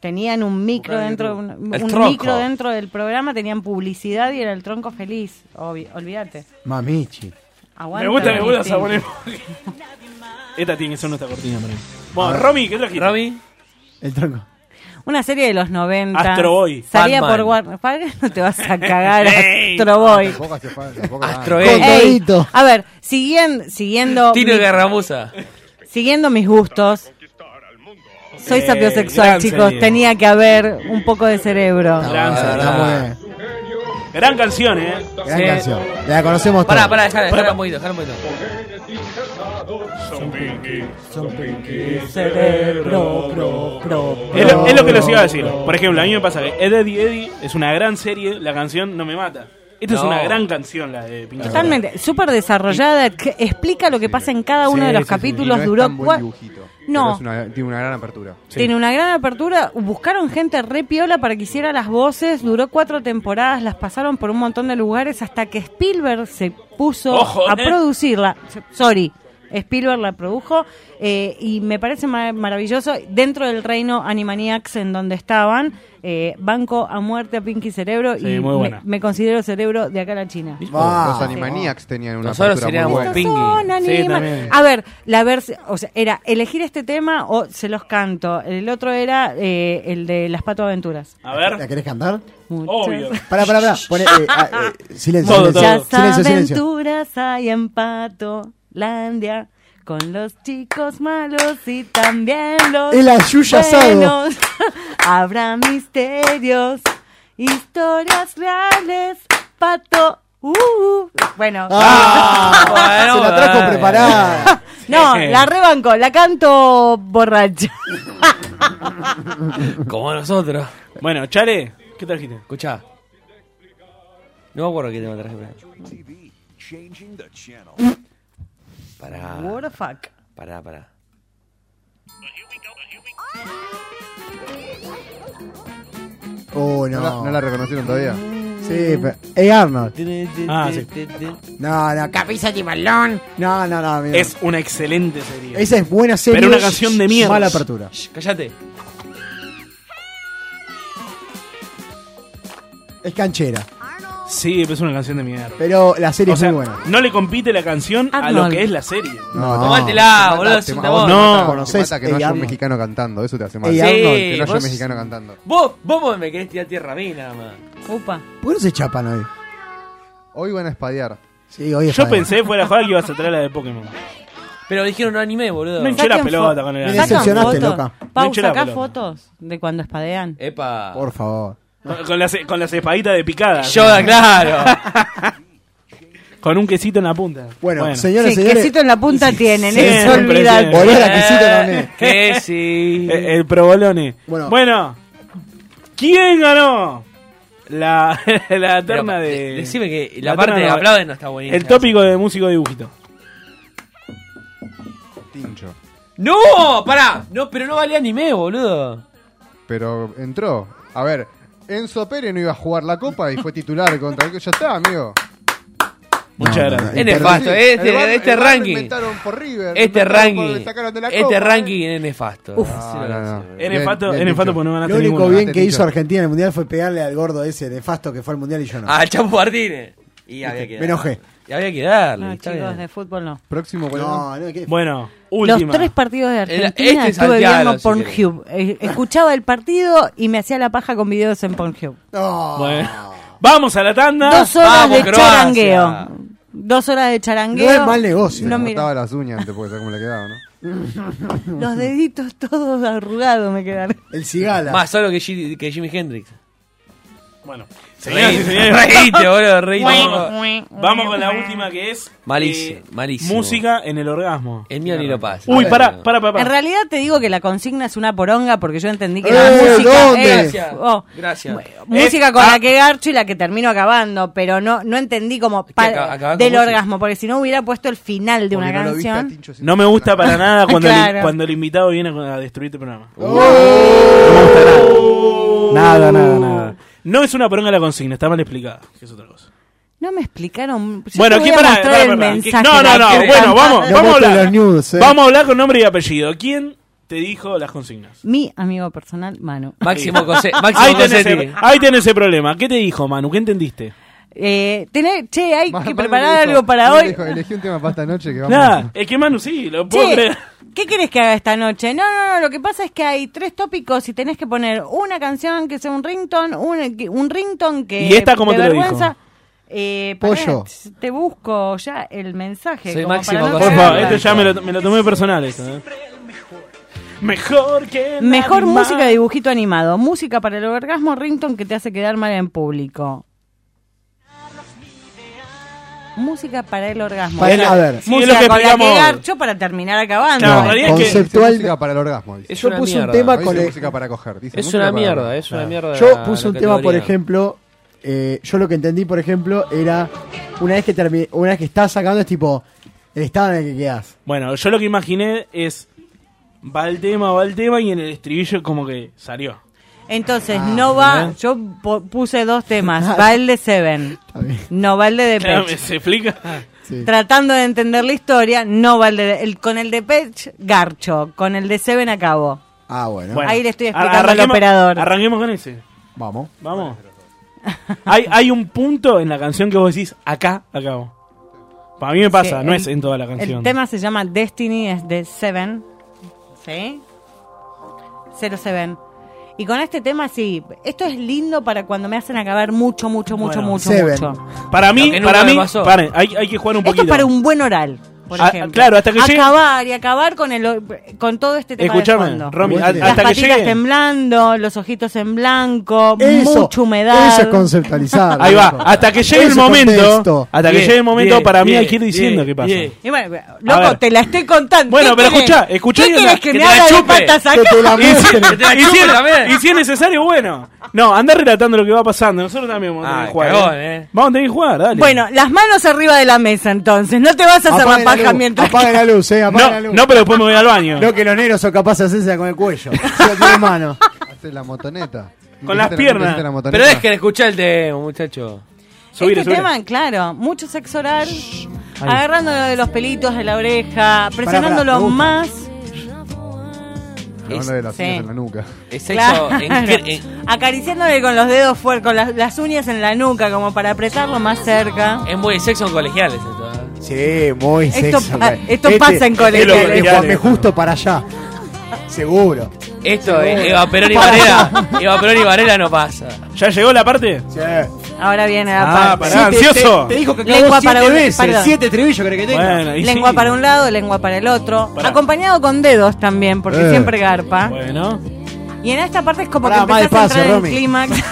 S6: Tenían un micro dentro de un,
S4: El
S6: un
S4: tronco.
S6: micro dentro del programa, tenían publicidad y era el tronco feliz, obvi- olvídate.
S3: Mamichi.
S6: Aguanta
S5: Me gusta
S6: Renny
S5: que vuelvas a
S6: Stimpy.
S5: poner. Esta tiene que ser nuestra cortina, para mí. Bueno,
S3: A ver.
S5: Romy, ¿qué trajiste? Romy.
S3: El tronco.
S6: Una serie de los 90.
S5: Astro Boy.
S6: Salía
S5: Batman.
S6: por Warner. ¿Para qué no te vas a cagar,
S5: Ey.
S6: Astro Boy?
S7: Tampoco hace falta, tampoco
S4: Astro
S7: nada.
S4: Ey.
S6: Ey, a ver, siguien- siguiendo,
S4: Tino
S6: mi-
S4: de Garramusa.
S6: siguiendo mis gustos. Soy
S4: Eh,
S6: sapiosexual,
S4: gran
S6: chicos.
S4: serie.
S6: Tenía que haber un poco de cerebro.
S5: Gran,
S3: Está
S5: serie. Ah. Gran canción, eh.
S3: Gran canción. La conocemos
S4: Pará,
S3: todos.
S4: pará, dejala, dejala un poquito, dejala un poquito.
S5: Cerebro, Es lo, es lo que les iba a decir. Por ejemplo, a mí me pasa que Ed, Eddie, Eddie es una gran serie, la canción no me mata. Esta es
S4: No.
S5: una gran canción, la de Pinche
S6: Totalmente, súper desarrollada, que explica lo que pasa en cada uno
S7: Sí,
S6: de los
S7: sí, sí.
S6: capítulos,
S7: Y no es
S6: duró
S7: tan buen
S6: cua-
S7: dibujito, pero
S6: No,
S7: es una- tiene una gran apertura.
S6: tiene una gran apertura, buscaron gente re piola para que hiciera las voces, duró cuatro temporadas, las pasaron por un montón de lugares hasta que Spielberg se puso
S11: Ojo,
S6: a
S11: eh.
S6: producirla. Sorry. Spielberg la produjo eh, y me parece ma- maravilloso. Dentro del reino Animaniacs, en donde estaban, eh, banco a muerte a Pinky Cerebro
S7: Sí,
S6: y
S7: muy
S6: me,
S7: buena.
S6: me considero cerebro de acá a la China.
S7: Los
S6: Sí.
S7: Animaniacs tenían una
S4: Nosotros
S7: apertura
S4: seríamos
S7: muy buena.
S4: Pinky.
S6: Son anima- a ver, la versión, o sea, era elegir este tema o se los canto. El otro era eh, el de las Pato Aventuras.
S5: A ver.
S3: ¿La querés cantar?
S5: Obvio.
S3: Pará, pará, pará. Poné, eh, ah, eh, silencio,
S5: Todo,
S3: silencio,
S6: Muchas
S3: silencio, silencio.
S6: aventuras hay en Pato Landia con los chicos malos y también los
S3: El ayuya asado.
S6: buenos. Habrá misterios, historias reales, Pato. Uh, bueno.
S3: Ah.
S6: Ah,
S4: Ah,
S3: Se la trajo
S15: Eh,
S3: preparada.
S6: No, la rebanco, la canto borracha.
S4: Como nosotros.
S5: Bueno, Chale, ¿qué trajiste?
S4: Escuchá. No me acuerdo qué tema traje. pero- Pará.
S6: What the fuck.
S4: Pará, pará.
S3: Oh,
S7: No la-
S3: no.
S7: no la reconocieron todavía.
S3: Sí, pero... Hey, Arnold.
S5: Ah, sí.
S3: No, no.
S5: Cabeza de balón.
S3: No, no, no. mira.
S5: Es una excelente serie.
S3: Esa es buena serie.
S5: Pero una canción de mierda.
S3: Mala apertura.
S4: Cállate.
S3: Es canchera.
S5: Sí, pero es una canción de mierda.
S3: Pero la serie
S5: O sea,
S3: es muy buena.
S5: No le compite la canción a lo
S3: Arnold.
S5: que es la serie.
S3: No.
S4: Tomátela,
S7: Te mata-
S4: boludo, es
S7: te
S4: un
S7: ma-
S4: temor.
S7: vos te
S4: No.
S7: mata- te
S4: ¿Conocés
S7: mata que
S4: Ey
S7: no haya un
S4: Arnold?
S7: mexicano cantando, eso te hace mal.
S3: Ey
S7: que no haya un
S4: vos-
S7: mexicano cantando.
S4: Vos, vos me querés tirar tierra a mí nada más.
S6: Upa.
S3: ¿Por qué no se chapan hoy?
S7: Hoy van a espadear.
S3: Sí, hoy es
S5: Yo
S3: padre.
S5: pensé fuera de juego que ibas a traer la de Pokémon.
S4: Pero dijeron no anime, boludo.
S5: No hinché la pelota con el
S3: Me decepcionaste, loca.
S5: No
S6: Pau,
S5: hinché la
S6: sacá
S5: pelota.
S6: fotos de cuando espadean.
S4: Epa.
S3: Por favor.
S5: Con, con las, con las espaditas de picada.
S4: Yoda, claro.
S5: con un quesito en la punta.
S3: Bueno, señoras y
S6: sí,
S3: señores.
S6: quesito en la Eh, punta tienen,
S5: Siempre,
S6: eso olvidate.
S5: siempre.
S3: Olor a quesito también.
S4: Que sí.
S5: El, el provolone.
S3: Bueno.
S5: Bueno. ¿quién ganó? La, la terna
S4: Pero,
S5: de.
S4: de- decime que la
S5: terna
S4: parte de aplauden no está buenísima.
S5: El tópico de músico dibujito.
S7: Tincho.
S4: ¡No! ¡Pará! No, pero no vale anime, boludo.
S7: Pero entró. A ver, Enzo Pérez no iba a jugar la copa y fue titular contra el que ya está, amigo.
S5: Muchas gracias.
S4: Es nefasto,
S7: Sí,
S4: este,
S7: el bar-
S4: este
S7: el bar lo
S4: ranking.
S7: inventaron por River, lo
S4: Este
S7: inventaron por-
S4: ranking.
S7: lo sacaron de la
S4: Este
S7: Copa,
S4: ranking es nefasto.
S7: Uf.
S4: Así
S7: No,
S4: lo
S7: no,
S4: voy a
S7: no.
S4: decir.
S5: En
S7: Bien,
S5: nefasto,
S7: bien
S5: en
S7: dicho.
S5: nefasto porque no ganaste
S3: Lo único
S5: ninguno.
S3: bien que hizo Argentina en el
S5: Ah,
S3: mundial fue pegarle al gordo ese nefasto que fue al mundial y yo no.
S7: Este,
S4: Ah, Chapo Martínez. Y había quedado.
S3: Me enojé.
S4: Y había que darle.
S6: No,
S4: está
S6: Ah, chicos,
S4: bien.
S6: de fútbol no.
S7: Próximo,
S3: No, no, ¿qué?
S5: Bueno, última.
S6: Los tres partidos de
S4: El-
S6: Argentina
S4: este es
S6: estuve
S4: Santiago,
S6: viendo
S4: si
S6: Pornhub. Eh, Escuchaba el partido y me hacía la paja con videos en Pornhub.
S3: Ah.
S5: Bueno. Vamos a la tanda.
S6: Dos horas
S5: Vamos,
S6: de
S5: Croacia.
S6: charangueo. Dos horas de charangueo. No,
S7: No me
S6: mira,
S7: cortaba las uñas antes porque sabés cómo le quedaba, ¿no?
S6: los deditos todos arrugados me quedaron.
S3: El cigala.
S4: Más solo que, G- que Jimi Hendrix.
S5: Bueno,
S4: Señoras y señores. Reíte, boludo, reíte.
S5: Vamos, vamos con la última que es.
S4: Malísimo,
S5: eh,
S4: malísimo.
S5: Música en el orgasmo.
S4: El mío ni lo pasa.
S5: Uy, pará, pará, pará.
S6: En realidad te digo que la consigna es una poronga porque yo entendí que
S5: Eh,
S6: la música
S5: ¿dónde?
S6: es-
S5: Gracias.
S6: oh,
S4: Gracias.
S6: música con la que garcho y la que termino acabando, pero no no entendí como pa-
S4: acá- acabá con
S6: del
S4: música.
S6: orgasmo, porque si no hubiera puesto el final de una canción.
S5: No me gusta para nada cuando,
S6: Claro.
S5: el, cuando el invitado viene a destruir tu programa.
S6: Oh.
S15: Oh.
S5: No me gusta nada. Nada, nada, nada. No es una poronga la consigna, está mal explicada. que es otra cosa.
S6: No me explicaron. Yo
S5: bueno,
S6: te voy
S5: ¿quién
S6: a
S5: pará,
S6: mostrar
S5: pará,
S6: el
S5: pará.
S6: mensaje,
S5: No, no,
S6: la
S5: no.
S6: puta
S5: Bueno,
S6: madre.
S5: vamos,
S3: Lo
S5: vamos a
S3: muestro en
S5: hablar.
S3: los news, eh.
S5: Vamos a hablar con nombre y apellido. ¿Quién te dijo las consignas?
S6: Mi amigo personal, Manu.
S4: Máximo
S5: José.
S4: Cose- Máximo
S5: ahí, tenés
S4: Cosetti.
S5: el- ahí tenés el problema. ¿Qué te dijo, Manu? ¿Qué entendiste?
S6: Eh, tené- che, hay que
S7: Manu
S6: preparar
S7: le dijo-
S6: algo para
S7: Manu le
S6: hoy.
S7: dijo, elegí un tema para esta noche que vamos
S5: Nada, es que Manu sí, lo puedo
S6: Che,
S5: creer.
S6: ¿Qué querés que haga esta noche? No, no, no, lo que pasa es que hay tres tópicos y tenés que poner una canción que sea un rington, un, que- un rington que...
S5: ¿Y esta cómo
S6: de
S5: te lo
S6: vergüenza.
S5: dijo?
S6: Eh, pará,
S5: Pollo.
S6: Te busco ya el mensaje.
S4: Soy
S6: como
S4: Máximo
S6: para no
S5: Por favor,
S6: cagarla.
S5: esto ya me lo, me lo tomé personal. Esto, eh. Mejor que.
S6: Mejor
S5: nadie
S6: música
S5: más.
S6: de dibujito animado. Música para el orgasmo, rington que te hace quedar mal en público. Música para el orgasmo.
S3: Para
S6: O sea,
S3: el- a ver. Sí,
S6: música
S3: es lo que
S6: con la
S3: explicamos.
S6: garcho para terminar acabando.
S3: No, conceptual.
S7: música para el orgasmo. dice.
S4: Es
S3: Yo
S4: una
S3: puse
S4: mierda.
S3: un tema
S7: No
S3: con
S7: dice
S3: el-
S7: música para coger. dice
S4: Es
S7: música
S4: una
S7: para-
S4: mierda, es una mierda.
S3: Yo puse
S4: la
S3: un tema, por
S4: categoría.
S3: ejemplo, eh, yo lo que entendí, por ejemplo, era una vez que termi- una vez que estás sacando es tipo el estado en el que quedas.
S5: Bueno, yo lo que imaginé es. Va el tema, va el tema y en el estribillo como que salió.
S6: Entonces,
S3: Ah,
S6: no va.
S5: ¿eh?
S6: Yo po- puse dos temas. Va el de Seven. No va el de
S5: Claro,
S6: Depeche.
S5: ¿Se
S3: Ah,
S5: explica?
S6: Tratando de entender la historia, no va el de. el- con el de Depeche, garcho. Con el de Seven, acabo.
S3: Ah, bueno.
S5: Bueno,
S6: Ahí le estoy
S5: ar-
S6: explicando al
S5: arranquemos-
S6: operador.
S5: Arranquemos con ese.
S3: Vamos.
S5: Vamos. hay, hay un punto en la canción que vos decís, acá acabo. Para mí me pasa,
S6: Sí,
S5: no
S6: el-
S5: es en toda la
S6: El
S5: canción.
S6: tema se llama Destiny, es de Seven. ¿Sí? Zero Seven. Y con este tema, sí. Esto es lindo para cuando me hacen acabar mucho, mucho, mucho,
S5: Bueno,
S6: mucho,
S5: Seven.
S6: mucho.
S5: Para mí,
S4: que nunca
S5: para
S4: me
S5: mí,
S4: pasó.
S5: paren, hay, hay que jugar un
S6: Esto
S5: poquito.
S6: es para un buen oral, por
S5: Ah,
S6: ejemplo.
S5: claro, hasta que llegue-
S6: acabar y acabar con el con todo este tema
S5: Escuchame,
S6: de fondo.
S5: Romy,
S6: Las
S5: a- hasta que
S6: patitas
S5: llegue-
S6: temblando, los ojitos en blanco,
S3: Eso,
S6: mucha humedad.
S3: Eso es conceptualizar.
S5: Ahí va,
S3: loco.
S5: hasta que llegue
S3: Ese
S5: el momento,
S3: contexto.
S5: hasta que
S4: Bien,
S5: llegue el momento,
S4: bien,
S5: para mí
S4: bien,
S5: hay que ir diciendo
S4: bien,
S5: qué pasa.
S4: bien.
S6: Y bueno,
S5: A
S6: loco,
S5: ver.
S6: te la estoy contando.
S5: Bueno,
S6: ¿Qué
S5: pero
S6: querés?
S5: escuchá, escuchá
S6: ¿Qué
S5: y una-
S6: querés que,
S5: que
S6: me
S5: te la
S6: haga de
S5: chupe,
S6: patas acá?
S3: que te la
S5: Y si,
S3: muestren.
S4: la
S5: y si-
S4: chupo también.
S5: y si es necesario, bueno. No, andá relatando lo que va pasando. Nosotros también vamos a tener
S4: Ah,
S5: que jugar.
S4: cagón,
S5: ¿eh?
S4: eh.
S5: Vamos a tener que jugar, dale.
S6: Bueno, las manos arriba de la mesa entonces. No te vas a hacer la
S3: Apaguen
S6: paja
S3: luz,
S6: mientras.
S3: apaguen la luz, eh, apaguen la
S5: no,
S3: luz.
S5: no, pero después me voy al baño.
S3: No, que los negros son capaces de hacerse con el cuello. Si lo tienen mano.
S7: Hace la motoneta.
S5: Con las
S7: Hiciste la-
S5: piernas.
S7: hiciste la motoneta.
S4: Pero dejen de escuchar el tema, muchacho.
S5: Subile,
S6: este
S5: subile.
S6: tema, claro, mucho sexo oral, agarrándolo de los pelitos de la oreja, presionándolo
S3: me gusta.
S6: más.
S7: Hablando de las
S6: Sí.
S7: uñas en la nuca.
S4: Es sexo
S6: Claro.
S4: en, cre- en-
S6: Acariciándole con los dedos fuertes, con las, las uñas en la nuca, como para apretarlo más cerca.
S4: es muy sexo en colegiales. esto, ¿eh?
S3: Sí, muy
S6: Esto
S3: sexy. Este
S6: pa- esto pasa en colegiales.
S3: Es Juanme justo para allá. Seguro.
S4: Esto es Eva Perón y Varela. Eva Perón y Varela no pasa.
S5: ¿Ya llegó la parte?
S6: Ahora viene la
S5: Ah,
S6: parte.
S5: pará,
S3: Sí, te-
S5: ansioso.
S3: Te, te dijo que acabó
S6: Lengua
S3: siete
S6: para un-
S3: veces.
S6: perdón.
S3: Siete estribillos cree que tenga.
S5: Bueno, y
S6: Lengua
S5: sí.
S6: para un lado, lengua para el otro.
S5: Pará.
S6: Acompañado con dedos también, porque
S7: Eh.
S6: siempre garpa.
S5: Bueno.
S6: Y en esta parte es como
S3: Pará,
S6: que
S3: más
S6: empezás a entrar en
S3: despacio, Romy.
S6: clímax.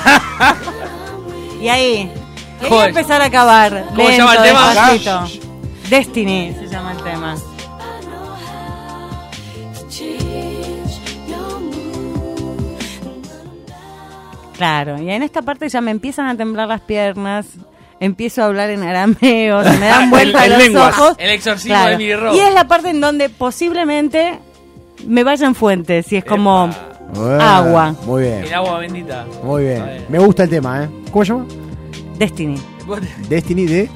S6: y ahí. Y ahí
S4: Joder.
S6: empezar a acabar.
S4: ¿Cómo se llama
S6: lento,
S4: el tema? Ah.
S6: despacito. Destiny se llama el tema. Claro, y en esta parte ya me empiezan a temblar las piernas, empiezo a hablar en arameo, se me dan vueltas
S5: El- el
S6: los
S5: lenguas.
S6: ojos.
S4: El exorcismo de Emily Rose.
S6: Y es la parte en donde posiblemente me vayan fuentes, y es como
S3: Bueno,
S6: agua.
S3: Muy bien.
S4: El agua bendita.
S3: Muy
S4: A
S3: bien.
S4: ver.
S3: Me gusta el tema, ¿eh? ¿Cómo se llama?
S6: Destiny.
S3: Destiny de.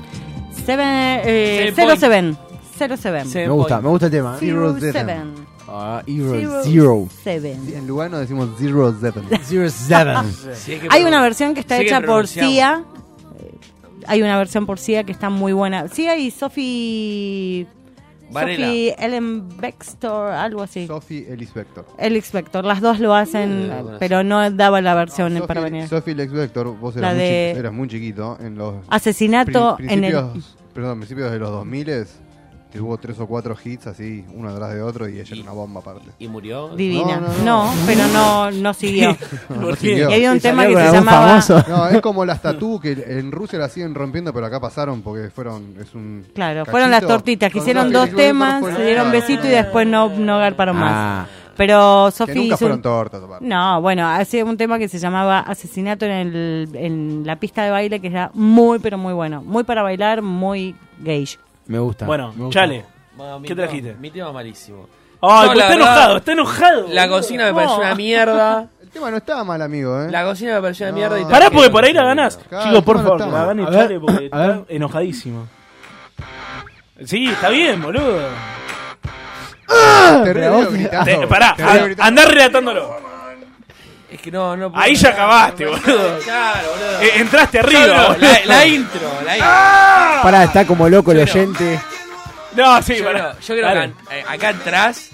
S6: Seven, eh,
S4: Seven
S6: Zero
S4: point.
S6: Seven. Zero Seven.
S4: Se-
S3: Me gusta, me gusta el tema. ¿eh?
S6: Zero
S7: Zero Seven.
S6: Seven.
S3: Ah, Hero
S6: Zero
S3: Zero.
S6: Seven.
S7: En Lugano decimos Zero Seven.
S3: Zero Seven.
S4: Sí, es que
S6: Hay
S4: pro-
S6: una versión que está
S4: sí que
S6: hecha por
S4: pronunciamos.
S6: Sia. hay una versión por Sia que está muy buena. Sia y Sophie.
S7: Varela.
S6: Sophie Ellen Bextor, algo así.
S7: Sophie Ellis Vector.
S6: Alex Vector, las dos lo hacen,
S7: Eh, bueno,
S6: pero no daba la versión para venir.
S7: Sophie Ellis Vector, vos
S6: La
S7: eras, muy
S6: de-
S7: chiqui- eras muy chiquito en los.
S6: Asesinato
S7: pri-
S6: en el-
S7: principios- Perdón, principios de los 2000 que hubo tres o cuatro hits así, uno atrás de otro, y ella era una bomba aparte.
S4: ¿Y murió?
S6: Divina. No, pero no- no siguió. ¿Por qué? Y había un ¿Y tema salió que con se algún llamaba- famoso?
S7: No, es como las tatú que en Rusia la siguen rompiendo, pero acá pasaron porque fueron. Es un
S6: Claro, fueron las
S7: cachito.
S6: tortitas, que
S7: Son
S6: hicieron
S7: tortitas
S6: dos
S7: que fueron
S6: temas,
S7: fuera-
S6: se dieron
S7: Claro.
S6: besito y después no, no garparon
S7: Ah.
S6: más. Pero Sofi
S7: nunca
S6: hizo un-
S7: fueron tortas, aparte.
S6: No, bueno, hacía un tema que se llamaba Asesinato en, el- en la pista de baile, que era muy, pero muy bueno. Muy para bailar, muy gay.
S3: Me gusta.
S5: Bueno,
S3: me gusta.
S5: chale.
S4: Bueno, mi
S5: ¿Qué
S4: tema-
S5: trajiste?
S4: Mi tema malísimo.
S5: Ay,
S4: No,
S5: pues
S4: la
S5: está
S4: verdad,
S5: enojado, está enojado.
S4: La cocina me
S5: No.
S4: pareció una mierda.
S7: El tema no estaba mal, amigo, ¿eh?
S4: La cocina me pareció una mierda. Y
S5: Pará,
S4: traje-
S5: porque por ahí la ganás.
S4: Claro,
S5: Chicos, por
S4: no
S5: favor,
S4: estamos.
S5: la van a
S4: A
S5: echar
S4: ver,
S5: porque está enojadísimo. Sí, está bien, boludo.
S7: Te
S5: Pero
S7: veo
S5: vos-
S7: gritando.
S5: Te- pará,
S7: Te veo
S5: a-
S7: gritando.
S5: andá relatándolo.
S4: Es que no, no
S5: Ahí ya acabaste, boludo. Eh, entraste arriba.
S4: Solo, la-
S5: boludo. Ah,
S4: la intro, la intro.
S3: Pará, está como loco el oyente.
S5: No, sí,
S4: yo
S5: pará.
S4: creo, yo creo
S5: Dale.
S4: que eh, acá, acá atrás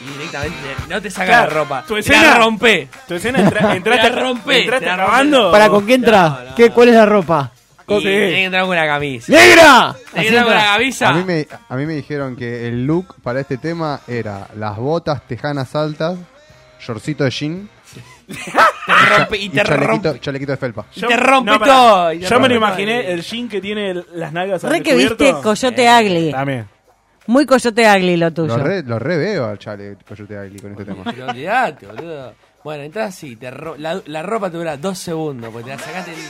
S4: y directamente no te sacas
S5: Claro,
S4: la ropa.
S5: Tu
S4: Te
S5: escena
S4: la rompé.
S5: Tu escena entra- entraste
S4: Te la rompé,
S5: Entraste
S4: te la rompé.
S5: acabando.
S3: ¿Para con qué entra? ¿Qué, ¿Cuál es la ropa?
S4: Y tenés que entrar con la camisa.
S3: ¡Negra!
S4: Tenés que entrar con la
S7: A mí,
S4: camisa.
S7: me, a mí me dijeron que el look para este tema era las botas tejanas altas, shortcito de jean
S4: Te rompe y te rompe.
S7: chalequito, chalequito de felpa.
S5: Yo-
S4: te rompe
S5: pará.
S4: todo, y te
S5: Yo me
S4: rompe
S5: lo
S4: todo.
S5: imaginé el jean que tiene el- las nalgas al
S6: Re que viste
S5: descubierto.
S6: Coyote
S5: Eh,
S6: Agli.
S5: También.
S6: Muy Coyote Agli lo tuyo.
S7: Lo re, lo re veo al chale Coyote Agli con este tema.
S4: No olvidate, boludo. Bueno, entras así, te ro- la, la ropa te dura dos segundos, porque te la sacaste en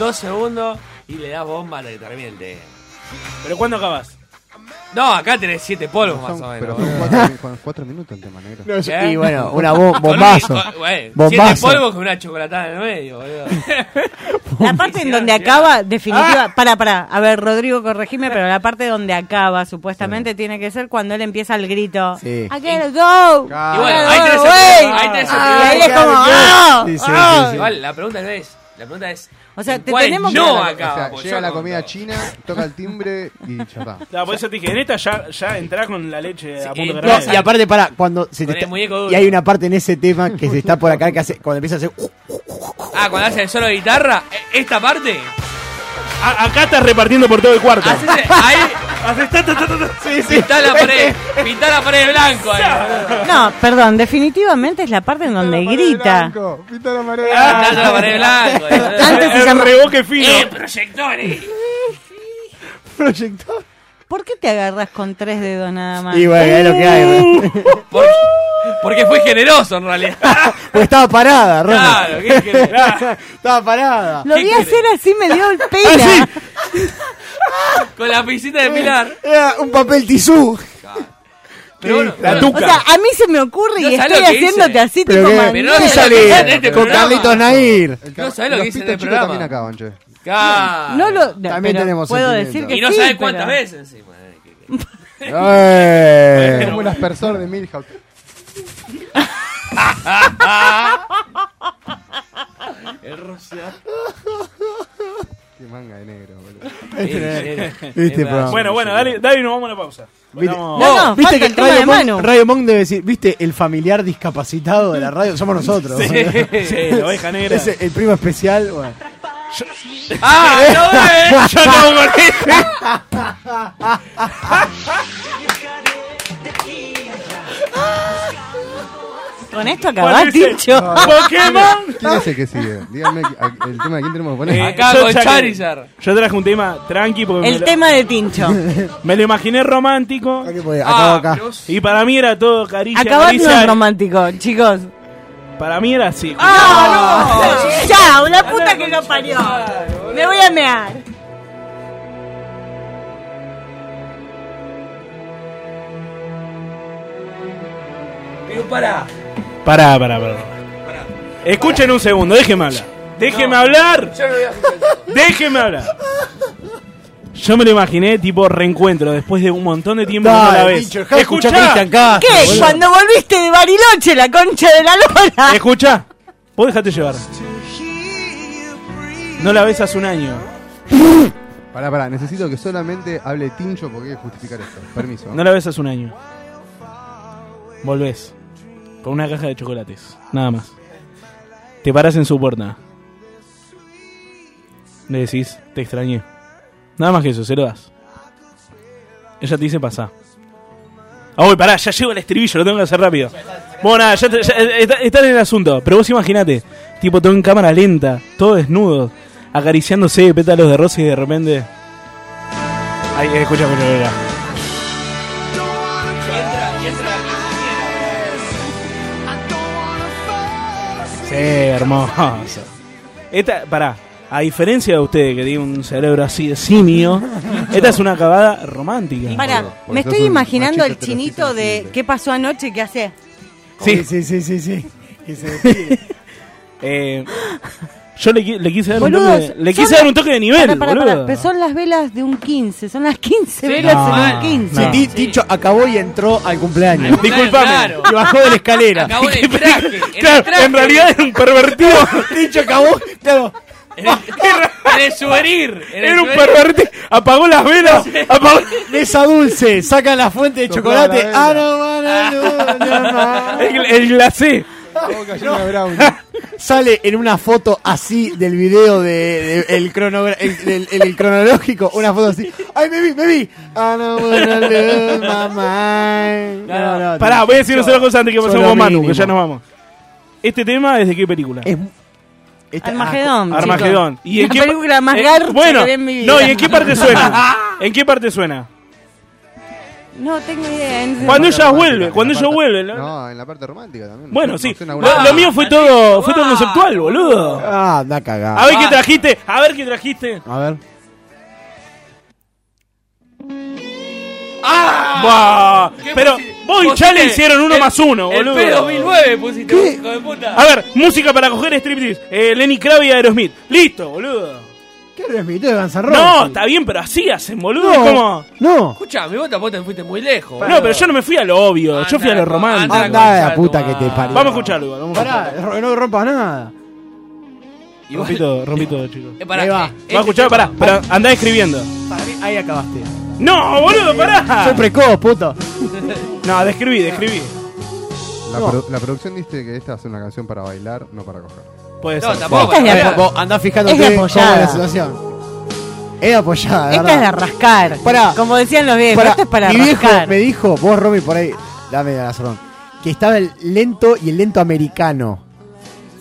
S4: dos segundos y le das bomba hasta que termine el tema.
S5: ¿Pero cuándo acabas?
S4: No, acá tenés siete polvos más o
S7: Son-
S4: menos.
S7: pero
S4: boludo.
S7: son cuatro, con cuatro minutos el tema negro.
S3: No, es-
S4: ¿Eh?
S3: Y bueno, una bo-
S4: Con un-
S3: bombazo.
S4: con- bueno, Siete
S3: Bombazo.
S4: polvos con una chocolatada en el medio, boludo.
S6: La parte en donde acaba,
S5: Ah.
S6: definitiva, para, para, a ver, Rodrigo, corregime, pero la parte donde acaba, supuestamente, tiene que ser cuando él empieza el grito.
S3: Sí.
S6: I gotta go.
S4: Y bueno,
S6: I
S4: ahí
S6: gotta
S4: tenés
S6: go,
S4: el
S6: wey.
S4: primer- ahí tenés el
S6: Ah,
S4: primer-
S6: él es como, ah,
S3: Sí, sí,
S4: ah.
S3: sí, sí.
S4: Igual, la pregunta no es, la pregunta es,
S6: O sea, te
S4: ¿cuál es
S6: tenemos que-
S4: no
S6: O sea,
S4: acá?
S7: O sea,
S4: Porque
S7: llega
S4: yo
S7: la
S4: no-
S7: comida china, toca el timbre y ya está.
S5: Claro, por eso te dije, en esta ya, ya entrás con la leche a punto de
S3: No,
S5: caramelo.
S3: y aparte, para, cuando se te
S5: Con el
S3: está-
S5: muñeco duro.
S3: Y hay una parte en ese tema que se está por acá que hace, cuando empieza a hacer. uh.
S4: Ah, cuando haces el solo de guitarra, eh, esta parte,
S5: A- acá estás repartiendo por todo el cuarto.
S4: haces ahí,
S5: Haces ta, ta, ta, ta, ta. Sí, sí.
S4: pintá la pared, pintá la pared de blanco ahí.
S6: No, perdón, definitivamente es la parte en donde grita.
S7: Pinta la pared.
S4: Pintá Ah, la pared de blanco.
S6: Antes se
S5: El
S6: llama-
S5: reboque fino.
S4: ¡Eh, proyectores!
S3: Proyector.
S6: ¿Por qué te agarras con tres dedos nada más? Uh.
S3: Y bueno, es lo que hay. güey.
S4: Porque, porque fue generoso en realidad.
S3: Porque estaba parada, Ronnie.
S4: Claro, ¿qué querés?
S3: estaba parada.
S6: Lo vi hacer así, me dio el pena.
S4: Con la piscina de Pilar.
S3: Era un papel tisú.
S4: Pero bueno,
S3: La
S4: bueno,
S6: O sea, a mí se me ocurre
S4: No,
S6: y
S4: ¿sabés
S6: estoy
S4: lo que hice?
S6: haciéndote así,
S3: Pero
S6: tipo
S3: que,
S6: man-
S4: Pero
S3: ¿qué
S4: no
S3: sale?
S4: sabés lo que hice en este
S3: con
S4: programa.
S3: Carlitos Nair.
S4: No sabés lo
S7: Los
S4: que hice en
S7: pitos
S4: el
S7: chicos también
S4: programa.
S7: acaban, che.
S4: Claro.
S6: este No lo.
S3: También
S6: pero
S3: tenemos
S6: Puedo
S3: sentimientos.
S6: decir que
S4: y no
S6: sí,
S4: sabés cuántas
S6: pero-
S4: veces encima.
S3: Eh.
S7: Es como el aspersor de Milhouse.
S4: El Rusia.
S7: Qué manga de negro, boludo. este
S3: Viste, programa.
S5: Bueno, bueno, dale, dale y nos vamos a la pausa.
S3: Viste,
S5: Volvamos.
S6: No, no,
S3: ¿viste
S6: falta
S3: que
S6: el tema
S3: Radio
S6: de
S3: Monk,
S6: Manu.
S3: Radio Monk debe decir, viste, el familiar discapacitado de la radio somos nosotros.
S5: Sí, la oveja negra.
S3: Ese, el primo especial, bueno.
S4: ¡Ah! ¡No ves!
S5: Yo no con este.
S6: Con esto acabás,
S5: Parece-
S6: dicho.
S5: Pokémon.
S7: ¿Quién es el que sigue? Díganme a- el tema de quién tenemos que poner.
S5: Eh,
S4: Acá
S5: yo
S4: con
S5: ya que-
S4: Charizard.
S5: Yo traje un tema tranqui porque me
S6: El
S5: lo-
S6: tema de Tincho.
S5: me lo imaginé romántico.
S3: Hay que poner,
S4: Ah,
S3: acabo acá.
S4: pero vos-
S5: Y para mí era todo caricia.
S6: Acabás no
S5: caricia.
S6: es romántico, chicos. Ah.
S5: Para mí era así.
S4: Ah,
S6: ¡Chao! ¡La puta que lo parió! Me voy a mear.
S4: Pero pará.
S5: Pará, pará, pará. Escuchen un segundo, déjeme hablar. Déjeme
S4: No.
S5: hablar.
S4: Yo no voy a escuchar
S5: Déjeme hablar. Yo me lo imaginé tipo reencuentro después de un montón de tiempo no la
S3: Dale,
S5: vez.
S3: bicho, dejá de escuchar a Cristian Castro,
S6: ¿Qué?
S3: boludo.
S6: Cuando volviste de Bariloche, la concha de la lora.
S5: Escucha, vos dejate llevar. No la ves hace un año.
S7: Pará, pará, necesito que solamente hable Tincho porque hay que justificar esto. Permiso. ¿eh?
S5: No la ves hace un año. Volvés. Con una caja de chocolates. Nada más. Te paras en su puerta. Le decís, te extrañé. Nada más que eso, se lo das. Ella te dice, pasa. Ah, uy, pará, ya llego el estribillo, lo tengo que hacer rápido. Bueno, nada, ya, te- ya- eh, está, está en el asunto. Pero vos imaginate, tipo todo en cámara lenta, todo desnudo, acariciándose de pétalos de rosa y de repente. Ahí, eh, escucha, escucha, escucha. Sí, hermoso. Esta, pará, a diferencia de ustedes que tiene un cerebro así de simio, esta es una cavada romántica.
S6: Para, me estoy imaginando el chinito de qué pasó anoche, qué hace.
S5: Sí,
S3: sí, sí, sí, sí.
S5: Eh, yo le, qui- le quise dar un
S6: Boludos,
S5: toque, le
S6: son
S5: quise dar
S6: las-
S5: un toque de nivel,
S6: Pará, pará,
S5: boludo.
S6: pará, pero son las velas de un 15, son las 15 velas en un 15.
S3: Sí, Di- Dicho, acabó y entró al cumpleaños.
S6: cumpleaños,
S3: Disculpame,
S6: claro.
S3: y bajó de la escalera.
S6: Acabó en
S3: el traje.
S5: Claro, en realidad era un pervertido.
S3: Dicho, acabó. Claro.
S16: En el subvenir. en el
S5: Era un
S16: souvenir.
S5: pervertido. Apagó las velas. Apagó...
S3: Esa dulce, saca la fuente de chocolate. Ah, no,
S5: El, el glacé.
S3: Sale en una foto así del video de, de- el, crono- el, el- el- el cronológico, una foto así. ¡Ay, me vi, me vi! Ah, no, bueno, no, mamá. No, no,
S5: Pará,
S3: no.
S5: voy a decir una sola cosa antes que
S3: Solo
S5: pasemos con Manu,
S3: mínimo.
S5: que ya nos vamos. Este tema es de qué película?
S3: Este-
S6: Armagedón.
S5: ah, Armagedón.
S6: chicos. la película más
S5: eh,
S6: garcha
S5: bueno,
S6: que vi en mi vida.
S5: No, ¿y en qué parte suena? ¿En qué parte suena?
S6: No tengo idea. en ese
S5: Cuando
S6: momento.
S5: ella vuelve, cuando ella vuelve. ¿no?
S7: No, en la parte romántica también.
S5: Bueno,
S7: No
S5: sí.
S7: suena
S5: Lo,
S7: una-
S5: lo mío fue todo, fue todo conceptual, boludo.
S3: Ah, da cagada.
S5: A ver qué trajiste, a ver qué trajiste.
S3: A ver.
S5: Ah. Buah, Pero vos y Chale hicieron uno más uno,
S16: El
S5: boludo.
S16: P2009 pusiste, hijo de puta.
S5: A ver, música para coger striptease. Eh, Lenny Kravitz y Aerosmith. Listo, boludo.
S3: Ah, ¿Qué eres, mi tío de Guns N'
S5: No,
S3: Roses?
S5: está bien, pero así hacen, boludo.
S3: No,
S5: ¿Cómo?
S3: no.
S16: Escuchame, vos tampoco te fuiste muy lejos.
S5: No, pero yo no me fui a lo obvio. yo fui a lo romántico.
S3: Anda de la puta que te parió.
S5: Vamos a escucharlo igual. Vamos a
S3: Pará,
S5: escucharlo.
S3: ro- no rompa nada.
S5: Rompí todo, rompí todo, chicos.
S16: Eh, pará,
S3: Ahí va.
S16: eh,
S5: Vamos a escuchar, pará, pará, andá escribiendo.
S3: Ahí acabaste.
S5: No, boludo, pará.
S3: Soy precoz, puto.
S5: No, describí, describí.
S7: La,
S3: No.
S7: produ- la producción dice que esta es una canción para bailar, no para coger.
S5: Puede
S3: ser. Esta es la apo- vos andá fijándote
S6: es la
S3: cómo
S6: apoyada.
S3: es la situación. Es apoyada,
S6: Esta es de rascar.
S3: Pará.
S6: Como decían los viejos,
S3: Pará,
S6: Eh, esto es para
S3: mi viejo
S6: rascar.
S3: me dijo, vos Romy por ahí, dame la razón, que estaba el lento y el lento americano.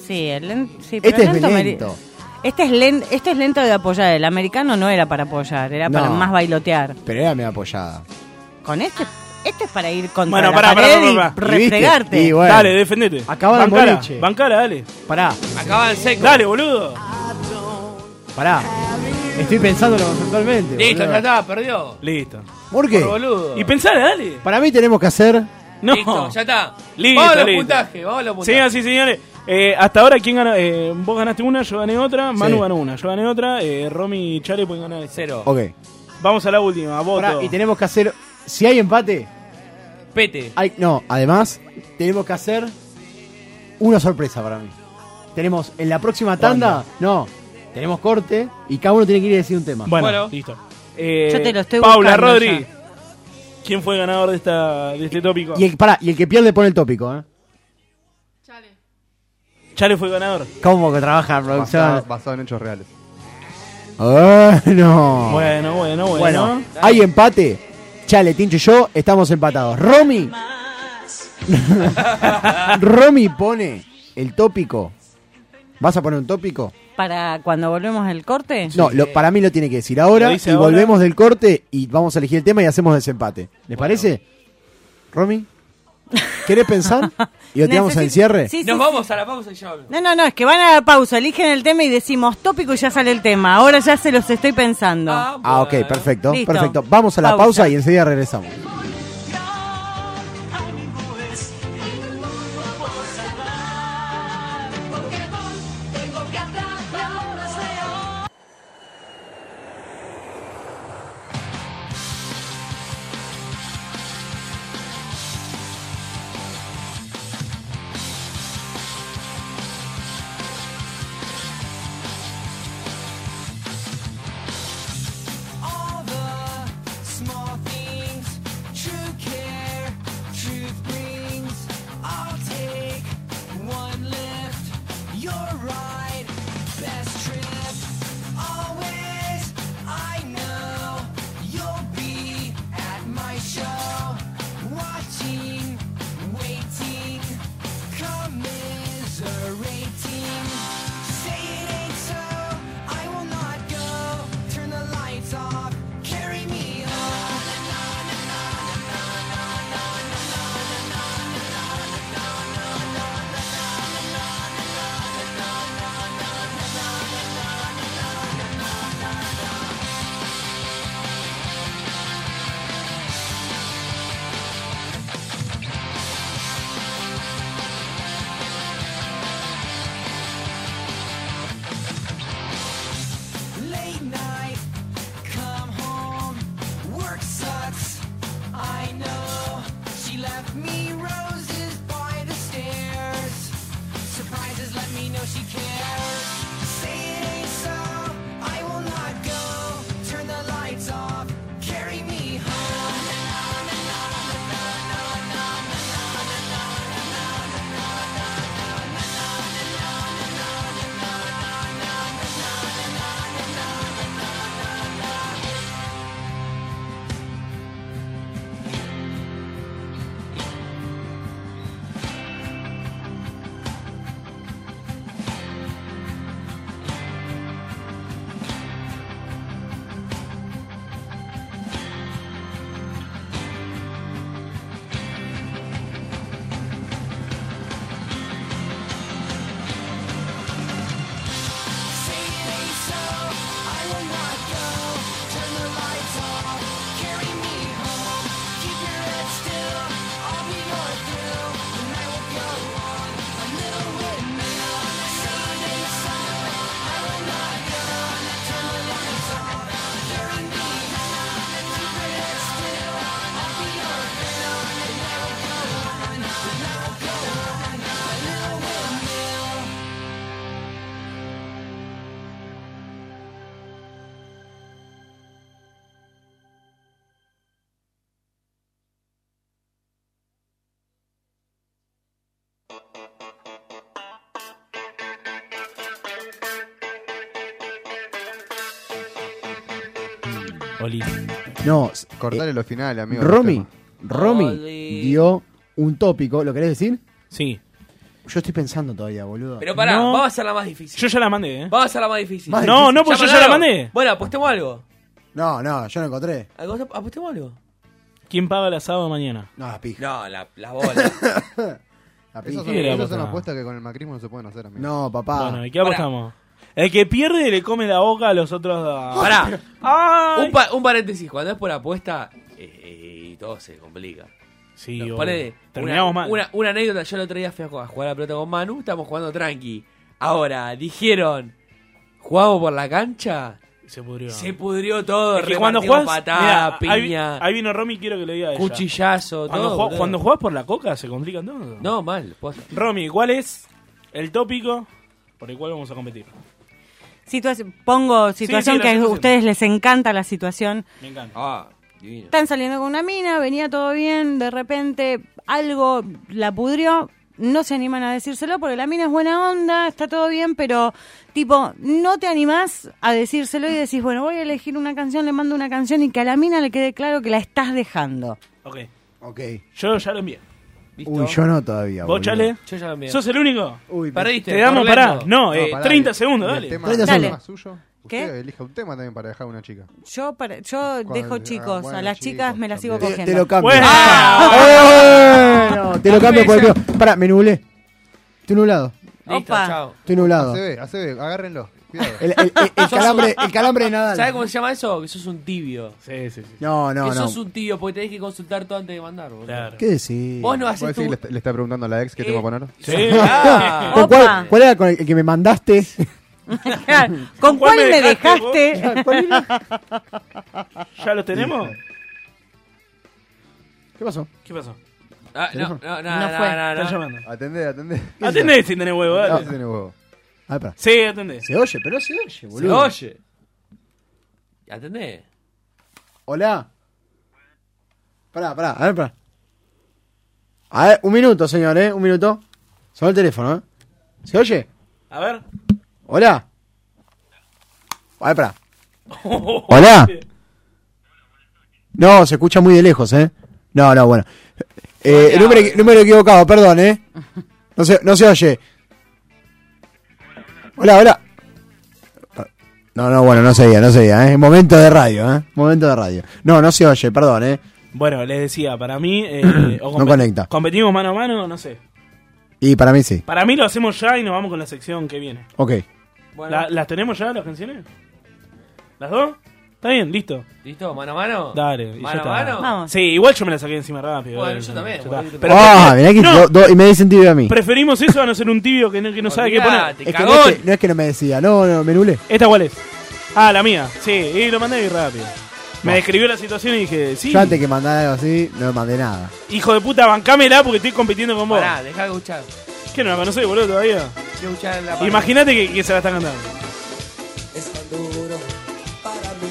S6: Sí, el len- sí, pero
S3: Este es
S6: lento me-
S3: lento.
S6: Este es, len- este es lento de apoyar. El americano no era para apoyar, era
S3: No.
S6: para más bailotear.
S3: Pero era medio apoyada.
S6: Con este, este es para ir contra
S5: Bueno,
S6: la
S5: pará, pará,
S6: pared
S5: pará,
S6: y
S5: pará.
S6: refregarte.
S3: Y bueno.
S5: Dale, defendete.
S3: Acabá la
S5: Bancala,
S3: boliche.
S5: Bancala, dale.
S3: Pará,
S16: Acaban seco.
S5: Dale, boludo.
S3: pará. Estoy pensándolo conceptualmente.
S16: Listo,
S3: boludo.
S16: ya está, perdió.
S5: Listo.
S3: ¿Por qué?
S16: Por boludo.
S5: Y pensala, dale.
S3: Para mí tenemos que hacer...
S5: No.
S16: Listo, ya está.
S5: Listo,
S16: vamos a los
S5: listo.
S16: puntajes, vamos a los puntajes.
S5: Señoras y señores, eh, hasta ahora, ¿quién gana? Eh, vos ganaste una, yo gané otra, Manu
S3: Sí.
S5: ganó una, yo gané otra, eh, Romy y Chale pueden ganar cero.
S3: Ok.
S5: Vamos a la última, voto.
S3: Pará, y tenemos que hacer... Si hay empate,
S16: Pete.
S3: hay... No, además, tenemos que hacer una sorpresa para mí. Tenemos en la próxima tanda... No, tenemos corte y cada uno tiene que ir a decir un tema.
S5: Bueno, listo. Eh,
S6: Yo te lo estoy
S5: Paula,
S6: buscando
S5: Rodri, ¿quién fue el ganador de, esta, de este tópico?
S3: Y el, pará, y el que pierde pone el tópico, ¿eh?
S5: Chale fue el ganador.
S3: ¿Cómo que trabaja la
S7: Basada-
S3: producción?
S7: basado en hechos reales.
S3: Bueno.
S5: Bueno, bueno, bueno.
S3: Bueno, hay empate. Chale, Tincho y yo estamos empatados. Romy. Romy pone el tópico. ¿Vas a poner un tópico?
S6: Para cuando volvemos del corte.
S3: No, lo- para mí lo tiene que decir ahora.
S5: Lo
S3: Y
S5: dice ahora.
S3: volvemos del corte y vamos a elegir el tema y hacemos desempate. ¿Les parece? Romy, ¿querés pensar? ¿Y lo tiramos
S6: Necesi-
S3: al cierre?
S6: Sí, sí,
S16: Nos
S6: sí.
S16: vamos a la pausa y ya hablo.
S6: No, no, no, es que van a la pausa, eligen el tema y decimos tópico y ya sale el tema. Ahora ya se los estoy pensando.
S3: Ah, ok, perfecto,
S6: Listo.
S3: perfecto. Vamos a la
S6: Pausa.
S3: pausa y enseguida regresamos.
S2: Tengo
S5: Oli.
S3: No,
S7: Cortale los finales, amigo.
S3: Romy, Romy dio un tópico, ¿lo querés decir?
S5: Sí.
S3: Yo estoy pensando todavía, boludo.
S4: Pero pará,
S3: No.
S4: vamos a hacer la más difícil.
S5: Yo ya la mandé, ¿eh?
S4: Vamos a hacer la más difícil. pues
S3: Más No, difícil. no, porque yo ya la
S4: mandaron.
S3: mandé.
S4: Bueno,
S5: pues
S4: apostemos algo.
S3: No, no, yo no encontré.
S4: ¿Algo- ¿Apostemos algo?
S5: ¿Quién paga el asado de mañana?
S3: No, la pija.
S4: No, la, las bolas.
S7: Esas son,
S5: ¿Qué le
S7: esas
S5: vamos
S7: son
S5: a-
S7: apuestas que con el macrismo no se pueden hacer, amigo.
S3: No, papá.
S5: Bueno, ¿y qué apostamos? El que pierde le come la boca a los otros. a-
S4: Ah, Pará.
S5: Ay.
S4: Un, pa- un paréntesis, cuando es por apuesta, eh, eh, y todo se complica.
S5: Sí,
S4: No,
S5: obvio.
S4: ponele,
S5: Terminamos
S4: una,
S5: mal.
S4: Una, una anécdota, yo el otro día fui a jugar, a jugar a la pelota con Manu, estamos jugando tranqui. Ahora, dijeron, jugamos por la cancha.
S5: Se pudrió.
S4: Se pudrió todo,
S5: Es que cuando
S4: repartimos
S5: jugás.
S4: patada,
S5: mirá, ahí vi-
S4: piña,
S5: ahí, vino Romy, quiero que le diga a ella.
S4: cuchillazo,
S5: Cuando,
S4: todo.
S5: jugás-
S4: boludo.
S5: cuando jugás por la coca se complican todo.
S4: No, mal. posta.
S5: Romy, ¿cuál es el tópico por el cual vamos a competir?
S6: Situa- pongo
S5: Sí,
S6: situación
S5: sí, la
S6: que a
S5: situación.
S6: ustedes les encanta la situación.
S5: Me encanta.
S4: Ah, divino.
S6: Están saliendo con una mina, venía todo bien, de repente algo la pudrió, no se animan a decírselo porque la mina es buena onda, está todo bien, pero tipo, no te animás a decírselo y decís, bueno, voy a elegir una canción, le mando una canción y que a la mina le quede claro que la estás dejando.
S5: Ok.
S3: Ok.
S5: Yo ya lo envié.
S3: Uy, yo no todavía.
S5: ¿Vos,
S3: boludo.
S5: Chale?
S4: Yo ya lo envié.
S5: ¿Sos el único?
S3: Uy,
S4: Perdiste.
S5: Te damos
S4: Orlando.
S5: pará. No, eh,
S7: pará,
S5: 30
S7: y-
S5: segundos,
S7: y
S5: dale.
S7: El tema,
S3: 30
S7: el tema
S6: segundos.
S7: suyo.
S6: ¿Qué?
S7: Usted elija un tema también para dejar una chica.
S6: Yo para- yo
S7: Cuando-
S6: dejo
S7: ah,
S6: chicos, a
S7: bueno,
S6: las chicas
S7: chicos,
S6: me las sigo
S3: Te,
S6: cogiendo.
S3: te lo cambio.
S5: Bueno.
S3: Ah, bueno, te lo cambio por el peor. Pará, me nublé. Estoy nublado.
S4: Listo,
S6: Opa.
S4: chao.
S3: Estoy nublado.
S7: ACB, ACB, agárrenlo. Cuidado.
S3: El, el- Eh, el- el calambre, el calambre de
S4: ¿Sabes
S3: Nadal.
S4: cómo se llama eso? Que sos un tibio.
S5: Sí, sí, sí.
S3: No, no,
S4: que
S3: no.
S4: sos un tibio, porque tenés que consultar todo antes de mandar, boludo.
S5: Claro.
S3: ¿Qué decís?
S4: Vos no
S7: ¿Vos
S4: haces
S7: decís
S4: tu...
S7: que le, está- le está preguntando a la ex qué
S4: Eh,
S7: tema poner?
S5: Sí.
S4: Ah.
S3: ¿Con
S6: Opa.
S3: ¿Cuál, cuál era con el que me mandaste?
S6: ¿Con cuál me
S5: dejaste vos?
S6: dejaste?
S3: ¿Cuál era?
S5: ¿Ya lo tenemos?
S3: ¿Qué pasó?
S5: ¿Qué pasó?
S4: Ah, no, no, no,
S6: No
S4: no,
S6: fue.
S4: no, no.
S5: Están llamando.
S7: Atendé, atendé.
S5: Atendé si tenés huevo,
S7: No,
S5: dale.
S7: tiene huevo.
S3: A ver, Ah, pará.
S5: Sí, atendé.
S3: Se oye, pero no se oye,
S4: Se
S3: boludo.
S4: oye. ¿Atendés?
S3: Hola. Pará, pará, a ver, pará. A ver, un minuto, señor, ¿eh? Un minuto. Sonó el teléfono, ¿eh? ¿Se oye?
S5: A ver.
S3: Hola. A ver, pará. Hola. No, se escucha muy de lejos, ¿eh? No, no, bueno. Eh, el número, número equivocado, perdón, ¿eh? No se, no se oye. Hola, hola. No, no, bueno, no se oía, no se oía, ¿eh? Momento de radio, ¿eh? Momento de radio. No, no se oye, perdón, ¿eh?
S5: Bueno, les decía, para mí. eh, o
S3: No
S5: compet-
S3: conecta.
S5: Competimos mano a mano, no sé.
S3: Y para mí sí.
S5: Para mí lo hacemos ya y nos vamos con la sección que viene.
S3: Ok.
S4: Bueno,
S5: La- ¿Las tenemos ya, las canciones? ¿Las dos? Está bien, listo.
S4: ¿listo? ¿Mano a mano?
S5: Dale. y ya
S4: ¿Mano a
S5: está.
S4: mano?
S6: Vamos.
S5: Sí, igual yo me la saqué encima rápido.
S4: Bueno,
S5: eh,
S4: yo también,
S5: ya
S4: boludo,
S5: está.
S4: yo
S5: Pero
S3: Ah, mirá que
S5: no,
S3: do- do- y me dicen tibio a mí.
S5: preferimos eso a no ser un tibio que no, que no sabe qué poner.
S4: Olvidate,
S3: Es que no,
S4: cagón.
S3: es que, no es que no me decía, no, no, me nulé.
S5: ¿Esta cuál es? Ah, la mía. Sí, y lo mandé rápido. Me describió la situación y dije, sí,
S3: Yo antes que mandar algo así, no mandé nada.
S5: hijo de puta, bancámela porque estoy compitiendo con vos.
S4: Pará, dejá de escuchar. Dejá
S5: ¿Qué no la conocés, boludo, todavía?
S4: de escuchar la parte.
S5: Imagínate que, que se la están cantando.
S14: Es tan duro para mí.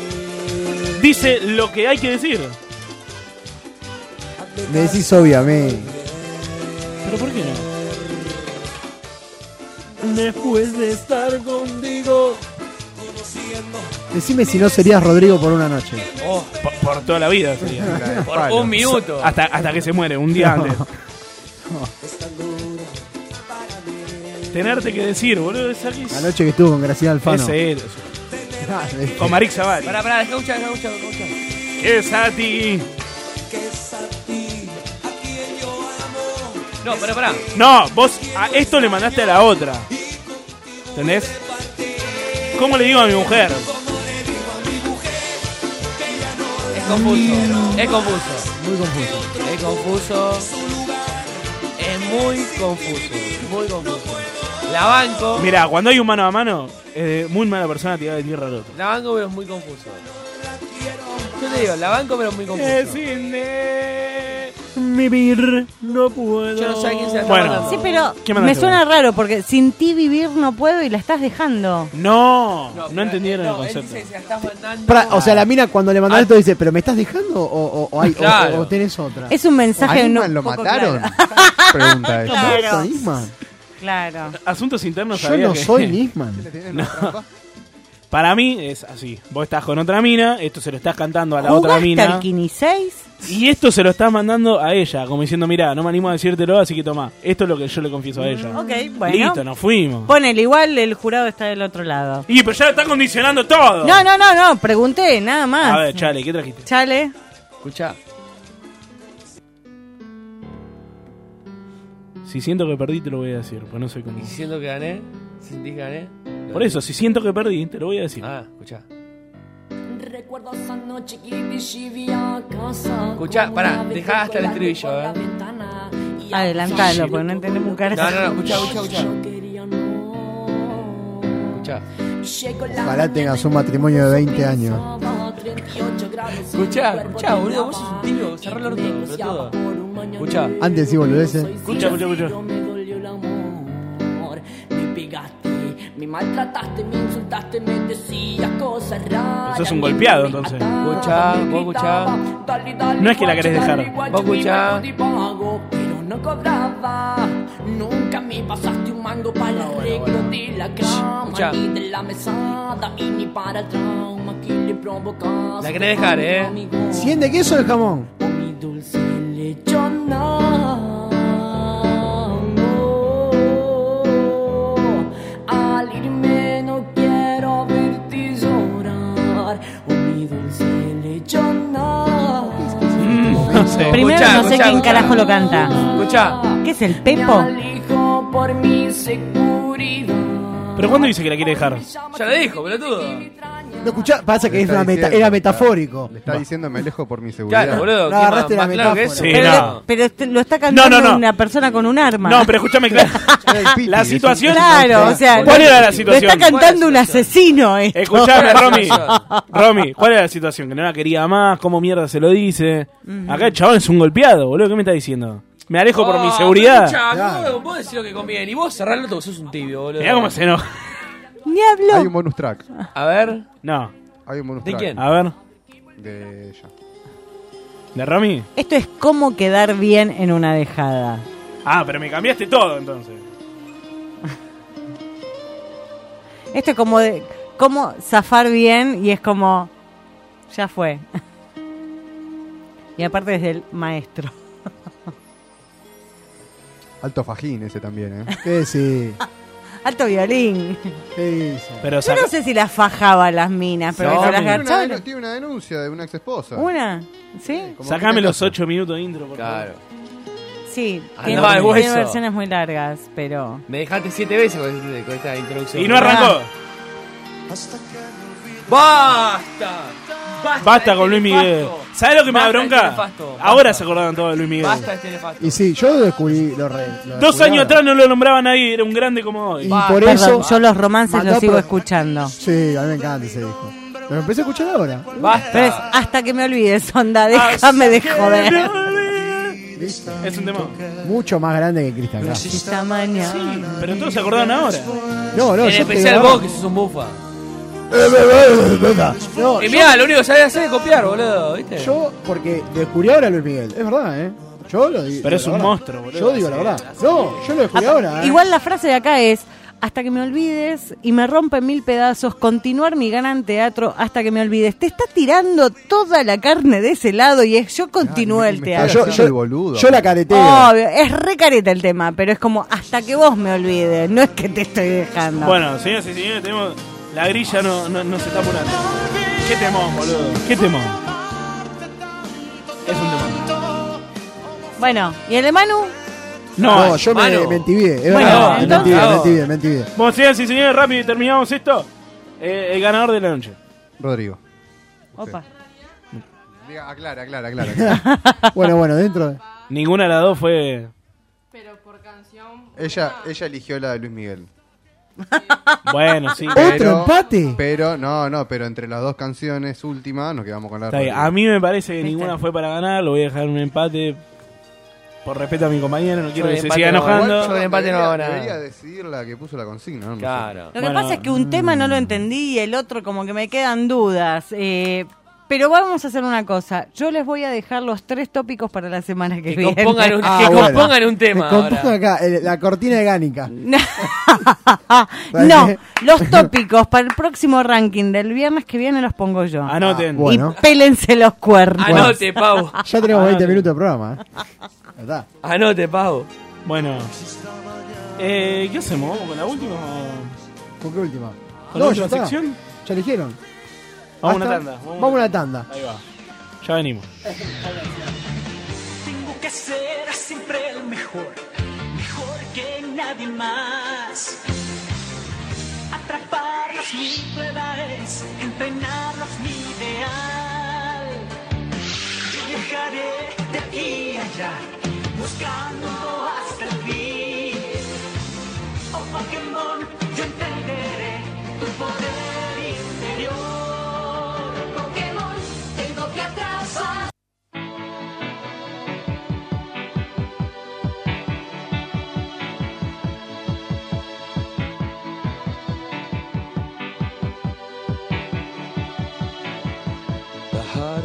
S5: Dice lo que hay que decir.
S3: Me decís obviamente.
S5: ¿Pero por qué no?
S14: Después de estar contigo, conociendo
S3: Decime si no serías Rodrigo por una noche.
S4: Oh,
S5: Por, por toda la vida sería.
S4: por un minuto.
S5: Hasta, hasta que se muere, un día antes.
S14: es tan duro para mí.
S5: Tenerte que decir, boludo, esa que
S3: La
S5: es
S3: noche que estuvo con Graciela Alfano.
S5: Ese es.
S3: Ah, me-
S5: Con Marix Zaval.
S4: Pará, pará, dejá de escuchar, dejá de escuchar, dejá de escuchar.
S5: ¿Qué es a ti?
S14: Que es a ti, a quien yo amo.
S4: No, pará, pará.
S5: No, vos a esto le mandaste a la otra. ¿Entendés? ¿Cómo le digo a mi mujer?
S4: Es confuso. Es confuso.
S3: Muy confuso.
S4: Es confuso. Es muy confuso. Muy confuso. La banco.
S5: Mira, cuando hay un mano a mano, es muy mala persona tirar de tierra al otro.
S4: La banco, pero es muy confuso. Yo te digo, la banco, pero es muy confuso.
S5: vivir no puedo.
S4: Yo no sé a quién se la está
S5: bueno,
S4: mandando.
S6: Sí, pero
S5: ¿Qué mandaste
S6: me suena
S5: vos?
S6: raro porque sin ti vivir no puedo y la estás dejando.
S5: No, no,
S4: pero,
S5: entendieron
S4: eh,
S5: el
S4: no, él
S5: concepto.
S4: dice, se la estás mandando.
S3: Pará, o sea, la mina cuando le mandó
S4: Ah.
S3: esto dice, ¿pero me estás dejando o, o- o hay- o-
S4: Claro.
S3: o- o tenés otra?
S6: Es un mensaje
S7: Ahí,
S6: no
S7: man, lo
S6: poco
S7: mataron.
S6: claro.
S7: pregunta esa.
S6: Claro.
S3: ¿Soy Nisman?
S6: Claro.
S5: Asuntos internos
S3: Yo
S5: sabía
S3: no
S5: que-
S3: soy Nisman.
S5: No. Para mí es así. Vos estás con otra mina, esto se lo estás cantando a la otra
S6: ¿Jugaste
S5: mina.
S6: al 6?
S5: Y esto se lo estás mandando a ella, como diciendo, mirá, no me animo a decírtelo, así que tomá. Esto es lo que yo le confieso a ella.
S6: Ok, bueno.
S5: Listo, nos fuimos.
S6: Ponele, igual el jurado está del otro lado.
S5: Y pero ya está condicionando todo.
S6: No, no, no, no, pregunté, nada más.
S5: A ver, Chale, ¿qué trajiste?
S6: Chale.
S16: Escucha.
S5: Si siento que perdí, te lo voy a decir, pues no soy cómo.
S16: Y siento que gané, sentí que gané.
S5: Por eso, si siento que perdí, te lo voy a decir.
S16: Ah, escucha.
S17: Recuerdo esa noche que dirigí a casa.
S16: Escuchá,
S17: Como
S16: pará,
S17: una vez
S16: dejá hasta el
S17: colgando
S16: estribillo,
S17: por
S16: eh.
S17: la ventana y
S6: Adelantalo, porque no entendemos un
S16: No,
S6: carajo.
S16: no, no, escucha, escucha, escucha.
S17: yo quería no.
S16: Escucha.
S17: Llegó la
S3: Ojalá tengas un matrimonio de 20 años.
S17: mañana, 38 grados.
S16: Escucha, escucha, boludo, vos sos un tío, cerrá el orto, pelotudo. Escucha.
S3: Antes sí, boludeces.
S16: Escucha, escucha, escucha.
S17: Me dolió el amor, me pegaste, me maltrataste, me insultaste, me decías cosas raras.
S5: Sos un golpeado, entonces.
S16: Escucha, vos escuchá.
S5: No es que la querés dejar.
S16: Vos escuchá.
S17: pago, pero no cobraba. Nunca me pasaste un mango para el arreglo de la cama,
S16: escuchá.
S17: ni de la mesada, y ni para el trauma que le provocaste.
S16: La querés dejar, eh.
S3: ¿Siente queso el jamón?
S17: Yo no. Al irme no quiero verte llorar. Oh, mi dulce lechona.
S5: Mm, No sé.
S6: Primero
S5: Escuchá,
S6: no sé
S5: escuchá,
S6: quién
S5: escuchá.
S6: carajo lo canta.
S16: Escucha.
S6: ¿Qué es el Pepo?
S17: Elijo por mi seguridad.
S5: ¿Pero cuándo dice que la quiere dejar?
S16: Ya le dijo, pelotudo.
S3: No escuchá, pasa que es una meta,
S7: diciendo,
S3: era metafórico.
S7: Le está diciendo me alejo por mi seguridad.
S16: Claro, boludo.
S3: No,
S16: ¿qué
S3: agarraste
S16: más,
S3: la
S16: más claro que eso?
S5: metáfora. Sí,
S6: Pero,
S5: no.
S6: lo- pero te- lo está cantando
S5: No, no, no.
S6: una persona con un arma.
S5: No, pero escúchame, claro. la situación.
S6: Claro, o sea.
S5: ¿Cuál era la
S6: Lo
S5: situación?
S6: está cantando un asesino. esto.
S5: Escuchame, Romy. Romy, ¿cuál era la situación? Que no la quería más, ¿cómo mierda se lo dice?
S6: Ujú.
S5: Acá el chabón es un golpeado, boludo, ¿qué me está diciendo? Me alejo por mi
S16: Ah,
S5: seguridad.
S16: Escucha, boludo, vos decís lo que conviene. Y vos cerrá el orto, vos sos un tibio, boludo.
S5: Mirá cómo se enoja.
S6: Ni habló.
S7: Hay un bonus track.
S16: A ver.
S5: No.
S7: Hay un bonus
S16: ¿De
S7: track.
S16: quién?
S5: A ver,
S7: De ella.
S5: ¿de Romy?
S6: Esto es cómo quedar bien en una dejada.
S5: Ah, pero me cambiaste todo entonces.
S6: Esto es como de cómo zafar bien y es como ya fue. Y aparte desde el maestro.
S7: Alto fajín ese también, ¿eh?
S3: ¿Qué decís?
S6: Alto violín.
S5: Pero
S6: Yo no sé si las fajaba las minas, pero
S7: No,
S6: que se las
S7: tiene, una, denu-
S6: garcharon.
S7: tiene una denuncia de una ex esposa.
S6: ¿Una? ¿Sí?
S7: Como
S5: Sacame
S7: que-
S5: los 8 minutos de intro, por favor.
S16: Claro.
S6: Sí.
S16: Ah,
S6: Tiene,
S16: no, el
S6: tiene
S16: hueso.
S6: versiones muy largas, pero...
S16: Me dejaste siete veces con, este- con esta introducción.
S5: Y no arrancó.
S16: ¡Basta! ¡Basta!
S5: Basta
S16: de
S5: con Luis
S16: este
S5: Miguel.
S16: nefasto.
S5: ¿Sabes lo que me da
S16: Basta de este
S5: bronca?
S16: nefasto.
S5: Ahora se acordaron todos de Luis Miguel.
S16: Basta de este nefasto.
S3: Y sí, yo lo descubrí, lo re- lo
S5: Dos
S3: descubrí
S5: años
S3: ahora.
S5: atrás no lo nombraba nadie, era un grande como hoy.
S3: Y por
S6: Perdón,
S3: eso.
S6: yo los romances
S3: mandó
S6: los sigo
S3: pro-
S6: escuchando.
S3: Sí, a mí me encanta ese disco. Pero empecé a escuchar ahora.
S6: Pero es
S16: ¡Basta! Ah,
S6: hasta que me olvides, onda, déjame de joder.
S5: Es un tema.
S3: Mucho más grande que Cristian Castro.
S6: Esta mañana.
S5: Pero todos se acordaron ahora.
S3: No, no,
S16: En
S3: yo te
S16: especial
S3: grababa-
S16: vos, que sos un bufa. Y mirá, lo único que sabés hacer es copiar, boludo, ¿viste?
S3: Yo, porque descubrí ahora a Luis Miguel. Es verdad, ¿eh? Yo lo digo.
S5: Pero es
S3: la
S5: un
S3: verdad.
S5: monstruo, boludo.
S3: Yo digo la
S5: Hace-
S3: verdad. No, yo lo descubrí ahora. ¿eh?
S6: Igual la frase de acá es, hasta que me olvides y me rompen mil pedazos, continuar mi gran teatro hasta que me olvides. Te está tirando toda la carne de ese lado y es yo continúo el
S3: Ah,
S6: teatro.
S3: yo,
S7: haciendo
S3: yo-
S7: el boludo.
S3: yo la careteo.
S6: Obvio, es re careta el tema, pero es como hasta que vos me olvides, no es que te estoy dejando.
S5: Bueno, señoras y señores, tenemos. La grilla no, no, no se está apurando. Qué temón, boludo. Qué temón. Es un temón.
S6: Bueno, ¿y el de Manu?
S5: No,
S3: No, yo me,
S16: mano.
S3: me entibié. Es
S6: Bueno,
S3: verdad, me
S6: entonces-
S3: entibié, me entibié, me entibié.
S5: Bueno, señoras y señores, rápido y terminamos esto. Eh, el ganador de la noche.
S7: Rodrigo.
S6: Opa.
S7: Diga, aclara, aclara, aclara. aclara.
S3: Bueno, bueno, dentro. de-
S5: Ninguna de las dos fue.
S11: Pero por canción.
S7: ella, ella eligió la de Luis Miguel.
S5: Bueno, sí.
S7: Pero-
S3: ¿Otro empate?
S7: Pero, no, no, pero entre las dos canciones últimas nos quedamos con la de
S5: Está bien.
S16: Ah,
S7: Rodrigo.
S5: A mí me parece que ninguna fue para ganar. Lo voy a dejar en un empate. Por respeto a mi compañero, no quiero
S16: de
S5: que se
S16: empate
S5: siga
S16: no,
S5: enojando.
S16: Yo de empate no
S7: debería,
S16: hago nada.
S7: debería decidir la que puso la consigna, ¿no?
S16: Claro.
S6: Lo que
S5: Bueno.
S6: pasa es que un tema no lo entendí y el otro como que me quedan dudas. Eh, Pero vamos a hacer una cosa. Yo les voy a dejar los tres tópicos para la semana que,
S16: Que
S6: viene.
S16: compongan un-
S3: Ah,
S16: que
S3: bueno.
S16: compongan un tema
S3: Que compongan
S16: ahora.
S3: acá, el- la cortina de Gánica.
S6: No, los tópicos para el próximo ranking del viernes que viene los pongo yo.
S5: Anoten.
S6: Y
S3: Ah, Bueno.
S6: pélense los cuernos.
S16: Anote, Pau.
S3: Ya tenemos 20 minutos de programa. ¿eh?
S16: Anote, Pau.
S5: Bueno. Eh, ¿Qué hacemos? ¿Vamos con la última?
S3: ¿Con qué última?
S5: ¿Con la última sección?
S3: Ya eligieron.
S5: Vamos a
S3: Hasta-
S5: una tanda.
S3: Vamos a una tanda.
S5: Ahí va. Ya venimos.
S18: Tengo que ser siempre el mejor, mejor que nadie más. Atraparlos mi prueba es, entrenarlos mi ideal. Yo viajaré de aquí a allá, buscando hasta el fin. Oh Pokémon, yo entenderé tu poder interior. Pokémon, tengo que atrapar.
S15: The heart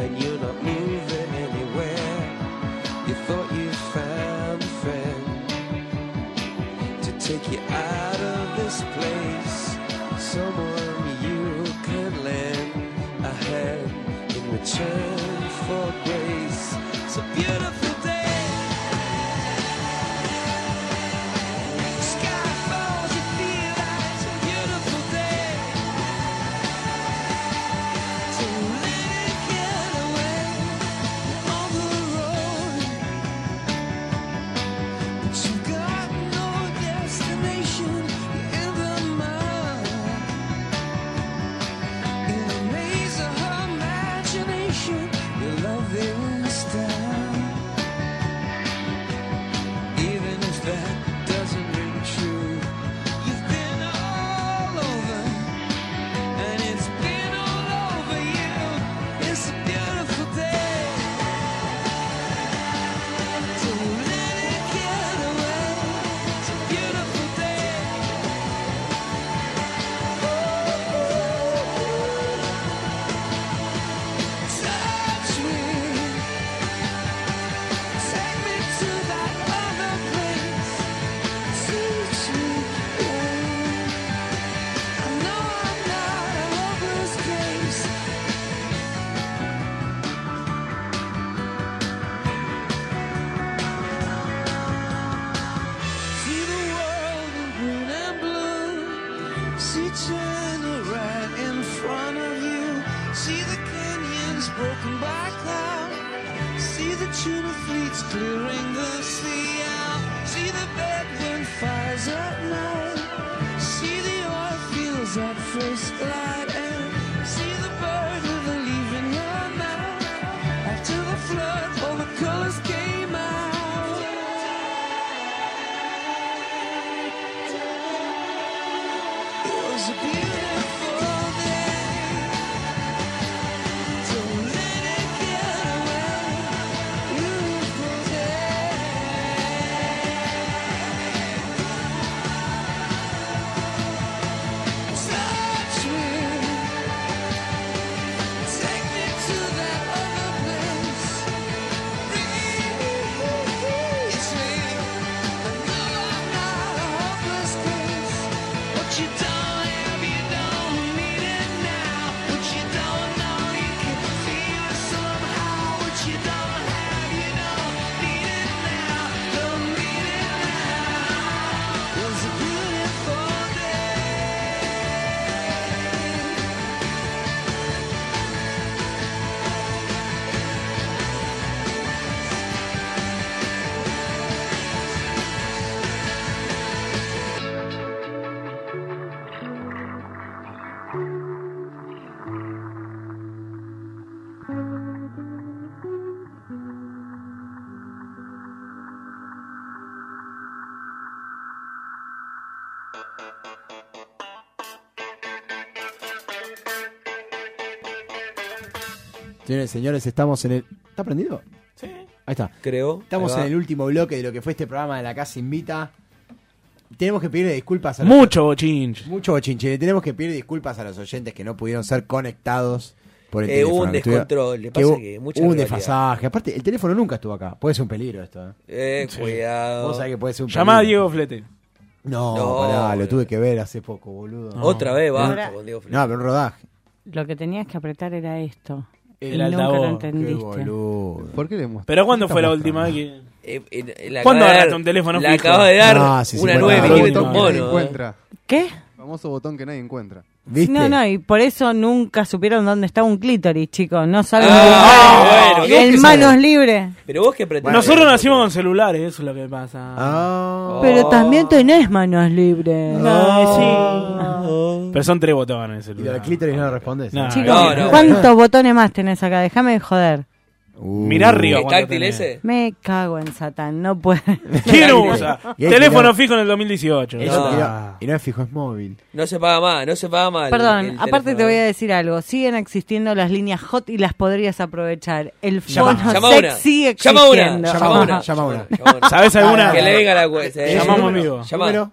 S15: and you're not moving anywhere. You thought you found a friend to take you out of this place. Someone you can lend a hand in return for grace. It's a beautiful day. Sky falls, you feel that it's a beautiful day. To really get away on the road. But you got no destination. You're in the mud. In the maze of her imagination, you're loving this town. Even if that doesn't ring true, you've been all over, and it's been all over you. It's a beautiful day. So let it get away. It's a beautiful day. Touch me. Take me to that other place. Teach me. I know I'm not a hopeless case. See the world in green and blue. See China right in front of you. See the canyons broken by cloud. See the tuna fleets clearing the sea out. See the bedroom fires at night. See the oil fields at first light. And see the bird with a leaf in her mouth. After the flood, all the colors came out. It was a beautiful day. So let it get away. Beautiful day. Touch me. Take me to that other place. Release me. I know I'm not a hopeless case. What you done, have you done?
S3: Señores, señores, estamos en el. ¿Está prendido?
S5: Sí.
S3: Ahí está.
S4: Creo.
S3: Estamos
S4: Ahí va.
S3: en el último bloque de lo que fue este programa de la Casa Invita. Tenemos que pedirle disculpas a los-
S5: Mucho bochinch.
S3: Mucho bochinche. Le tenemos que pedir disculpas a los oyentes que no pudieron ser conectados por el
S4: Eh,
S3: teléfono.
S4: hubo un
S3: Estuvo-
S4: descontrol, le pasa
S3: hubo-
S4: que mucha
S3: hubo un
S4: rivalidad.
S3: desfasaje. Aparte, el teléfono nunca estuvo acá. Puede ser un peligro esto. ¿eh?
S4: Eh, cuidado.
S3: Vos sabés que puede ser un
S5: Llamá a
S3: peligro.
S5: Diego Flete.
S3: No,
S4: No,
S3: pará, lo tuve que ver hace poco, boludo.
S4: No. Otra vez, basta
S3: Ahora-
S4: con Diego Flete.
S3: No, pero un rodaje.
S6: Lo que tenías que apretar era esto.
S5: El
S6: y nunca
S5: altavoz,
S6: lo
S5: qué
S6: entendiste.
S7: ¿Por qué le mostré?
S5: Pero ¿cuándo
S7: ¿Qué
S5: fue la
S7: está
S5: última vez que.?
S4: Eh, eh, eh, la
S5: ¿Cuándo
S4: acaba de
S5: agarraste
S4: dar-
S5: un teléfono
S4: la
S5: fijo?
S4: acaba de dar
S3: Ah, sí, sí,
S4: una
S3: bueno,
S4: 9
S3: botón
S4: milímetros
S3: que
S4: mono.
S3: nadie
S7: encuentra.
S5: Mm.
S6: ¿Qué?
S7: Famoso botón que nadie encuentra.
S3: ¿Viste?
S6: No, no, y por eso nunca supieron dónde estaba un clítoris, chicos. No saben.
S4: Ah,
S6: dónde-
S4: bueno, ¿qué es
S6: el
S4: que
S6: manos
S4: saben?
S6: libre.
S4: Pero vos que pretendés.
S5: Nosotros nacimos con celulares, eso es lo que pasa.
S3: Ah. Oh.
S6: Pero
S5: Oh.
S6: también tenés manos libres.
S5: Pero son tres botones el
S3: Y lo
S5: celular.
S3: del clítoris no lo respondes.
S5: No,
S6: Chicos,
S5: no, no.
S6: ¿cuántos botones más tenés acá? Déjame de joder.
S5: Mirá arriba.
S4: ¿Es
S5: cuánto
S4: táctil
S5: tenés.
S4: ese?
S6: Me cago en Satán, no puedo.
S5: ¿Quién usa?
S3: Y ahí
S5: Teléfono
S3: tiró-
S5: fijo en el 2018.
S3: Eso
S5: Ah.
S3: tiró- Y no es fijo, es móvil.
S4: No se paga más, no se paga más. el-
S6: Perdón,
S4: el
S6: aparte
S4: teléfono.
S6: te voy a decir algo. Siguen existiendo las líneas hot y las podrías aprovechar. El
S5: Llama.
S6: fono
S4: Llama
S6: sex
S4: una.
S6: sigue
S4: Llama una.
S6: existiendo.
S4: Llama
S3: Llama
S4: una,
S3: una, llama una.
S4: llama una.
S5: ¿Sabés alguna?
S4: Que le venga la cuesta. eh.
S5: Llamamos
S4: Número.
S5: amigo.
S4: Llamá.
S3: Número.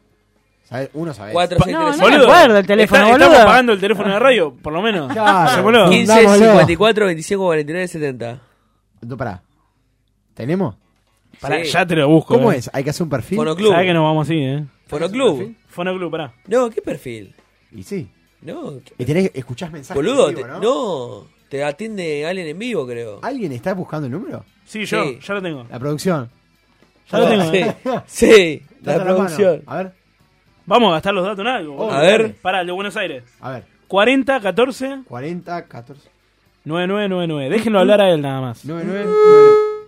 S3: ¿Sabés? Uno sabe.
S4: Cuatro, seis,
S6: No,
S4: tres,
S6: no
S4: seis.
S6: me acuerdo el teléfono,
S5: Está-
S6: boludo.
S5: Estamos pagando el teléfono de radio, por lo menos.
S3: Claro.
S5: Sí, boludo.
S4: 15,
S3: Dámoslo.
S4: 54, 25, 49, 70.
S3: No, pará. ¿Tenemos?
S5: Pará,
S4: Sí.
S5: Ya te lo busco.
S3: ¿Cómo
S5: eh.
S3: es? ¿Hay que hacer un perfil?
S4: Fonoclub.
S5: Sabés que nos vamos así, eh.
S4: Fonoclub.
S5: Fonoclub, pará.
S4: No, ¿qué perfil?
S3: Y sí.
S4: No, ¿qué-
S3: Y tenés, escuchás mensajes.
S4: boludo.
S3: en vivo,
S4: te-
S3: ¿no?
S4: No, te atiende alguien en vivo, creo.
S3: ¿Alguien está buscando el número?
S5: Sí, yo,
S4: Sí.
S5: ya lo tengo.
S3: La producción.
S5: Ya lo tengo.
S4: Ah, Sí,
S5: eh.
S4: sí,
S3: Está en
S4: la
S3: mano.
S4: producción.
S3: A ver,
S5: Vamos a gastar los datos en algo. boludo.
S4: A ver.
S5: Pará, el de Buenos Aires.
S3: a ver.
S5: 40 14
S3: 40, 14,
S5: 9999. Déjenlo hablar a él nada más.
S3: 9, 9,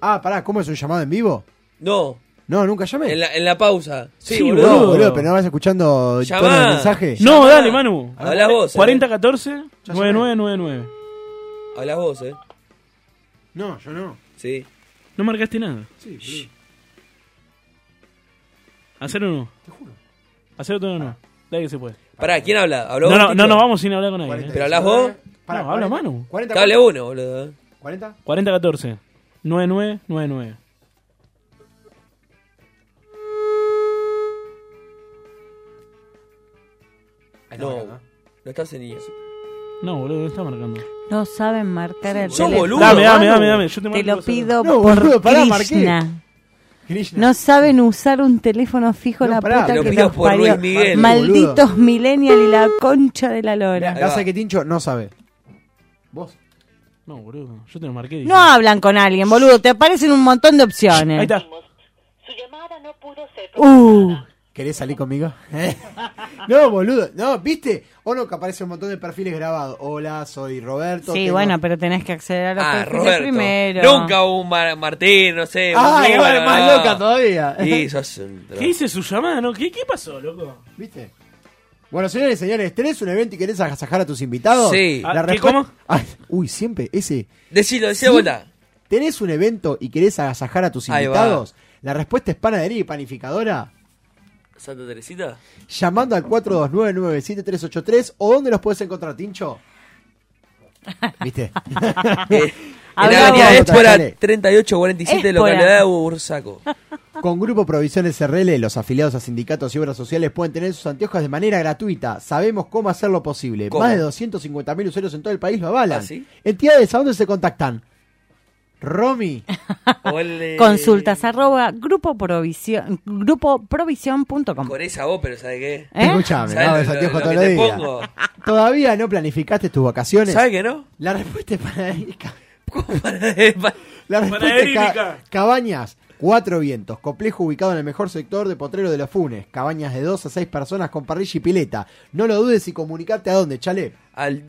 S3: Ah, pará, ¿cómo es un llamado en vivo?
S4: No,
S3: No, nunca llamé.
S4: en la, en la pausa. Sí,
S5: Sí,
S4: boludo.
S3: No,
S5: boludo.
S3: boludo. pero no vas escuchando
S4: Llamá.
S3: todos los mensajes.
S5: No,
S4: Llamá.
S5: dale, Manu.
S4: Hablás vos. eh.
S5: 40 14
S3: Ya
S5: 9999.
S4: Hablás vos, eh.
S3: No, yo no.
S4: Sí.
S5: No marcaste nada. Hacer uno. Te juro. Hacer otro uno. Dale que se puede.
S4: Pará, ¿quién habla? ¿Habló
S5: No,
S4: vos,
S5: no,
S4: Tito?
S5: no nos vamos sin hablar con nadie. eh.
S4: Pero hablás vos.
S5: No, habla Manu.
S3: 40,
S4: Cable uno, boludo. eh.
S3: 40.
S5: 40 14 9999.
S4: No, no estás en línea.
S5: No, boludo, no está marcando.
S6: No saben marcar el
S4: Sos
S6: teléfono.
S4: boludo.
S5: Dame, dame,
S4: Manu.
S5: dame, dame. Yo te,
S6: Te
S5: marco
S6: lo
S5: vos solo.
S6: pido
S3: No,
S6: por
S3: boludo, pará, marqué.
S6: Krishna. No saben usar un teléfono fijo
S3: No,
S6: la
S3: pará,
S6: puta
S4: te lo
S6: que
S4: pido
S6: los
S4: por
S6: parió.
S4: Luis Miguel,
S6: Malditos millennials y la concha de la lora.
S3: La casa que Tincho no sabe. Vos.
S5: No, boludo, yo te lo marqué. dije.
S6: No hablan con alguien, boludo. Te aparecen un montón de opciones.
S5: Ahí está.
S6: Uh,
S3: ¿Querés salir conmigo? no, boludo. No, ¿viste? O no, que aparece un montón de perfiles grabados. Hola, soy Roberto.
S6: sí,
S3: tengo-
S6: bueno, pero tenés que acceder a los
S4: Ah,
S6: perfiles
S4: Roberto.
S6: primero.
S4: Nunca hubo un Mar- Martín, no sé.
S3: Ah,
S4: un
S3: igual,
S4: Número,
S3: más
S4: no.
S3: loca todavía.
S4: Sí, sos un
S5: ¿Qué hice su llamada, "Ah, no? ¿Qué, qué pasó, loco?
S3: ¿Viste? Bueno, señores y señores, ¿tenés un evento y querés agasajar a tus invitados?
S4: Sí.
S5: Ah, ¿qué,
S3: respu-
S5: cómo?
S3: Ah, uy, siempre, ese.
S4: Decilo, decilo de vuelta.
S3: ¿Tenés un evento y querés agasajar a tus
S4: Ahí va.
S3: invitados? La respuesta es panadería y panificadora.
S4: ¿Santa Teresita?
S3: Llamando al 429-97383 o dónde los puedes encontrar, Tincho. ¿Viste?
S4: Eh, en
S6: Hablá
S4: la avenida
S3: vos.
S4: Espora
S3: Dale.
S4: 3847,
S6: Espora.
S4: localidad de Bursaco.
S3: Con Grupo Provisiones RL, los afiliados a sindicatos y obras sociales pueden tener sus anteojos de manera gratuita. Sabemos cómo hacerlo posible.
S4: ¿Cómo?
S3: Más de 250.000 usuarios en todo el país lo avalan.
S4: ¿Ah, sí?
S3: Entidades, ¿a dónde se contactan? Romy.
S4: Ole.
S6: Consultas arroba grupo provisión, grupoprovision.com.
S4: Con esa voz, pero ¿sabes qué?
S6: ¿Eh?
S3: Escuchame,
S4: ¿Sabes
S3: no,
S4: lo-
S3: los
S4: lo-
S3: anteojos
S4: lo
S3: todos
S4: que
S3: los
S4: te
S3: días.
S4: pongo?
S3: ¿Todavía no planificaste tus vacaciones?
S4: ¿Sabes que no?
S3: La respuesta es panaderíca.
S4: ¿Cómo para-
S3: La respuesta es ca-
S5: Panaderíca.
S3: Cabañas, Cuatro Vientos, complejo ubicado en el mejor sector de Potrero de los Funes. Cabañas de 2 a 6 personas con parrilla y pileta. No lo dudes y comunicate a dónde, chale.
S4: Al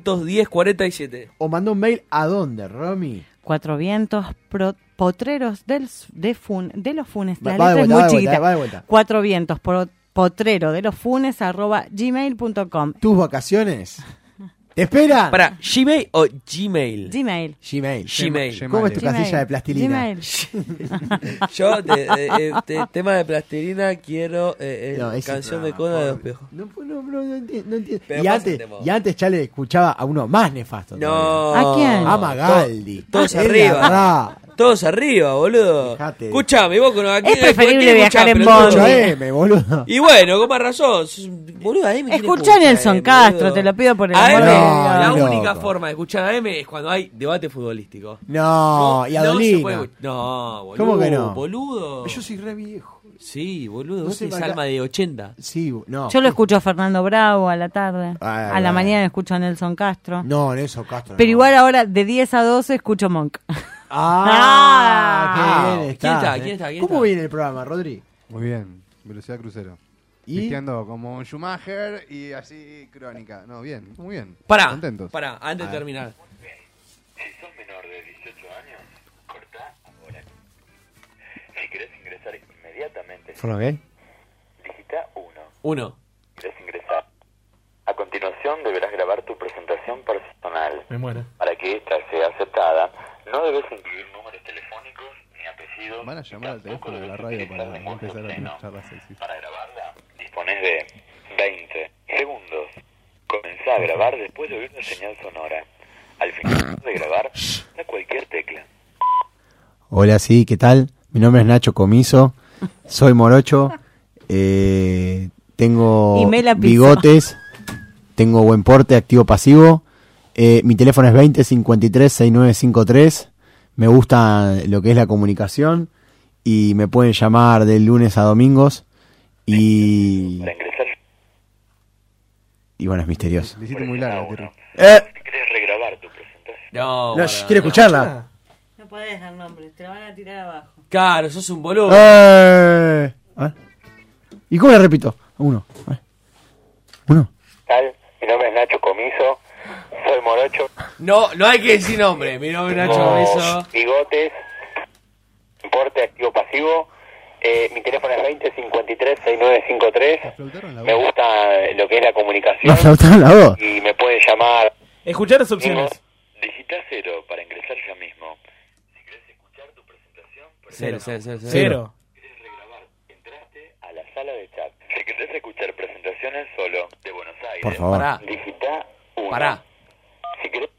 S4: 266-410-47.
S3: O mandó un mail a dónde, Romy.
S6: Cuatro vientos, pro- potreros del, s- de, fun- de los funes. La
S3: Va- va de
S6: letra es
S3: vuelta,
S6: muy
S3: va de
S6: chiquita.
S3: vuelta, va de vuelta.
S6: Cuatro vientos, pro- potrero de los funes arroba gmail.com.
S3: Tus vacaciones ¿Te espera?
S4: Para, ¿Gmail o Gmail?
S6: Gmail.
S3: Gmail.
S4: Gmail.
S3: ¿Cómo es tu
S4: Gmail.
S3: casilla de plastilina?
S6: Gmail.
S4: Yo, de, de- eh, de- tema de plastilina, quiero eh, eh,
S3: No, ese-
S4: canción
S3: no,
S4: de coda de los piojos.
S3: No, no, no, no entiendo. No entiendo.
S4: Pero
S3: Y antes,
S4: pásate vos.
S3: y antes ya le escuchaba a uno más nefasto.
S4: No.
S3: todavía.
S4: ¿A quién?
S3: A Magaldi. Ah,
S4: To- todos
S3: Es la
S4: arriba.
S3: verdad.
S4: Todos arriba, boludo. Escuchame, vos con aquí
S6: Es preferible viajar en
S3: Mucho
S6: bondi.
S3: M, boludo.
S4: Y bueno, con más razón. sos un- Boludo, AM tiene
S6: Escuchá a Nelson Castro, te lo pido por el
S4: AM,
S6: amor de
S3: Ah,
S4: la
S6: Dios.
S4: única forma de escuchar a M es cuando hay debate futbolístico.
S3: No, y a
S4: no se
S3: Dolina.
S4: puede escuchar- No, boludo.
S3: ¿Cómo que no?
S4: Boludo.
S3: Yo soy re viejo.
S4: Sí, boludo.
S3: No
S4: vos
S3: se
S4: tenés
S3: me
S4: alma
S3: acá-
S4: de 80.
S3: Sí, no.
S6: Yo lo escucho a Fernando Bravo a la tarde. a
S3: Ah,
S6: la
S3: bueno.
S6: mañana escucho a Nelson Castro.
S3: No, Nelson Castro.
S6: Pero
S3: no.
S6: igual ahora de 10 a 12 escucho Monk.
S3: Ah, qué bien
S7: ¿Quién
S3: estás,
S7: está?
S3: eh.
S7: ¿Quién está? ¿Quién
S3: ¿Cómo
S7: está?
S3: viene el programa, Rodri?
S7: Muy bien, velocidad crucero.
S3: ¿Y?
S7: Visteando como
S6: Ah.
S7: Schumacher y así crónica. No, bien, muy bien.
S4: Pará,
S7: Contentos. Ah.
S4: pará, antes
S7: A
S4: de
S7: ver.
S4: terminar.
S19: Si sos menor de 18 años, cortá ahora. Si querés ingresar inmediatamente,
S20: ¿Forma gay?
S19: digita 1.
S4: Uno.
S19: ¿Querés ingresar? A continuación deberás grabar tu presentación personal.
S5: Me muero.
S19: Para que ésta sea aceptada, no debes incluir números telefónicos ni apellidos.
S7: Van a llamar al teléfono de la radio para empezar a tener charlas sexy.
S19: Disponés de 20 segundos. Comenzá a grabar después de oír la señal sonora. Al final
S3: Ah.
S19: de grabar, da cualquier tecla.
S3: Hola, sí, ¿qué tal? Mi nombre es Nacho Comiso, soy morocho, eh, tengo
S6: Y me la pisó.
S3: bigotes, tengo buen porte, activo pasivo, eh, mi teléfono es 20 53 6953, me gusta lo que es la comunicación y me pueden llamar de lunes a domingos y... Y bueno, es misterioso.
S7: Le hiciste muy larga, Tiro.
S19: ¿Querés regrabar tu presentación?
S4: No,
S3: No,
S4: pará,
S3: sh, quiero escucharla.
S6: No podés dar nombre, te la van a tirar abajo.
S4: Claro, sos un boludo.
S3: Ah. Eh, a ver. ¿Y cómo le repito? Uno. a ver. Uno.
S19: Tal, mi nombre es Nacho Comiso, soy morocho,
S4: No, no hay que decir nombre. Mi nombre es Nacho Beso.
S19: bigotes, importe activo pasivo, eh, mi teléfono es 20 53 6953, me gusta eh, lo que es la comunicación
S3: Me aflautaron la voz.
S19: y me pueden llamar.
S5: Escuchar las opciones.
S19: Digita cero para ingresar ya mismo.
S4: Cero, cero, cero. Cero.
S5: Cero.
S19: A la sala de chat. Si querés escuchar presentaciones solo de Buenos Aires,
S3: Por favor.
S4: Pará.
S19: digita
S4: Pará.
S19: Si querés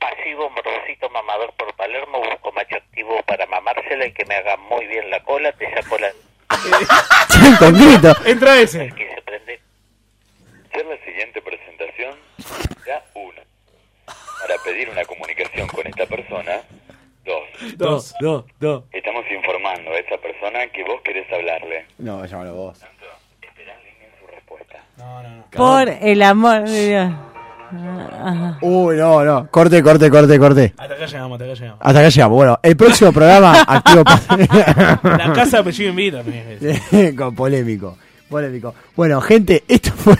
S19: pasivo, morrocito, mamador por Palermo, busco macho activo para mamársela y que me haga muy bien la cola, te saco la...
S3: Con grito.
S5: Entra ese.
S19: que se prende. Hacer la siguiente presentación, ya uno. Para pedir una comunicación con esta persona, dos.
S5: Dos, dos, dos.
S19: Estamos informando a esa persona que vos querés hablarle.
S3: No, llámalo vos.
S6: Por el amor de Dios. Ah, ah.
S3: Uy, no, no. Corte, corte, corte, corte.
S5: Hasta acá llegamos, hasta acá llegamos.
S3: Hasta acá llegamos. Bueno, el próximo programa, activo
S5: La casa de apellido invita. me dice.
S3: pasivo. Con polémico. Polémico. Bueno, gente, esto fue.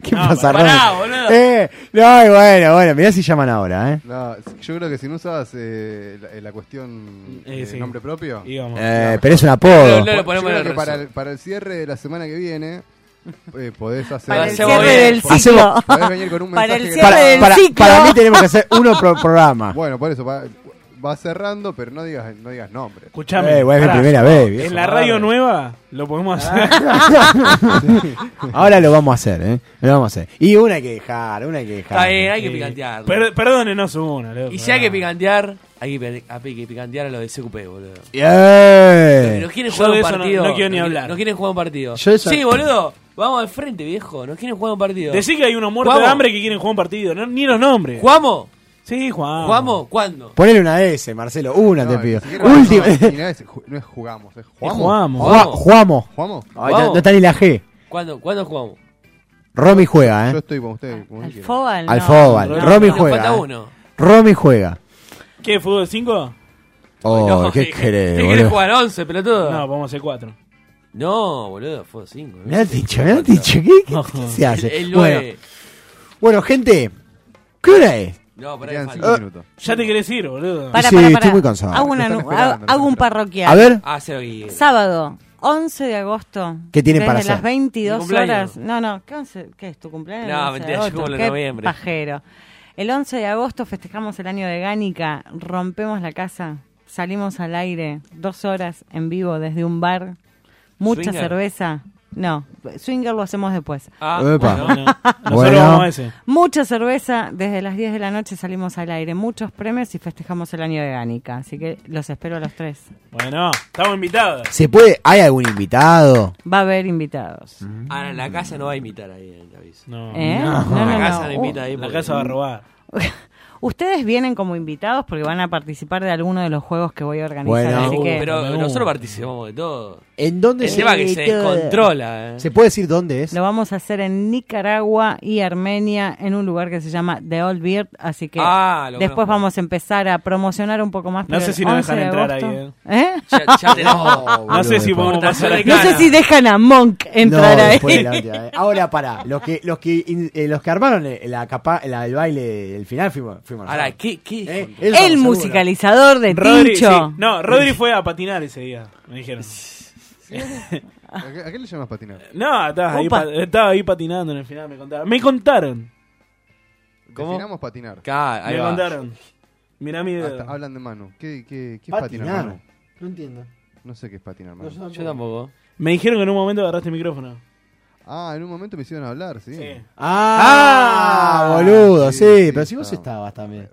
S3: ¿Qué
S5: No,
S3: pasa,
S5: pará,
S3: Ronnie?
S5: boludo.
S3: Eh, no, y bueno, bueno, mirá si llaman ahora, ¿eh?
S7: No, yo creo que si no usabas eh, la, eh, la
S6: Mm,
S7: cuestión
S5: Eh,
S7: de
S5: sí.
S7: nombre propio.
S5: Íbamos.
S3: Eh, pero es un apodo.
S7: Yo
S3: No
S7: creo
S3: lo
S4: ponemos en el
S7: que para
S4: resumen.
S7: el, para el cierre de la semana que viene eh, podés hacer.
S6: Para el cierre del
S7: podés-
S6: ciclo.
S7: podés venir con un
S6: Para el
S7: mensaje
S6: cierre del
S3: Para,
S6: ciclo.
S3: para mí tenemos que hacer uno pro programa.
S7: Bueno, por eso va, va cerrando, pero no digas, no digas nombre.
S5: Escuchame.
S3: Eh, bueno, es mi
S5: pará.
S3: primera vez, viejo. Ah,
S5: En la radio nueva lo podemos hacer.
S3: Ahora lo vamos a hacer, ¿eh? Lo vamos a hacer. Y una hay que dejar, una hay que dejar.
S4: Está bien, hay que
S5: Sí.
S4: picantear.
S5: Per- perdónenos una, loco.
S4: Y si hay que picantear, hay que, pe- hay que picantear a los de CQP, boludo.
S3: Bien.
S4: Nos quieren
S5: Yo
S4: jugar
S5: de
S4: un
S5: eso no-
S4: partido.
S5: no quiero ni
S4: Nos-
S5: hablar.
S4: Nos quieren jugar un partido.
S3: Yo de eso-
S4: Sí, boludo. Vamos al frente, viejo. Nos quieren jugar un partido.
S5: Decí que hay unos muertos de
S4: ¿Jugamos?
S5: hambre que quieren jugar un partido. no- ni los nombres.
S4: ¿Jugamos?
S5: Sí, jugamos.
S4: ¿Jugamos? ¿Cuándo?
S3: Ponele una S, Marcelo, una te pido.
S7: Ni siquiera-
S3: Última.
S7: No, ni nada es- no es jugamos, es jugamos.
S5: jugamos.
S3: Jua- Jugamos.
S7: ¿Jugamos?
S3: Ay, no, no está ni la G.
S4: ¿Cuándo, ¿Cuándo jugamos?
S3: Romy juega,
S7: Yo
S3: ¿eh?
S7: estoy con ustedes. como quieran.
S6: Fobal,
S3: Al
S6: no.
S3: Fobal.
S5: No,
S3: Romy
S5: nos
S3: juega.
S4: falta
S3: ¿eh?
S4: uno.
S3: Romy juega.
S5: ¿Qué, fútbol 5?
S3: Oh, ¿qué
S4: ¿Qué
S3: querés,
S4: querés
S3: boludo?
S4: jugar 11, pelotudo?
S5: No,
S4: No,
S5: vamos a hacer 4.
S4: boludo, fue 5.
S3: Me has dicho, me has dicho. ¿Qué, qué- qué se
S4: El,
S3: hace?
S4: el
S3: Bueno,
S4: nueve.
S3: bueno, gente, ¿qué hora es?
S4: No, pará,
S7: Quedan
S4: que
S7: cinco
S4: falta.
S7: minutos.
S5: Eh, Ya te querés ir, boludo.
S6: Para,
S3: Sí,
S6: para,
S3: estoy
S6: para.
S3: muy cansado.
S6: Hago, una-
S7: Te están
S6: hago-
S7: esperando,
S6: hago un
S7: espera.
S6: parroquial.
S3: A ver,
S4: Ah, cero guía.
S6: Sábado 11 de agosto.
S3: ¿Qué tienen
S6: desde
S3: para
S6: las
S3: hacer?
S6: 22
S21: Mi cumpleaños.
S6: horas. No, no, ¿qué, 11? ¿Qué es tu cumpleaños?
S21: No,
S6: El 11 de
S21: mentira, yo
S6: agosto.
S21: cumplo en
S6: Qué
S21: noviembre.
S6: Pajero. El 11 de agosto festejamos el año de Gánica, rompemos la casa, salimos al aire, dos horas en vivo desde un bar, mucha
S21: ¿Swinger?
S6: cerveza. No, swinger lo hacemos después.
S21: Ah,
S3: Epa.
S21: bueno.
S3: Bueno.
S5: Nosotros vamos a ese.
S6: Mucha cerveza, desde las 10 de la noche salimos al aire, muchos premios y festejamos el año de Gánica. Así que los espero a los tres.
S5: Bueno, estamos invitados.
S3: ¿Se puede? ¿Hay algún invitado?
S6: Va a haber invitados.
S4: Ahora, en la casa no va a imitar ahí, en el aviso.
S5: No.
S6: ¿Eh? No, no,
S4: La
S6: no.
S4: casa no imita
S6: Uh,
S4: ahí.
S5: la
S4: porque-
S5: casa va a robar.
S6: Ustedes vienen como invitados porque van a participar de alguno de los juegos que voy a organizar.
S3: Bueno. uh,
S6: así que
S4: Pero
S5: No.
S4: nosotros participamos de todo.
S3: ¿En dónde
S4: El tema que se
S3: todo?
S4: descontrola, eh.
S3: ¿Se puede decir dónde es?
S6: lo vamos a hacer en Nicaragua y Armenia en un lugar que se llama The Old Beard. Así que
S4: Ah, lo
S6: después
S4: conozco.
S6: vamos a empezar a promocionar un poco más.
S5: No
S6: pero
S5: sé si
S6: el
S5: nos
S6: 11
S5: dejan
S6: de
S5: entrar
S6: agosto-
S5: ahí,
S6: ¿Eh?
S4: Ya, ya tenemos.
S5: No sé si podemos
S4: Cortación
S5: pasar
S4: de
S5: ahí.
S6: No sé si dejan a Monk
S3: No,
S6: entrar ahí.
S3: después de la última vez. Ahora pará, los que, los que, in- eh, los que armaron eh, la capa, la- el baile del final fuimos, fuimos
S4: Ahora,
S3: nosotros.
S4: ¿qué? qué?
S3: Eh, eso
S6: El
S3: seguro.
S6: musicalizador de
S5: Rodri,
S6: Tincho.
S5: sí. No, Rodri fue a patinar ese día, me dijeron.
S7: ¿A qué, a qué le llamas patinar?
S5: No, estaba ahí,
S6: Opa.
S5: pa- estaba ahí patinando en el final, me contaron. Me contaron.
S4: ¿Cómo?
S7: Definamos patinar.
S4: Acá, ahí
S5: me
S4: va.
S5: contaron. Mirá mi dedo.
S7: Hasta hablan de mano. ¿Qué, qué, qué es patinar,
S3: Patinar.
S7: Manu?
S3: No entiendo.
S7: No sé qué es patinar, mano.
S4: Yo tampoco.
S5: Me dijeron que en un momento agarraste el micrófono.
S7: Ah, en un momento me hicieron hablar, sí.
S3: Ah,
S7: Ah,
S3: boludo, sí,
S7: sí, sí,
S3: pero si vos
S7: no.
S3: estabas también.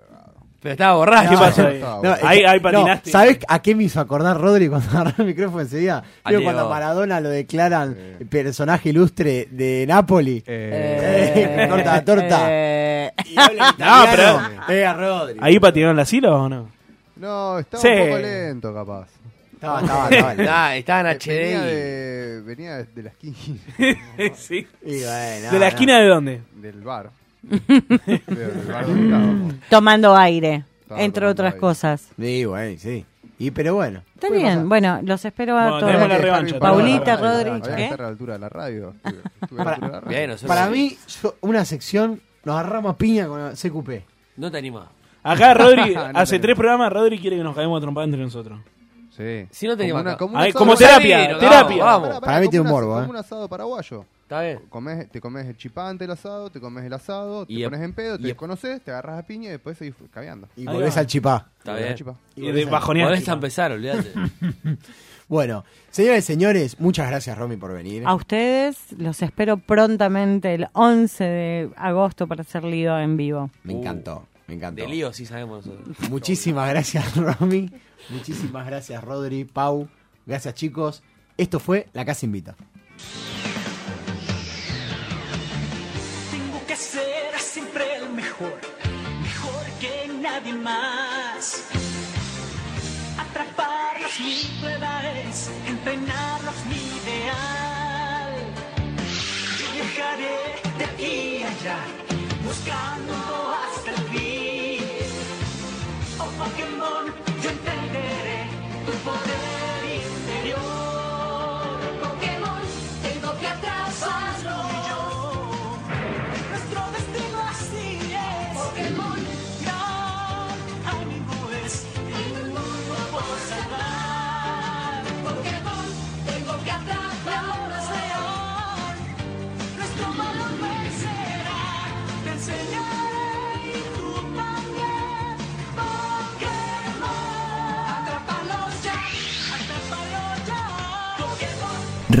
S4: Pero estaba borracho.
S5: ¿Qué pasó
S7: no,
S5: ahí?
S7: no,
S3: No,
S5: ahí, ahí
S3: no,
S5: patinaste.
S3: ¿Sabés a qué me hizo acordar Rodri cuando agarró el micrófono enseguida?
S4: A
S3: Vio
S4: Diego.
S3: cuando a Maradona lo declaran personaje ilustre de Napoli. Eh, torta, torta.
S6: Eh,
S3: Y habla
S5: No,
S3: italiano. Eh, a Rodri.
S5: ¿Ahí patinaron las silvas o no?
S7: No, estaba
S5: Sí.
S7: un poco lento, capaz.
S3: Estaba, estaba, estaba.
S4: Nah, estaba en
S7: Venía
S4: HD.
S7: de, venía de- de la esquina,
S5: sí.
S3: Y bueno,
S5: ¿De la
S3: no.
S5: esquina de dónde?
S7: del bar. Del- del bar donde estábamos.
S6: tomando aire,
S7: Estaba
S6: entre
S7: tomando
S6: otras
S7: aire.
S6: cosas.
S3: Sí, güey, sí. Y pero bueno.
S6: Está bien, bueno, los espero a
S5: Bueno,
S6: todos.
S5: tenemos la
S7: Había que
S5: revancha,
S7: estar bien
S6: Paulita,
S7: parado,
S6: Rodri,
S7: había que
S6: ¿qué?
S7: estar a la altura de la radio. Estuve- estuve a la
S3: Para-
S7: altura de la radio.
S4: Bien, nosotros-
S3: Para mí, yo- una sección, nos agarramos a piña con la CQP.
S4: No te animás.
S5: Acá Rodri,
S7: No
S5: hace
S7: tenemos.
S5: tres programas, Rodri quiere que nos caguemos a trompar entre nosotros.
S7: Sí.
S4: Si no te
S7: Como
S4: llama
S7: una-
S4: acá.
S7: como un
S5: Ay,
S7: asado-
S5: como terapia,
S4: Vamos,
S5: terapia.
S4: vamos.
S7: Pará, pará,
S3: Para mí
S7: como
S3: tiene un
S7: una-
S3: morbo, ¿eh?
S7: Como un asado paraguayo.
S4: Está bien.
S7: Comes, te comes el chipante el asado, te comes el asado, te
S4: Y-
S7: pones en pedo, te
S4: y-
S7: desconoces, te agarras a piña y después seguís caviando.
S3: Y
S5: Ahí
S3: volvés
S5: va.
S3: al chipá.
S4: Está
S7: Con la
S4: bien.
S7: chipa.
S5: Y de bajonear.
S4: Podés empezar, olvídate.
S3: Bueno, señores y señores, muchas gracias, Romy, por venir.
S6: A ustedes los espero prontamente el 11 de agosto para hacer lío en vivo.
S3: Me encantó, me encantó.
S4: De lío Uh, sí sabemos nosotros.
S3: Muchísimas gracias, Romy. Muchísimas gracias, Rodri, Pau. Gracias, chicos. Esto fue La Casa Invita.
S15: Tengo que ser siempre el mejor, mejor que nadie más. Atraparlos mi prueba es, entrenarlos mi ideal. Yo viajaré de aquí a allá, buscando hasta el fin. Oh Pokémon, yo entenderé tu poder interior. Pokémon, tengo que atraparlo. Nuestro destino así es. Pokémon gran ánimo es. El mundo por salvar. Pokémon, tengo que atrapar a león. Nuestro malo vencerá. Te enseñaré y tú también. Pokémon, atrápalos ya. Atrápalos ya. Pokémon.